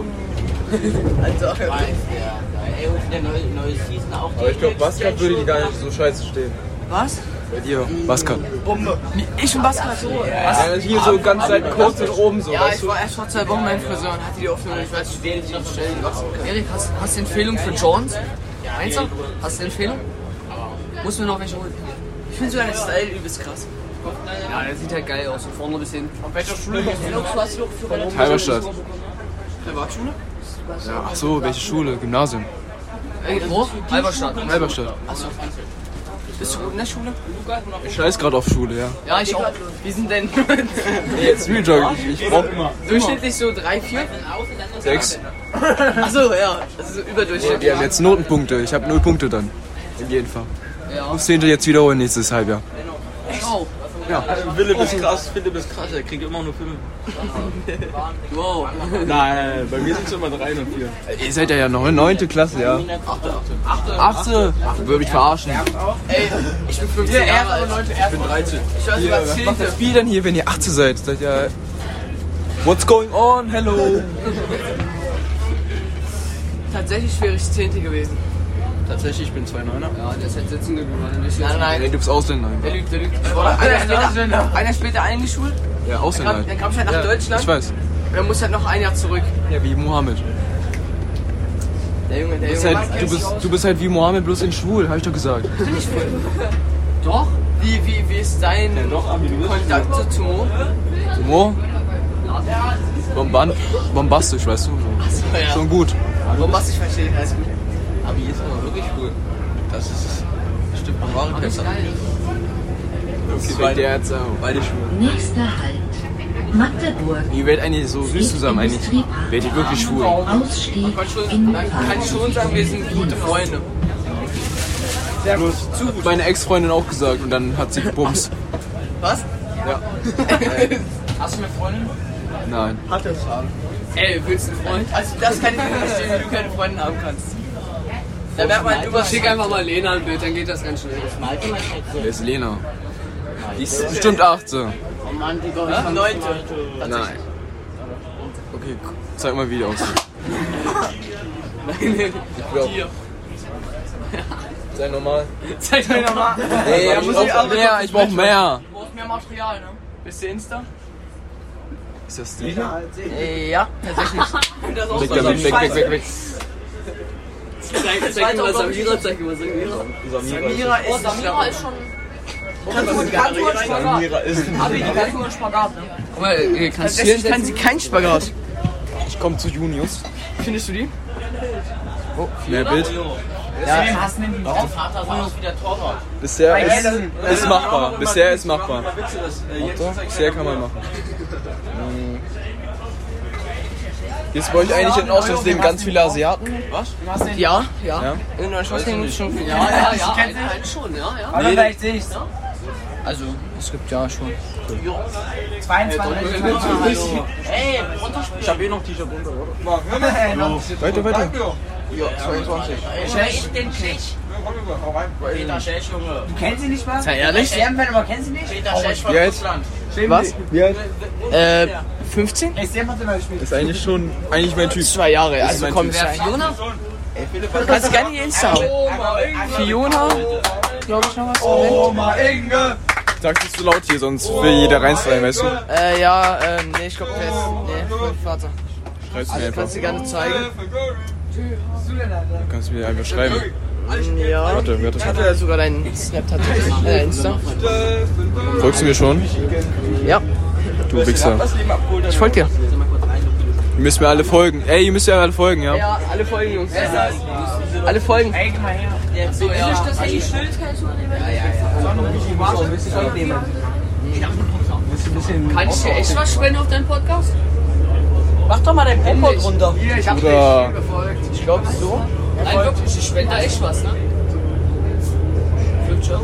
Also, ey, ruft der neue, neue Season auch Aber ich glaube, Baskat würde die gar nicht so scheiße stehen. Was? Bei dir, Baskat. Bombe. Ich und Basketball. So. Ja, hier so ganz seit kurz und oben so. Ja, weißt ich du? war erst vor zwei Wochen beim Friseur und hatte die Hoffnung, ich weiß nicht, wen ich noch stellen soll. Erik, hast, hast du Empfehlung für Jones? Meinst du? Hast du Empfehlung? Muss mir noch welche holen. Ich finde so einen Style übelst krass. Ja, der sieht halt geil aus, von vorne bis hinten. Auf welcher Schule gehst du? Was noch für relativ- Halberstadt. Privatschule? Ja, ach so, welche Schule? Gymnasium. Ey, Äh, wo? Halberstadt. Halberstadt. Achso. Bist du gut in der Schule? Ich scheiß gerade auf Schule, ja. Ja, ich auch. Wie sind denn? *laughs* Nee, jetzt Real Talk. Ich, ich brauch immer. Durchschnittlich so 3, 4? Sechs. Achso, ja. Das ist so Ja, überdurchschnittlich. Wir haben jetzt Notenpunkte. Ich habe null Punkte dann. In jedem Fall. Ja. Aufs Zehnte jetzt wiederholen nächstes Halbjahr. Oh. Ja. Philipp ist krass, Philipp ist krass, er kriegt immer nur Filme. *laughs* Wow. Nein, bei mir sind es immer drei und vier. Ihr seid ja ja noch in neunte Klasse, ja. Achte. Achte? Würde mich verarschen. Ey, ich bin 15 Hier, Jahre alt. Ich bin 13. Ich weiß Hier, sogar was macht 10. das Spiel denn hier, wenn ihr achte seid? Seid ihr... What's going on? Hello. Tatsächlich wäre ich 10. gewesen. Tatsächlich, ich bin 2,9er. Ja, der ist jetzt sitzen geblieben, weil er nicht Nein, nein. Nee, du bist Ausländer. Der lügt, der lügt. Ich war einer, ein Ausländer. später, einer später eingeschult. Ja, Dann Ausländer. kam, dann kam ich halt nach Ja, Deutschland. Ich weiß. Und dann muss halt noch ein Jahr zurück. Ja, wie Mohammed. Der Junge, Du der bist, Junge. halt, du, bist, du bist halt wie Mohammed, bloß in schwul, hab ich doch gesagt. Bin ich wohl. Doch? Wie, wie, wie ist dein Kontakt zu Mo? Mo? Bomban bombastisch, weißt du? So. Ja. Schon gut. Warum machst du dich verstehen? Alles gut. Aber hier ist aber wirklich cool. Das ist bestimmt eine wahre Kessel. Okay, bei der jetzt äh, auch. Beide schwul. Nächster Halt. Magdeburg. Ihr werdet eigentlich so süß Ah, zusammen, eigentlich. Werdet ihr wirklich schwul. Ausstieg in Man kann schon sagen, wir sind gute Freunde. Bloß hat meine Ex-Freundin auch gesagt und dann hat sie gebumst. Was? *laughs* Ja. Hast du eine Freundin? Nein. Hat er schon. Ey, willst du einen Freund? Also das kann ich nicht verstehen, wie du keine Freundin haben kannst. Da merkt man, du schick einfach mal Lena ein Bild, dann geht das ganz schnell. Wer ist Lena? Die ist bestimmt 18. Ja? Neunte. Nein. Okay, zeig mal, wie die aussieht. Nein, glaub- Tier. Sei normal. Zeig mir nochmal. Nee, ich brauch mehr, ich brauch mehr. Du brauchst mehr Material, ne? Bist du Insta? Ist das Lieder? Äh, Ja, tatsächlich. ist auch Weg so damit, ein weg, Scheiß. weg, weg, weg. Zeig, zeig mir mal Samira, zeig mir mal Samira. Samira Oh, Samira ist schon. Kannst du die Kante mal Samira Spagat? ist. Abi, die Kante mal Spagat, ne? Guck mal, äh, kannst du hier Tatsächlich kann sie keinen Spagat. Ich komm zu Junius. Findest du die? Oh, mehr Bild. Ja, Ja. hast den Vater, sondern auch wieder Torwart. Bisher Bei ist, Eltern- ist machbar. Bisher ist machbar. Warte. Bisher kann man machen. Hm. Jetzt bei euch eigentlich in Auslandsleben ganz viele Asiaten? Was? Ja, ja. Ja? In der Schoßlänge nicht. schon. Ja, ja, ja. Kennt Halt, halt schon, ja, ja. Aber vielleicht sehe ich's. Ja. Also, es gibt ja schon. Jo. 22. Hallo. Ey, runterspielen. Ich hab eh noch T-Shirt runter, oder? Weiter, weiter. Ja, 22. Schlecht, den Schlecht. Peter Schlecht, Junge. Du kennst ihn nicht mal? Sei ehrlich? Ehrenmann, aber kennst ihn nicht? Peter Schlecht von Wie alt? Russland. Was? Wie alt? Äh, 15? Ist eigentlich schon, eigentlich mein Typ. Zwei Jahre, Ist also mein komm, Typ. sei- Fiona? Du kannst gerne die Insta haben. Fiona, glaube ich noch was. Oh. Oma Inge. Sag nicht zu laut hier, sonst will jeder reinschreien, weißt du? Äh, ja, ähm, nee, ich glaube, der ist, nee, mein Vater. Schreib's mir Also, einfach. kannst du gerne zeigen. Du kannst mir einfach schreiben. Ja. Warte, warte, Ich hatte sogar deinen Snap tatsächlich, äh, Insta. Folgst du mir schon? Ja. Du Wichser. Ich folge dir. Ihr müsst mir alle folgen. Ey, ihr müsst ja alle folgen, ja? Ja, alle folgen, Jungs. Alle folgen. Ey, guck mal her. Jetzt so, ja. Ist das Also- Handy Ja, ja, ja. Hm. Kann ich dir echt was spenden auf deinen Podcast? Mach doch mal dein Paypal runter. Ich hab Oder- dich gefolgt. Ich glaube so. Nein, wirklich, ich spende da echt was, ne? Flipchart?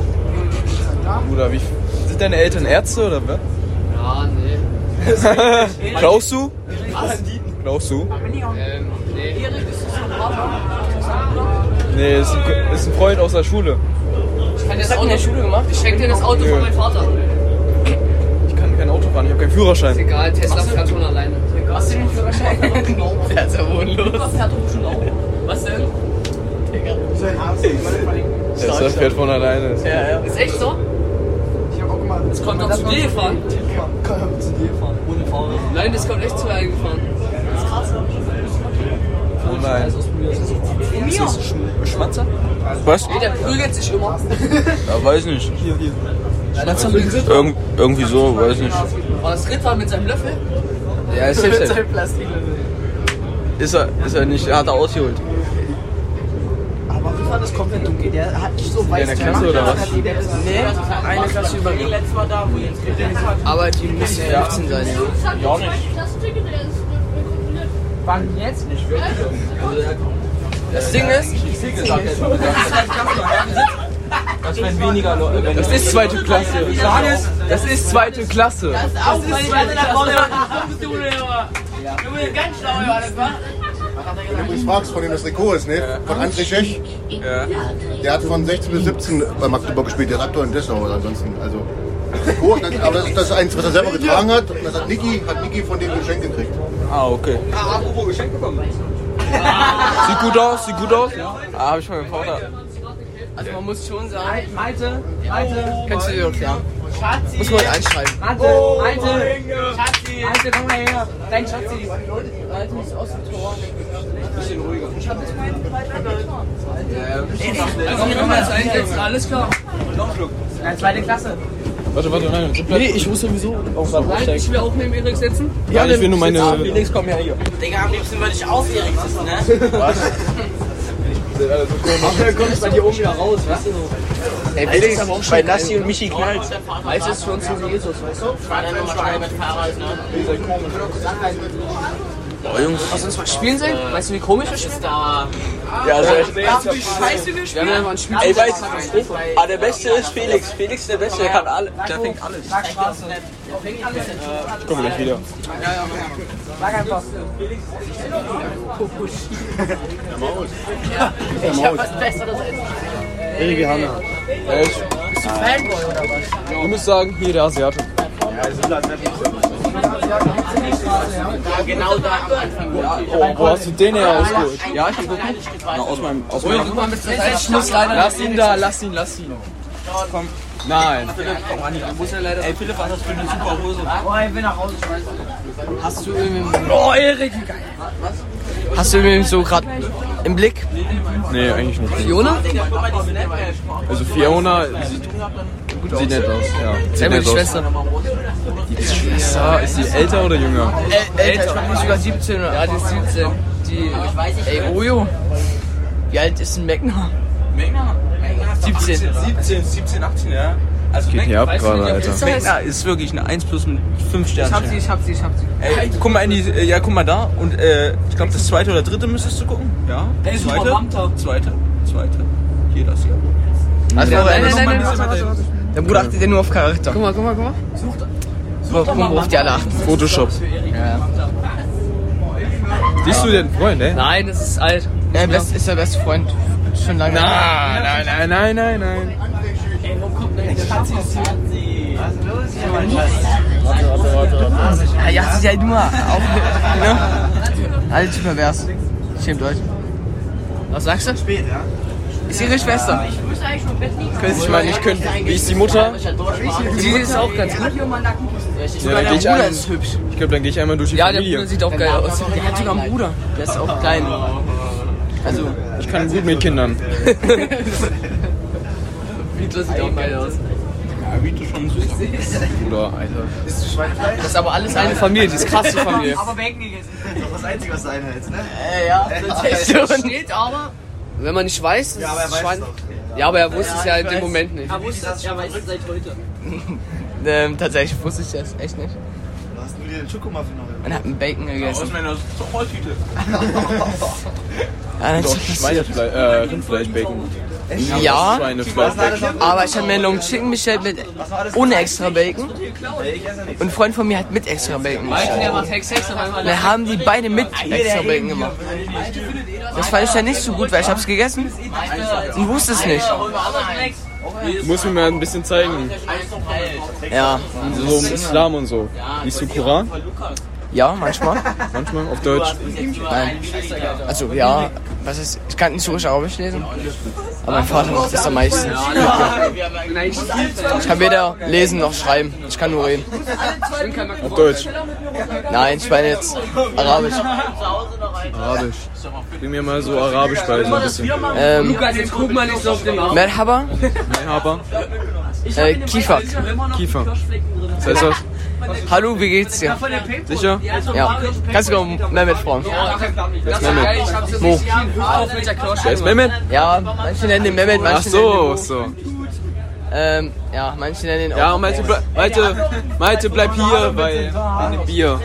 Bruder, wie. Sind deine Eltern Ärzte oder was? Ja, *laughs* nee. Glaubst du? Was? Glaubst du? Ähm, nee. Erik, ist das ein Nee, ist ein, ist ein Freund aus der Schule. Ich kann das auch in der Schule gemacht. Ich schenke dir das Auto von meinem Vater. Ich kann kein Auto fahren, ich habe keinen Führerschein. Egal, Tesla fährt schon alleine. Hast du den *laughs* Führerschein? Der ist ja wohnlos. Was fährt doch schon auch? Was denn? Digga. Das fährt von alleine. Ja, ja. Ist echt so? Ich hab auch mal. Das kommt doch zu dir gefahren. Kommt zu dir gefahren. Ohne Fahrer. Nein, das kommt echt zu dir gefahren. Das ist krass. Oh nein. Mir? Schmatzer? Was? Nee, der prügelt sich immer. Ja, weiß nicht. Hier, hier. das haben wir gesehen. Irgend, irgendwie so, weiß nicht. War das Ritter mit seinem Löffel? Ja, ist safe, Mit safe. seinem Plastiklöffel. Ist er, ist er nicht, hat er ausgeholt. Aber wie war das komplett dunkel? Der hat nicht so weiß der Klasse gemacht, der oder was? hat die- der ist- Nee, eine Klasse über mir. Aber die müssen ja 15 sein, ja. Ja, nicht. Das Ticket ist reguliert. Wann jetzt nicht wirklich? Das Ding ist, Das werden weniger Leute. wenn- Das ist zweite Klasse. Ich sage es. Das ist zweite Klasse. Das ist auch meine Warte nach vorne. Junge, Junge, ganz schlau, Johannes, wa? Ich frag's, von dem das Trikot ist, ne? Von André Schech. Der hat von 16 bis 17 bei Magdeburg gespielt. Der hat doch in Dessau oder ansonsten. Also. Trikot, das- aber das ist das eins, was er selber getragen hat. Und das hat Niki, hat Niki von dem geschenkt gekriegt. Ah, okay. Ah, apropos Geschenk bekommen. Sieht gut aus, sieht gut aus. Ah, hab ich mal gefordert. also man muss schon sagen, Malte, Malte. kannst du dir doch klären. Schatzi. Muss man einschreiben. Malte, Oh, Malte. Schatzi. Malte, komm mal her. Dein Schatzi. die Leute, die Leute muss aus dem Tor. Bisschen ruhiger. Also, hier nochmal zu einsetzen. Alles klar. Ja, zweite Klasse. Warte, warte, nein. Nee, ich muss sowieso auf Nein, ich will auch neben Erik sitzen. Ja, ich will nur meine. Felix, komm her hier. Digga, am liebsten würde ich auf Erik sitzen, ne? Was? Mach kommst bei dir oben wieder raus, weißt du so. Ey, Felix, Alter, ist ne? aber auch bei schon Nassi geil. und Michi knallt. Weiß ist für uns so wie Jesus, weißt du? Oh, Jungs. Lass uns mal spielen sehen. Weißt du, wie komisch das ist? Ja, also echt. Ach, wie scheiße wir spielen. ne, Ja, Ey, weißt weißt du, du, aber der Beste ist Felix. Felix ist der Beste, der kann alle. Der fängt alles. Ich komme gleich wieder. Sag einfach. Ich hab was Besseres als Ewige Hanna. Echt? Bist du Fanboy oder was? Ihr müsst sagen, hier der Asiate. Ey, Genau da am Anfang. Oh, wo hast du den her ausgeholt? Ja, ich bin Na, aus meinem. Aus Hol ihn meinem rüber mit der Seite. Ich muss leider. Lass ihn da, lass ihn, lass ihn. Komm. Nein. Ey, Philipp, was das für eine super Hose? Oh, ich will nach Hause schmeißen. Hast du irgendwie. Oh, Erik, wie geil. Hast du irgendwie so gerade im Blick? Nee, eigentlich nicht. Fiona? Also Fiona sieht, sieht nett aus. Ja. Selber nett die aus. Schwester. Die Schwester, ist sie älter oder jünger? Ä älter, ich glaube sogar 17 oder? Ja, die ist 17. Die. Ey, Ojo. Wie alt ist ein Meckner? Mengner? 17. 17, 17, 18, ja. Also Geht Mengner, hier ab weißt du, gerade, wie der Alter. Pizza heißt? Mengner ist wirklich eine 1 plus mit 5 Ich hab sie, Sternen. ich hab sie, ich hab sie. Ey, guck mal in die, äh, ja, guck mal da. Und äh, ich glaube, das zweite oder dritte müsstest du gucken. Ja. Der ist zweite, Oberbeamter. zweite, zweite. Hier das hier. Also, Ja, das nein, nein, ist nein, mein- nein, warte, warte. Der Bruder achtet ja nur auf Charakter. Guck mal, guck mal, guck mal. Warum worauf die alle achten? Photoshop. Ja. Siehst du den Freund, ne? ey? Nein, das ist alt. Ja, das ist der beste Freund. Schon lange. Na, Ah, nein, nein, nein, nein, nein. Ja, ja, das ist ja nur auch. Ne? Alle zu pervers. Schämt euch. Was sagst du? Spät, ja. Ist ihre Schwester. Können sich mal nicht können. Wie ist die Mutter? Sie ist auch ganz gut. Ja, Sogar dann der geh ich Bruder ein, ist hübsch. ich glaube, dann gehe ich einmal durch die Ja, der Familie. Bruder sieht auch geil aus. Der hat sogar einen Bruder. Der ist auch klein. Also, ich kann gut mit Kindern. Vito sieht auch geil aus. Ja, Vito schon süß. Bruder, Alter. Das ist aber alles eine Familie, die ist krasse Familie. Aber Bacon gegessen. Das Einzige, was du einhältst, ne? Äh, ja, Das steht aber. Wenn man nicht weiß, ist Ja, aber er es weiß Schwein. doch. Ja, aber er wusste es ja ich in dem weiß. Moment nicht. Er wusste es, er weiß es seit heute. Ähm, tatsächlich wusste ich das echt nicht. Du hast nur dir den Schokomuffin noch Man hat einen Bacon gegessen. meiner Soforttüte. *laughs* Ah, Doch, das ist passiert. Schweinefleisch, äh, Rindfleisch-Bacon. Ja, Schweinefleisch-Bacon. aber ich habe mir einen Long Chicken bestellt mit, ohne extra Bacon. Und ein Freund von mir hat mit extra Bacon Der bestellt. macht Hex, Hex auf einmal. Und dann haben die beide mit extra Bacon gemacht. Das fand ich dann nicht so gut, weil ich hab's gegessen und wusste es nicht. Muss mir mal ein bisschen zeigen. Ja. So im Islam und so. Liest du Koran? Ja, manchmal. Manchmal auf Deutsch. Nein. Also ja, was ist, ich kann nicht Syrisch-Arabisch lesen, aber mein Vater macht das am meisten. Ich kann weder lesen noch schreiben, ich kann nur reden. Auf Deutsch. Nein, ich meine jetzt Arabisch. Arabisch. Bring mir mal so Arabisch bei, so ein bisschen. Ähm, Lukas, jetzt guck mal nicht so auf den Arm. Merhaba, Merhaba. äh, Kifak. Kiefer. Das heißt was? Hallo, wie geht's dir? Sicher? Ja. Kannst du mal Mehmet fragen? Das Mehmet. geil, ich hab's jetzt Wo? nicht geahnt. Auf welcher Klosch. Wer ist Mehmet? Ja, manche nennen den Mehmet, manche Ach so, nennen den so. Mo. Ähm, ja, manche nennen den *laughs* Ja, auch. Malte, ble Malte, Malte, bleib hier, weil wegen dem Bier.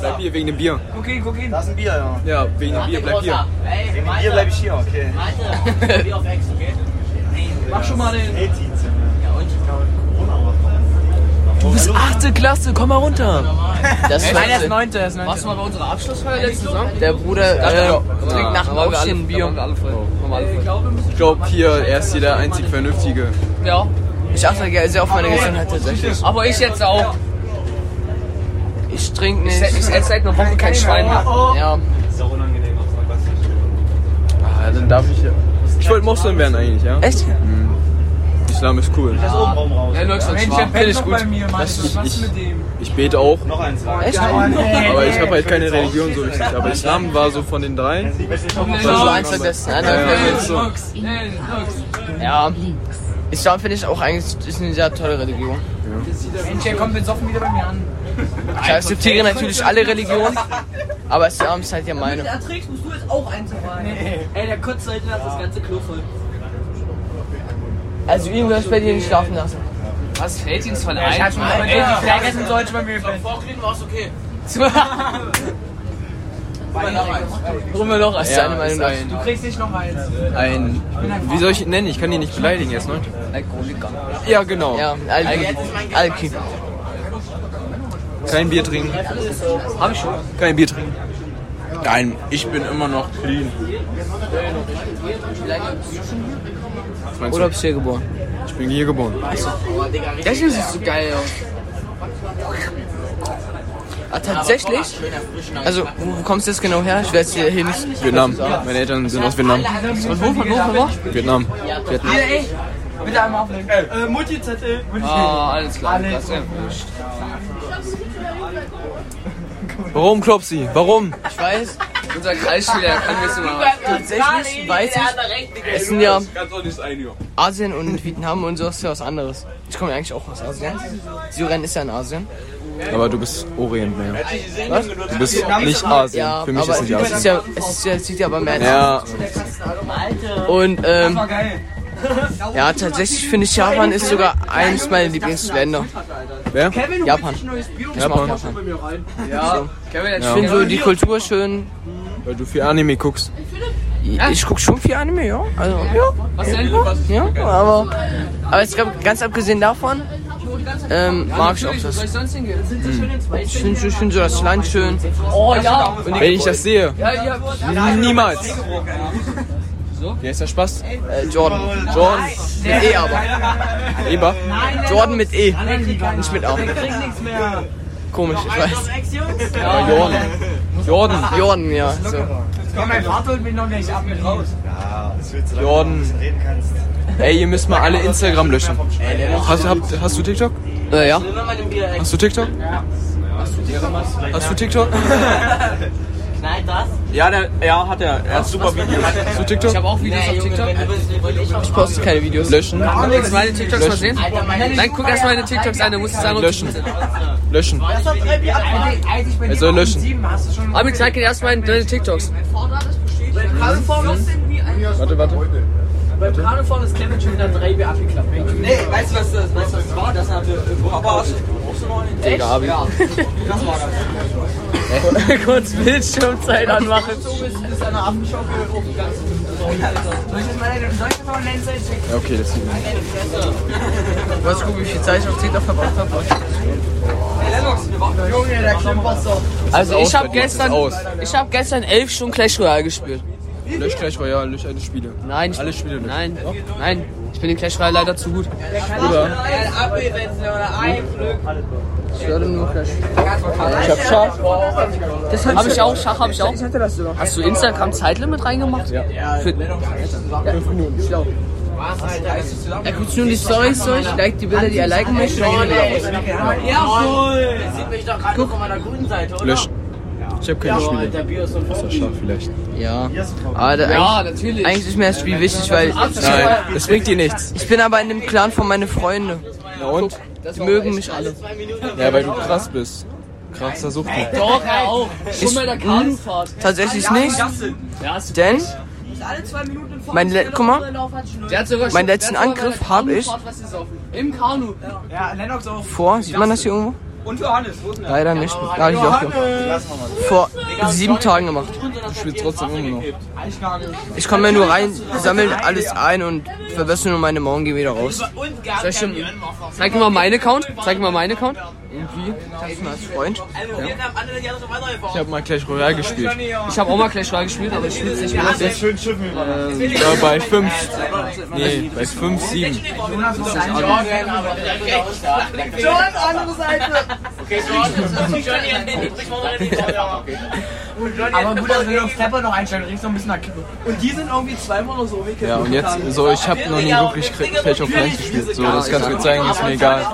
Bleib hier wegen dem Bier. Guck hin, guck hin. Das ist ein Bier, ja. Ja, wegen dem Bier, bleib hier. Ey, Bier bleib ich hier, okay. Alter, wie auf Hex, okay? Mach schon mal den. Du bist 8. Klasse, komm mal *laughs* runter. Das ist Nein, der ist 19. 9. Warst du mal bei unserer Abschlussfeier letzte Saison? Der Bruder äh, trinkt nach dem Da waren wir alle- Aufstehen ein Bier. Ich glaube, hier, er ist hier der einzig Vernünftige. Ja. Ich achte ge- sehr auf meine Gesundheit tatsächlich. Aber ich jetzt auch. Ich trinke Ich, nicht. ich esse seit einer Woche kein Schwein mehr. Ja. Ist auch unangenehm, aber Ah, dann darf ich ja. Ich wollte Moslem werden eigentlich, ja? Echt? Islam ist cool. Der läuft so Mensch, der schwach. pennt Finde ich noch gut. bei mir, Das ist- ich- Ich bete auch. Echt? Aber ich habe halt keine Religion so richtig. Aber Islam war so von den drei. Das war so eins ne? der besten. Einer Ja, der ja, besten. so. Ja. Islam finde ich auch eigentlich ist eine sehr tolle Religion. Mensch, der kommt mit Soffen wieder bei mir an. Ich akzeptiere natürlich alle Religionen, aber Islam ist halt ja Wenn du meine. erträgst, musst du jetzt auch einzufahren. Ey, der kotzt heute das, das ganze Klo voll. Also ihn würde ich bei dir nicht schlafen lassen. Was fällt ihm von ein? Ich hab schon mal Ey, die Flagge vergessen, Deutsch bei mir. Vorkriegen war es *laughs* okay. Hol mir noch als Ja, deine Meinung ist nach. ein- Du kriegst nicht noch eins. Ein. Wie soll ich ihn nennen? Ich kann ihn nicht beleidigen jetzt, ne? Ja, genau. Ja, Alki. Alki. Kein Bier trinken. Hab ich schon. Kein Bier trinken. Nein, ich bin immer noch clean. Was meinst Oder du? bist du hier geboren? Ich bin hier geboren. Das hier sieht so geil aus. Ah, tatsächlich? Also, wo wo kommst du jetzt genau her? Ich werde es dir hier nicht. Vietnam. Meine Eltern sind aus Vietnam. Von wo? Von wo? Von wo? Vietnam. Vietnam. Hier, ey. Bitte einmal aufnehmen. Äh, Mutti ZL. Ah, alles klar. Alles klar. Warum, Klopsi? Warum? Ich weiß, unser Kreisspieler kann wissen, aber tatsächlich weiß ich, es sind ja Asien und Vietnam und so ist ja was anderes. Ich komme ja eigentlich auch aus Asien. Syrien ist ja in Asien. Aber du bist Orient mehr. Was? Du bist nicht Asien. Ja, Für mich aber ist nicht Asien. Es, ist ja, es ist ja, es sieht ja aber mehr Ja. aus. Und ähm, ja, tatsächlich finde ich Japan ist sogar eines meiner Lieblingsländer. Wer? Japan. Ich mag Japan. Japan. Ja, Ich finde so die Kultur schön. Weil du viel Anime guckst. Ich gucke schon viel Anime, ja. Also, ja. Was denn? Ja, aber, aber es gab ganz abgesehen davon, ähm, mag ich auch das. Hm. Soll ich sonst hingehen? Ich finde ich find so das Land schön. Oh ja. Wenn ich das sehe. Ja, ja. Niemals. Wer ist der Spaß? Äh, Jordan. Jordan. Mit E aber. Eber. Jordan mit E. Nicht mit A. Komisch, ich weiß. Ja, Jordan. Jordan. Jordan, ja. So. Komm, mein Vater holt mich noch nicht ab mit raus. Jordan. Ey, ihr müsst mal alle Instagram löschen. Hast, habt, hast du TikTok? Äh, ja. Hast du TikTok? Hast du TikTok? Knallt das? Ja, der, ja, hat er. Er hat super Videos. Hast du TikTok? Ich habe auch Videos auf TikTok. Ich poste keine Videos. Löschen. Willst du meine TikToks mal sehen? Nein, guck erst meine TikToks an, dann musst du sagen, ob die Löschen. gut sind. Löschen. Er soll löschen. Abi, zeig dir erst meine deine TikToks. Warte, warte. Beim Karneval ist Clement schon wieder ein Rebe abgeklappt. Nee, weißt du, was das, weißt du, was das war? Das hatte Baba Digga, Abi. Ja. Das war *laughs* das. Kurz Bildschirmzeit anmachen. ist eine Affenschaukel hochgegangen. Soll ich das mal soll ich das mal nennen? Ja, okay, das sieht man. Weißt du, wie viel Zeit ich auf TikTok verbracht habe? Junge, der Klimperst doch. Also Das ist ich habe aus, das ist gestern, aus. ich habe gestern elf Stunden Clash Royale gespielt. Lösch Clash Royale, lösch alle Spiele. Nein, ich, Alle Spiele löschen. nein, nein. Ich bin in Clash Royale leider zu gut. Oder? Ich höre nur Clash. Ich hab Schach. Das Hab ich auch, Schach hab ich auch. Hast du Instagram Zeitlimit reingemacht? Ja. Für, Fünf Minuten, schlau. Er guckt nur die Storys durch, liked die Bilder, die er liken möchte. und dann geht er wieder raus. Jawohl! Sieht mich doch gerade von meiner guten Seite, oder? Löschen. Ich hab keine Jawohl, Spiele. der Bier ist Ist ja scharf vielleicht. Ja. Aber da, Ja, Ah, eigentlich, eigentlich ist mir das Spiel wichtig, weil. Nein, das bringt dir nichts. Ich bin aber in dem Clan von meinen Freunden. Ja und? Die mögen mich alle. Ja, weil du krass bist. Krasser Suchti. Doch, er auch. Schon bei der Kanufahrt. Tatsächlich nicht. Denn Alle zwei Minuten Mein Le- guck mal. Meinen letzten Angriff hab ich- Im Kanu. Ja, Lennox auch. vor, sieht man das hier irgendwo? Und Johannes, wo ist denn der? Leider nicht. Da hab ich auch gemacht. Vor sieben Tagen gemacht. Du spielst trotzdem immer noch. Ich komme ja nur rein, sammel alles ein und verbessere nur meine Mauern, gehe wieder raus. Sehr schön. Zeig mir mal meinen Account. Zeig mir mal meinen Account. Irgendwie? Kannst du mir als Freund? Ich hab mal Clash Royale gespielt. Ich habe auch mal Clash Royale gespielt, aber ich spiele es nicht mehr. Jetzt schön schiffen äh, ja, bei 5. Nee, bei 5, 7. John, andere Seite. Okay, John. Aber gut, dass wir auf Flapper noch einstellen, riecht so ein bisschen nach Kippe. Und die sind irgendwie zweimal oder so weggegangen. Ja, und jetzt, so, ich hab noch nie wirklich Cra- Clash of Clans gespielt. So, das kannst du mir zeigen, ist mir egal.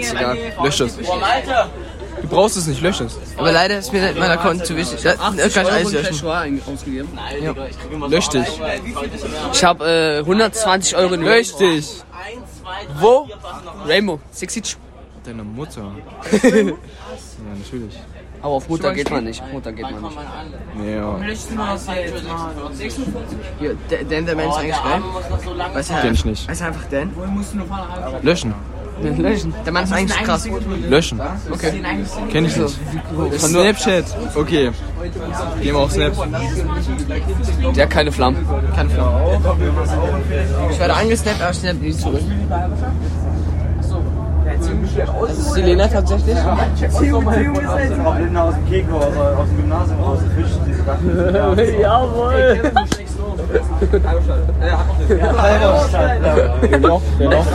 Ist egal. Lösch das. Du brauchst es nicht, lösch es. Aber leider ist mir mein Account zu wichtig. Da kann ich alles löschen. ausgegeben. Nein, Ja. Digga, ich krieg immer Lösch dich. Ich habe äh, 120 Euro in Lösch dich. Wo? Rainbow, Sixich. Deine Mutter. *laughs* Ja, natürlich. Aber auf Mutter geht man nicht. Mutter geht man nicht. Nee, ja. Hier, Dan- Dan Oh, der Mensch ist eigentlich geil. Weiß Kenn ich nicht. Weiß einfach Dan? Löschen. Löschen. Der Mann ist eigentlich krass. Löschen. Okay. Kenn ich nicht. Von Snapchat. Okay. Gehen wir auf Snap. Der hat keine Flammen. Keine Flammen. Ich werde angesnappt, aber ich snap nie zurück. Das ist Selena tatsächlich. Blinden aus dem Keko, aus dem Gymnasium raus, diese Sachen. Jawohl. Dennoch, dennoch.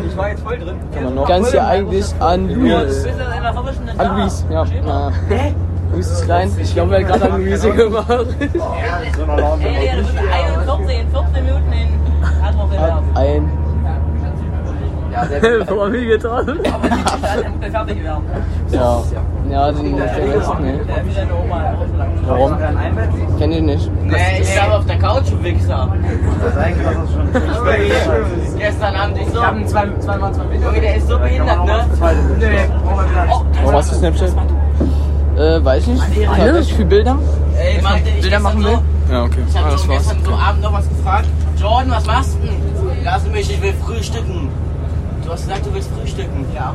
Ich war jetzt voll drin. Kann man noch. Ganz hier eigentlich an Luis. An Luis. Luis, ja. ja. Luis ist klein. Ich glaube, er hat gerade an Luis gemacht. Ey, du bist 41, 14 Minuten in Adrock gelaufen. Ein. *laughs* Wo haben wir getroffen? Fertig werden. Ja. Ja, den der Rest, ne. Warum? Kenn ich nicht. Nee, ich saß auf der Couch, du Wichser. Gestern Abend, ich so. Ich hab zwei, zweimal zwei Meter. Junge, der ist so behindert, ne? Nee, brauchen wir wieder. Oh, Warum hast du Snapchat? Äh, weiß nicht. Tatsächlich für Bilder? ey, Mann, ich Bilder machen will? Ja, okay. Ich Ah, hab John gestern so Abend noch was gefragt. Jordan, was machst du denn? Lass mich, ich will frühstücken. Du hast gesagt, du willst frühstücken. Ja.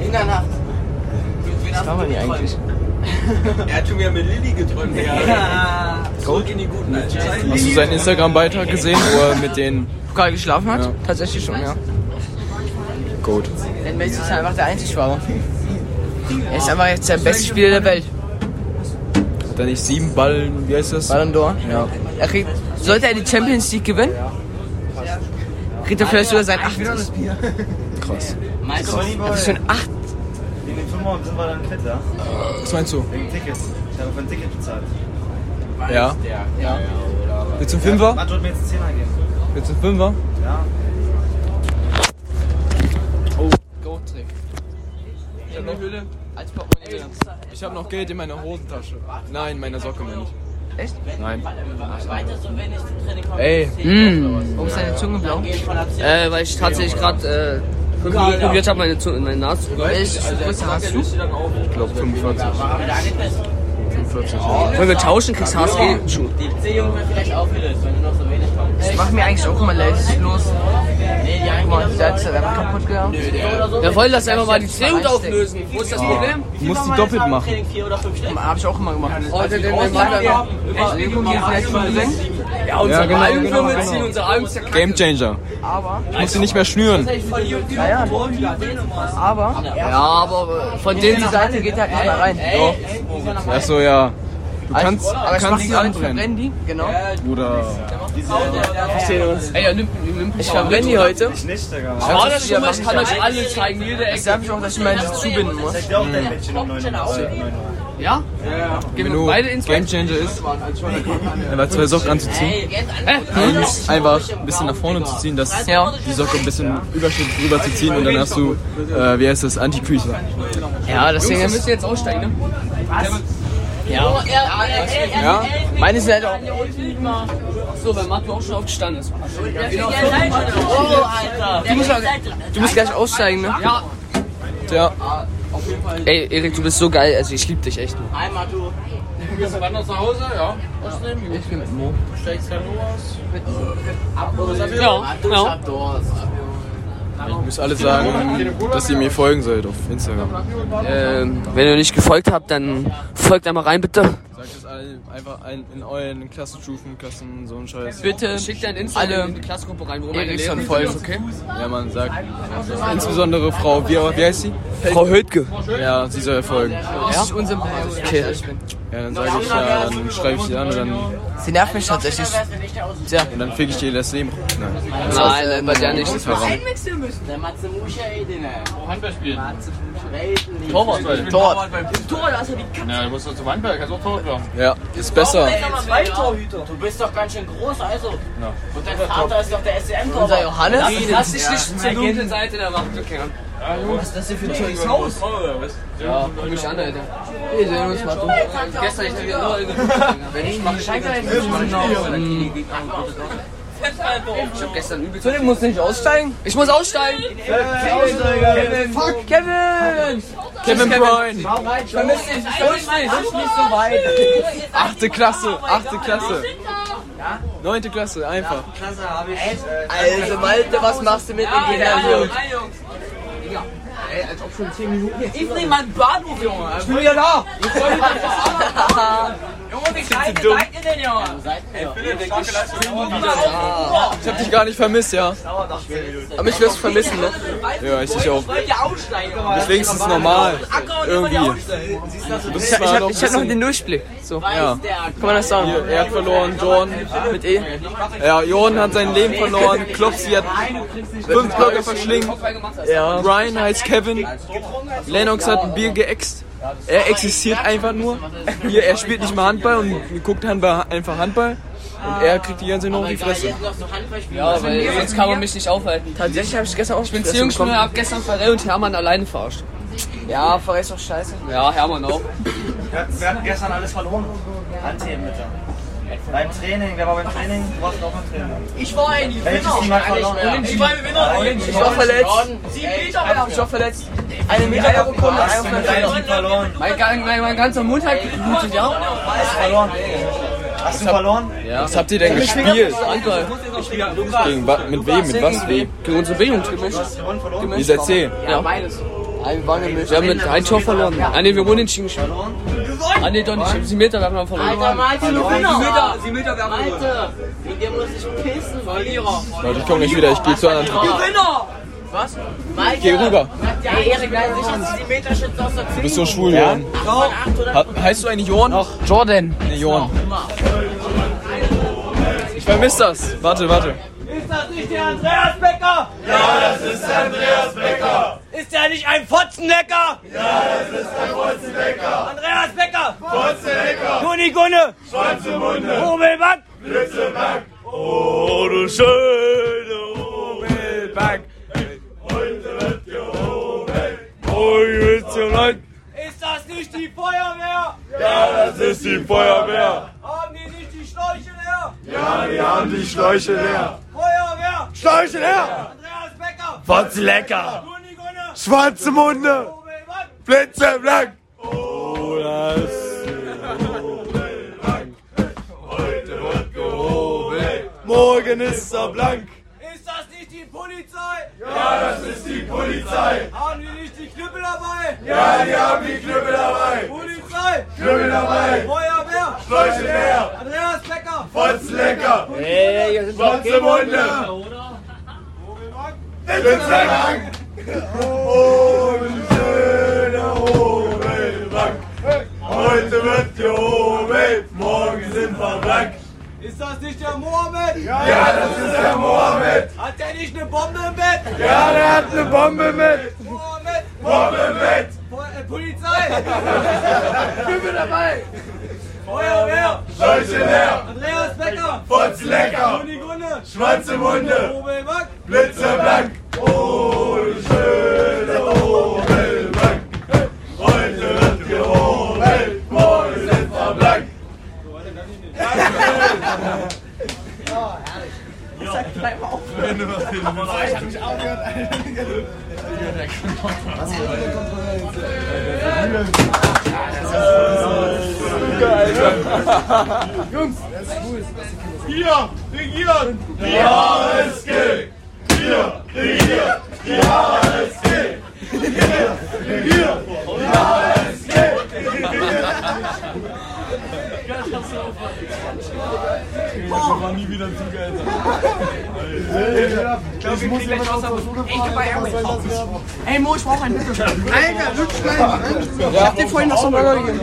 *laughs* In der Nacht. Was war man hier eigentlich? Er hat schon wieder mit Lilly geträumt. Ja. Zurück in die guten alten Zeiten. Hast du seinen Instagram-Beitrag gesehen, wo er mit den. Pokal geschlafen hat? Ja. Tatsächlich schon, ja. Gut. Denn Messi ist einfach der einzig wahre. Er ist einfach jetzt der beste Spieler der Welt. Hat er nicht sieben Ballen, wie heißt das? Ballon d'Or? Ja. Er kriegt, sollte er die Champions League gewinnen, kriegt er vielleicht sogar sein 80. Krass. Also schon 8. Wegen den 5 sind wir dann fett, ja? Was meinst du? Wegen Tickets. Ich habe für ein Ticket bezahlt. Ja. Ja. Willst du einen Fünfer? Man wird mir jetzt 10 geben. Willst du einen Fünfer? Ja. Oh, Goat-Trick. Ich hab eine Hülle. Als Portemonnaie. Ich hab noch Geld in meiner Hosentasche. Nein, in meiner Socke, meine ich. Echt? Nein. Weiter so wenig zu Training kommen. Ey. Mm. Warum ist deine Zunge blau? Äh, weil ich tatsächlich gerade äh, fünf Minuten probiert habe, meine, Zunge- meine Nase zu Welche Größe hast du? Ich glaube 45. 45. Wollen wir tauschen? Kriegst du E? Die HSG-Schuh. C-Jungen werden vielleicht aufgelöst, wenn du noch so wenig kommst. Ich mach mir eigentlich auch immer leid, los. Nee, die Guck einen mal, der ist einfach kaputt gegangen. Wir wollen das einfach mal die C-Hut auflösen. Wo ist das Ja. Problem? Du musst die doppelt machen. vier oder fünf Stück. Hab ich auch immer gemacht. Also, Heute den Mann Ja, unsere Ja, genau, Algen genau, wir genau. ziehen, unsere Algen Game zerkacken. Changer. Aber. Du musst sie nicht mehr schnüren. Ja, ja. Aber. Ja, aber von der denen die Seite geht halt nicht mehr rein. Doch. Achso, ja. Du kannst, du aber ich mach kannst die sie alle anbrennen. die, genau. Bruder. Ey, ja, nimm, nimm, Ich verbrenne die heute. Ich nicht, Digga. Ich war das schon mal, ich kann euch alle zeigen, jede Ecke. Ich sag mich auch, dass ich meinen zubinden muss. Zeig dir Hm. auch dein Mädchen um 99. Ja? Ja. Gehen wir beide ins Game Changer ist, einfach zwei Socken anzuziehen. Und einfach ein bisschen nach vorne zu ziehen, dass Ja. die Socke ein bisschen Überschritt drüber zu ziehen und dann hast du, äh, wie heißt das, Antifüße. Ja, das Ding Jungs, wir ist. müssen jetzt aussteigen, ne? Ja. Ja. Meine ist halt auch. So, weil Mathe auch schon aufgestanden ist. Genau. Oh, Alter. Du musst, du musst gleich aussteigen, ne? Ja. Ah, Ja. Auf jeden Fall. Ey, Erik, du bist so geil. Also, ich lieb dich echt. Einmal du. Wir sind wandern nach Hause, ja. Was nehmen wir? Ich bin mit Mo. Steigst du aus? Äh, Ja, genau. ja. Ich muss alle sagen, dass ihr mir folgen sollt auf Instagram. Ähm, wenn ihr nicht gefolgt habt, dann folgt einmal rein, bitte. Sagt es allen, einfach allen in euren Klassenstufen, Klassen, so ein Scheiß. Bitte schickt dein Instagram in die Klassengruppe rein, wo meine Eriksson Lehrerin folgen. ist, okay? Ja, man sagt. Insbesondere Frau, wie, wie heißt sie? Frau Hödke. Ja, sie soll folgen. Ja? Ist unsympathisch. Okay. Ja, dann sage ich, ja, dann schreibe ich die an und dann, Sie nervt mich tatsächlich. Tja. und dann fick ich dir das Leben. Nein, Nein, nein, bei der nicht. Das ist Haram. Einwechseln müssen. Der Matze Muscha, ey, den er. Oh, Handball spielen. Matze Muscha. Torwart. Ich bin Torwart. Torwart, du hast also ja die Katze. Ja, du musst doch zum Weinberg, kannst auch Torwart werden. Ja, ist besser. Ey, zwei Torhüter. Du bist doch ganz schön groß, also. Und dein Vater ist doch der SCM-Torwart. Unser Johannes? Lass dich nicht zur dunklen zu Seite der Wacht bekehren. Was ist das denn für ein teures Haus? Ja, guck mich an, Alter. Wir sehen uns, Mathe. Gestern, ich bin wieder nur in der Wenn ich mache, scheint er nicht. Ich hab gestern übel. Philipp muss nicht aussteigen? Ich muss aussteigen! Kevin! Fuck, Kevin! Kevin Bruyne. Ich vermisse dich, ich vermisse dich. Ich nicht so weit. Achte Klasse, oh achte Klasse. Neunte Klasse, einfach. Klasse habe ich. Also, Malte, was machst du mit den Kindern hier? Ey, als ob schon 10 Ich nehme meinen Bahnhof, Junge. Ich bin wieder da. Ich wollte mich nicht verarschen. Junge, wie klein seid ihr denn, Junge? Ey, Philipp, starke Leistung. Ich hab dich gar nicht vermisst, ja. Aber ich wirst vermissen, ne? Ja, ich dich auch. Wollt ihr aussteigen? oder was? Deswegen ist es normal. Irgendwie. Ich, ich, hab, ich hab noch den Durchblick. So. Ja. Kann man das sagen? Er hat verloren, John. Mit E. Ja, Jordan hat sein Leben verloren. Klopsi hat fünf Blöcke verschlingt. Ja. Ryan heißt Kevin. Lennox hat ein Bier geäxt. Er existiert einfach nur. Hier, er spielt nicht mal Handball und guckt Handball, einfach Handball. Und er kriegt die ganze Zeit nur auf die Fresse. Ja, weil sonst kann man mich nicht aufhalten. Tatsächlich habe ich gestern auch Ich bin Beziehungsschnur, hab gestern Pharrell und Hermann alleine verarscht. Ja, Pharrell ist doch scheiße. Ja, Hermann auch. Wer, wer hat gestern alles verloren? Handheben bitte. Beim Training, wer war beim Training? Du warst auch beim Training. Ich war ein Welches Team hat verloren? Ich war ein Gewinner. Ich war verletzt. Sieben Meter war Ich war verletzt. Eine Meter Sekunde, verloren. Mein, gan- mein, mein ganzer Mund hat geblutet, ja? verloren. Hast du verloren? Ja. Was habt ihr denn gespielt? Gegen, wa- mit wem? Mit was? Wem? Gegen unsere B-Jugend. Ihr seid zehn. Ja, meines. Wir haben mit einem Tor verloren. Ah ne, wir wurden entschieden gespielt. Ah ne, doch nicht. Sie Meter, wir haben verloren. Alter, Malte, du Sie Meter. Gewinner! Malte, mit dir muss ich pissen. Verlierer. Leute, ich komm nicht wieder, ich gehe zu anderen Tribünen. Gewinner! Was? Malte, Geh rüber. Ja, Erik, leise dich an die Meterschütze aus der Du 10. bist so schwul, Jordan. Ha heißt du eigentlich Jordan? Noch. Jordan. Nee, Jordan. Ich vermisse das. Warte, warte. Ist das nicht der Andreas Becker? Ja, das ist Andreas Becker. Ist der nicht ein Fotzenlecker? Becker. Andreas Becker! Fotzenlecker. Guni Gunne! Schwarze Munde. Hobelback! Blitzebank. Oh, du schöne Hobelbank. Heute wird gehobelt. Morgen wird's gelangt. Ist das nicht die Feuerwehr? Ja, das ist die Feuerwehr. Haben die nicht die Schläuche leer? Ja, die haben die Schläuche leer. Feuerwehr! Schläuche leer. Andreas Becker! Fotz lecker. Schwarze Munde. Blitzeblank. Oh, das ist Hobelbank. Heute wird gehobelt. Morgen ist er blank. Ist das nicht die Polizei? Ja, das ist die Polizei. Haben die nicht die Knüppel dabei? Ja, die haben die Knüppel dabei. Polizei! Knüppel dabei. Feuerwehr! Schläuche leer. Andreas Becker! Fotz lecker. Hey, Schwarze Munde. Blitzeblank. Oh, du schöner Hobelbank. Heute wird gehobelt. Morgen sind wir blank. Ist das nicht der Mohammed? Ja, das ist der Mohammed. Hat der nicht eine Bombe im Bett? Ja, der hat eine Bombe mit. Bombe mit. Äh, Polizei! Bombe mit. dabei! Feuerwehr! Schläuche leer. Andreas Becker! Fotz lecker. Toni Gunne! Schwarze Munde. Obelback! Blitzeblank. Oh, du schöne Hobelbank. Heute wird gehobelt. Morgen sind wir blank. Wenn du was willst, Ich hab mich aufgehört, Alter. Was ist denn Jungs, wir regieren die HSG! Wir regieren die HSG! Wir regieren die HSG! Das war nie wieder zu *laughs* geil. Ich muss gleich aus der Ey Mo, ich brauch einen Lütschleim. Alter, Lütschleim. Ich hab dir vorhin noch so einen Burger gegeben.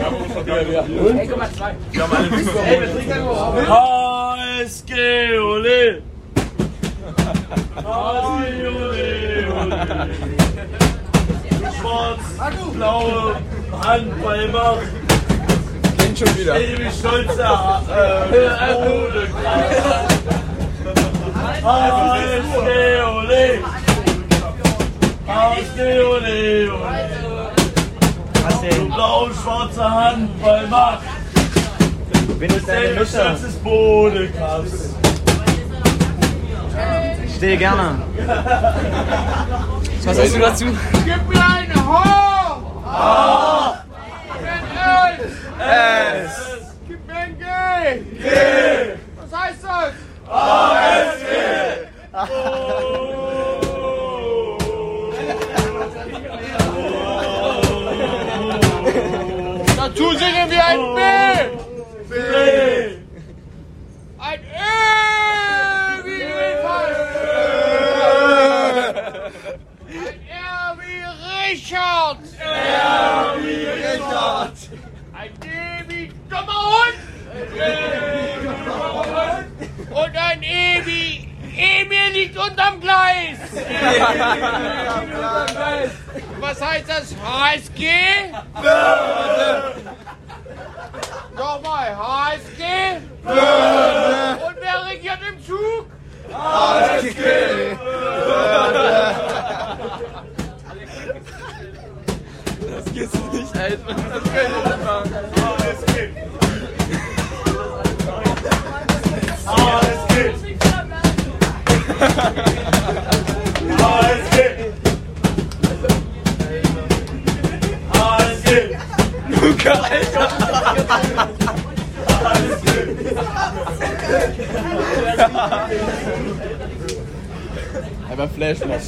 HSG, ole! HSG, ole, ole! Schwarz-blaue Handballmacht! Kennt schon wieder! Ewig stolzer äh, Rode HSG, ole! HSG, ole, ole! Du blau-schwarze Handballmacht! Wenn ich deine Mutter Das ist Bodekass. stehe gerne. Was hast du dazu? Gib mir eine Ho! Ho! Es! Gib mir ein G! G! Was heißt das? ASG! Dazu singen wir ein B! Und ein Ebi. Emil liegt unterm Gleis. Was heißt das? HSG? Nochmal, HSG? Und wer regiert im Zug? HSG! Das geht's nicht, Alter. Das kann ich nicht machen. HSG. HSG. HSG. HSG. Luca, Alter. Einfach Flashmob.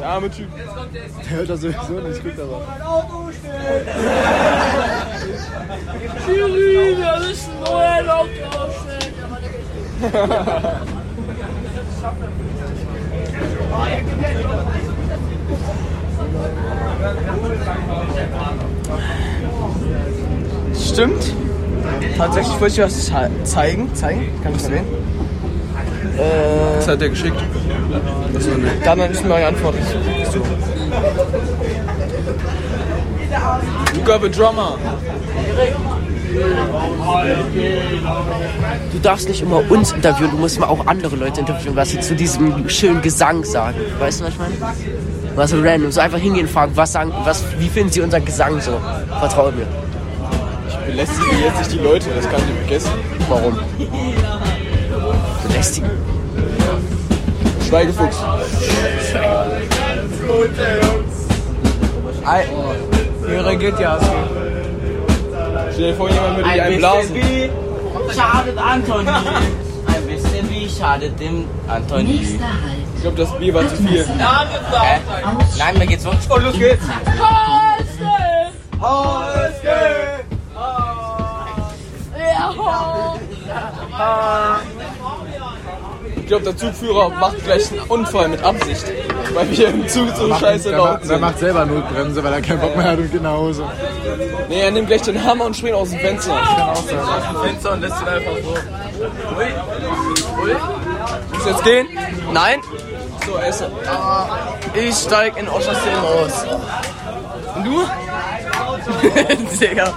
Der arme Typ. Der hört das sowieso nicht. Guckt aber. Schiri, wir müssen neue Lok aufstellen. Stimmt. Tatsächlich wollte ich dir was ze- zeigen. Zeigen? Kann ich sehen? Äh, Das hat er geschickt. Achso, ne. dann ist neu antworten. So. Luca the Drummer. Du darfst nicht immer uns interviewen, du musst mal auch andere Leute interviewen, was sie zu diesem schönen Gesang sagen. Weißt du, was ich meine? Was so random, so einfach hingehen und fragen, was sagen, was, wie finden sie unseren Gesang so? Vertraue mir. Belästigen jetzt nicht die Leute, das kann ich vergessen. Warum? Belästigen. Schweigefuchs. Ei, hier regiert ja. also. Stell dir vor, jemand würde dir Ein bisschen einen blasen. wie schadet Anton. Ein bisschen wie schadet dem Anton. Nächster Ich glaube, das Bier war zu viel. Nein, mir geht's wirklich. Und los geht's. Ich glaube, der Zugführer macht gleich einen Unfall mit Absicht. Weil wir im Zug so Macht- scheiße der laut macht- Der sind. macht selber Notbremse, weil er keinen Bock mehr hat und geht nach Hause. Nee, er nimmt gleich den Hammer und springt aus dem Fenster. Fenster und lässt ihn einfach so. Muss jetzt gehen? Nein. So, also. esse. Ich steig in Oschersleben aus. Und *laughs* du? Digga.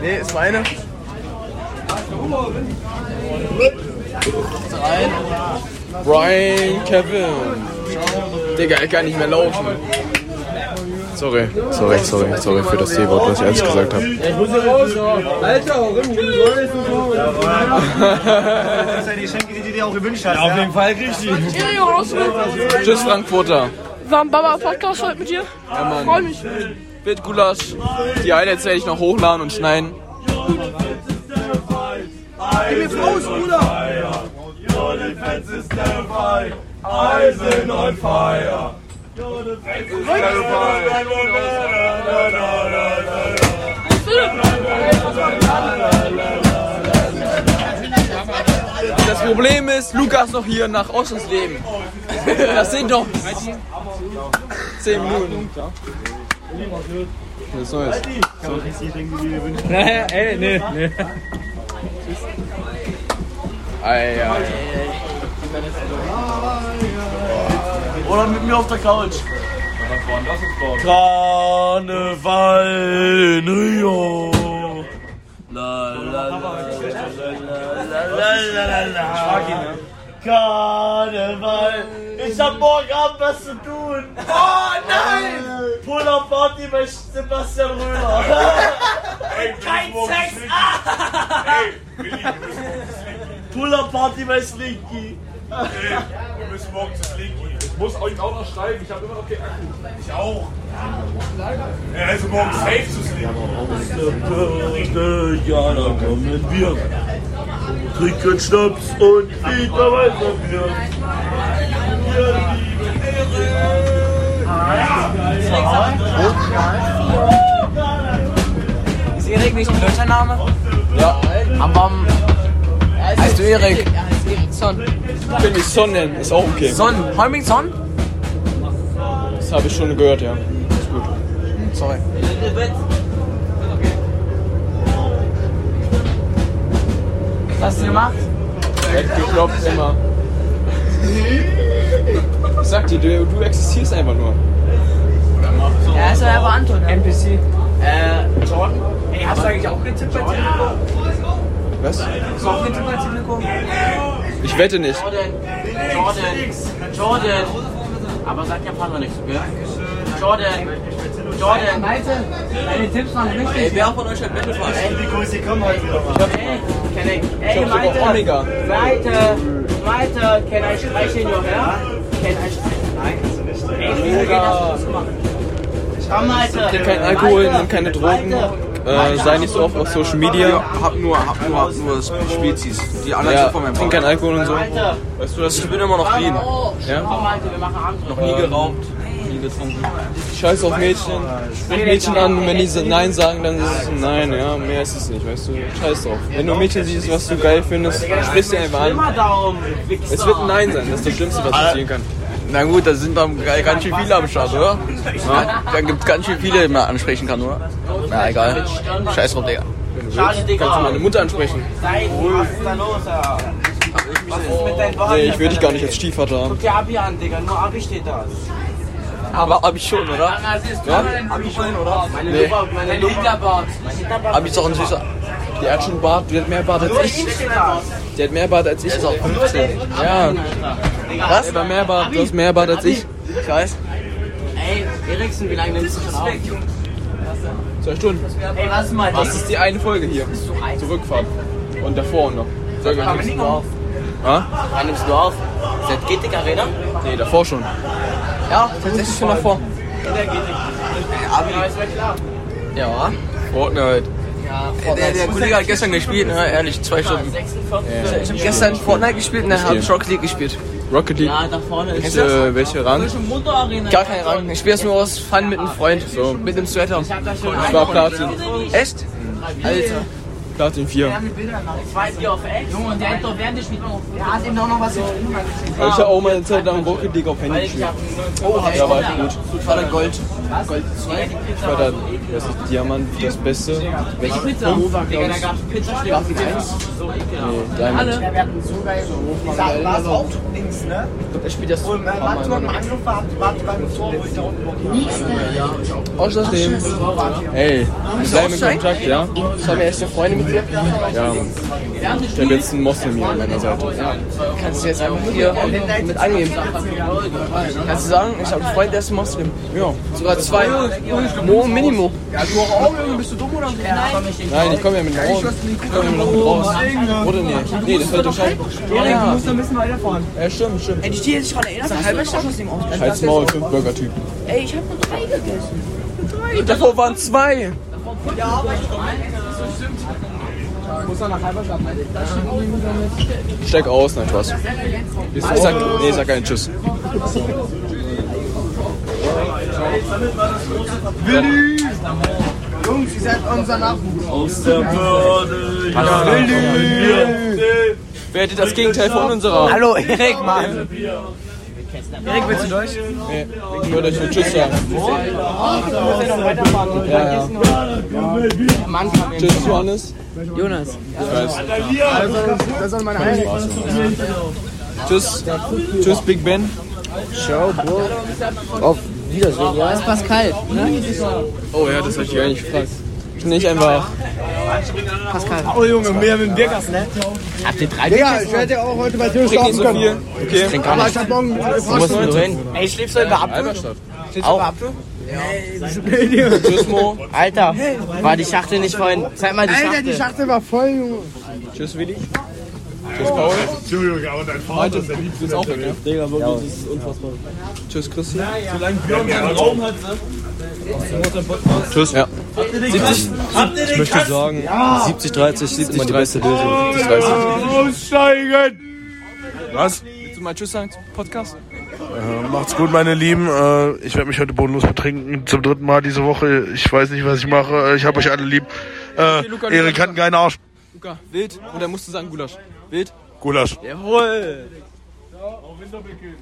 Nee, ist meine. Rein. Brian Kevin. Digga, er kann nicht mehr laufen. Sorry, sorry, sorry, sorry für das C-Wort, was ich ehrlich gesagt habe. Ich muss raus. Alter, warum? Das ist ja die Schenke, die du dir auch gewünscht hast. Ja, auf jeden Fall krieg ich die. Schiri, raus mit. Tschüss, Frankfurter. War ein Baba-Podcast heute mit dir? Ja, Mann. Freu mich. Bit Gulasch. Die Highlights werde ich noch hochladen und schneiden. Gib mir Prost, Bruder. Eisen on fire. Das Problem ist, Lukas noch hier nach Ossensleben. Das sind noch 10 Minuten. Was Neues. Nee, ey, nee, nee. Ei, ei. Oder mit mir auf der Couch. Karneval in Rio. La, la, la, Karneval. Ich hab morgen Abend was zu tun. Oh nein! Pull-up-Party bei Sebastian Römer. Kein Sex! Pull-up-Party bei Slinky. Wir müssen morgen zu Slinky. Ich muss euch auch noch schreiben, ich habe immer noch keinen Akku. Ich auch. Ja, also morgen safe zu Slinky. Ja, da kommen wir. Trinken Schnaps und wieder weiter Bier. Ist Erik nicht ein deutscher Name? Ja. Aber ähm, Heißt du Erik? Son. Ich will mich Son nennen, ist auch okay. Son. Heuming Son? Das habe ich schon gehört, ja. Ist gut. Sorry. Was hast du gemacht? Weggeklopft *laughs* immer. Ich sag dir, du, du existierst einfach nur. Ja, ist ja aber Anton. Ne? NPC. Äh, Jordan? Ey, hast du eigentlich auch getippt bei Telekom? Was? Hast du auch getippt bei Telekom? Ich wette nicht. Jordan, Jordan, Jordan. Aber sagt der Partner nichts, gell? Jordan, Jordan. Malte, deine Tipps waren richtig. Ey, wer von euch hat Battlefast? Ey, die Grüße kommen heute wieder mal. Ey, can I, ey, Ich hab Malte, sogar Omega. Malte, Malte, can I streicheln your hair? Can I streicheln? Nein, kannst du nicht. Ey, wie geht das zu machen? Komm, Malte. Trink keinen Alkohol, nimm keine Drogen, äh, sei nicht so oft auf Social Media. Hab nur, hab nur, hab nur Spezies. Die anderen Ja, sind von meinem trink keinen Alkohol und so. Weißt du, das ich bin immer noch clean. Ja? Komm, Malte, wir machen Abend. Noch nie geraucht, nie getrunken. Scheiß auf Mädchen, sprich Mädchen an und wenn die Nein sagen, dann ist es ein Nein, ja, mehr ist es nicht, weißt du, scheiß drauf. Wenn du ein Mädchen siehst, was du geil findest, sprichst du einfach Schlimmer an. Daumen, Wichser. Es wird ein Nein sein, das ist das Schlimmste, was passieren kann. Na gut, da sind dann g- ganz schön viele am Start, oder? Ja. Da gibt's ganz schön viele, die man ansprechen kann, oder? Na egal. Scheiß drauf, Digga. Schade, Digga. Kannst du meine Mutter ansprechen? Sei ruhig. Was ist da los, Alter? Was ist mit deinen Worten? Nee, ich würde dich gar nicht als Stiefvater haben. Guck dir Abi an, Digga. Nur Abi steht da. Aber hab ich schon, oder? Ja? Hab ich schon, oder? Meine Nee. Lupa, meine Mein Lederbart. Mein Lederbart. Hab ich doch ein süßer. Die hat schon Bart, die hat mehr Bart als ich. Die hat mehr Bart als ich. ist auch 15. Ja. Was? Selber mehr Bart, du hast mehr Bart als ich. Ich weiß. Ey, Eriksen, wie lange nimmst du schon auf? Zwei Stunden. Ey, was ist mal Das ist die eine Folge hier. Zur Rückfahrt. Und davor noch. Sag Wann nimmst du auf? Ha? Wann nimmst du auf? Seit Getik Arena? Nee, davor schon. Ja, tatsächlich schon davor. Ja. Fortnite. Der, der Kollege hat gestern gespielt, ne? Ehrlich, zwei Stunden. Ich hab gestern Fortnite gespielt und dann hab ich Rocket League gespielt. Rocket League. da vorne Kennst du welche Rang? Gar keinen Rang. Ich spiel's nur aus Fun mit einem Freund. Mit einem Sweater. Ich war Platin. Echt? Alter. Platin 4. Zwei Bier auf Ex. Junge, und der hat doch während ich mit Er hat eben auch noch was Ich habe auch mal eine Zeit lang Rocket League auf Handy gespielt. Oh, hab ich ja, war auch. gut. Ich war dann Gold. Gold 2. Ich war dann, das ist Diamant, das Beste. Welche Pizza? Digga, da gab's Pizza Stück. So Nee, ekelhaft. Diamond. Wir hatten so geil. Die Sachen war es auch links, ne? Er spielt das. Und dann warte mal, im Angriff war, warte beim Tor, wo ich da unten Außerdem, ey, wir bleiben in Kontakt, ja? Ich habe erst eine Freundin mit dir. Ja, Mann. Ich habe jetzt einen Moslem hier an meiner Seite. Kannst du jetzt einfach hier mit angeben. Kannst du sagen, ich habe einen Freund, der ist Moslem. Ja. Sogar zwei. Mo und Minimo. Ja, du auch, Junge, bist du dumm oder so? Nein, ich komme ja mit raus. Ich komme ja mit raus. Oder nee? Nee, das wird doch scheiße. Erik, du musst ein bisschen weiterfahren. Ja, stimmt, stimmt. Ey, die steht jetzt schon erinnert, dass du schon aus dem Ausland Scheiß Maul, fünf Burger-Typ. Ey, ich hab nur drei gegessen. Und davor waren zwei. Ja, aber ich Das stimmt. Muss er nach Halberstadt, Alter. Das stimmt. Steig aus, nein, Spaß. Ich sag, nee, ich sag keinen Tschüss. Willi! Jungs, ihr seid unser Nachwuchs. Aus der Börde. Hallo. Willi. Wer hätte das Gegenteil von unserer? Hallo, Erik, Mann. Erik, willst du durch? Nee, ich würde euch nur Tschüss sagen. Ja, ja. Tschüss, Johannes. Jonas. Ich weiß. Also, das sind meine Highlights. Tschüss. Tschüss, Big Ben. Ciao, Bro. Auf Wiedersehen, Das ist Pascal, ne? Oh ja, das hab ich gar nicht gefragt. Nicht einfach. Pascal. Oh, Junge, mehr mit dem Biergast, ne? Habt ihr drei Digga, ich hätte auch heute bei dir Trink nicht schlafen so können. viel. Okay. Aber ich hab morgen Ey, schläfst du heute bei Abdul? Halberstadt. Schläfst du bei Abdul? Tschüss, Mo. Alter, war die Schachtel nicht vorhin? Zeig mal die Alter, die Schachtel. Schachtel war voll, Junge. Tschüss, Willi. Tschüss, Paul. Entschuldigung, aber dein Heute Vater ist der ist liebste es auch weg, ne? Digga, Ja. das ist unfassbar. Tschüss, Christi. Solange Björn einen Raum hat, ne? Tschüss. Ja. Habt ihr den Kasten? Habt ihr den Ich möchte Kasten? sagen, Ja. Oh. 70, 30, 70 immer die beste Lösung. Aussteigen! Was? Willst du mal Tschüss sagen zum Podcast? Äh, macht's gut, meine Lieben. Äh, ich werde mich heute bodenlos betrinken. Zum dritten Mal diese Woche. Ich weiß nicht, was ich mache. Äh, Ich habe euch alle lieb. Äh, Luca, Luca, Erik hat einen geilen Arsch. Luca, wild. Und dann musst du sagen Gulasch. Wild? Gulasch. Jawohl. Auch Winterbekühlen.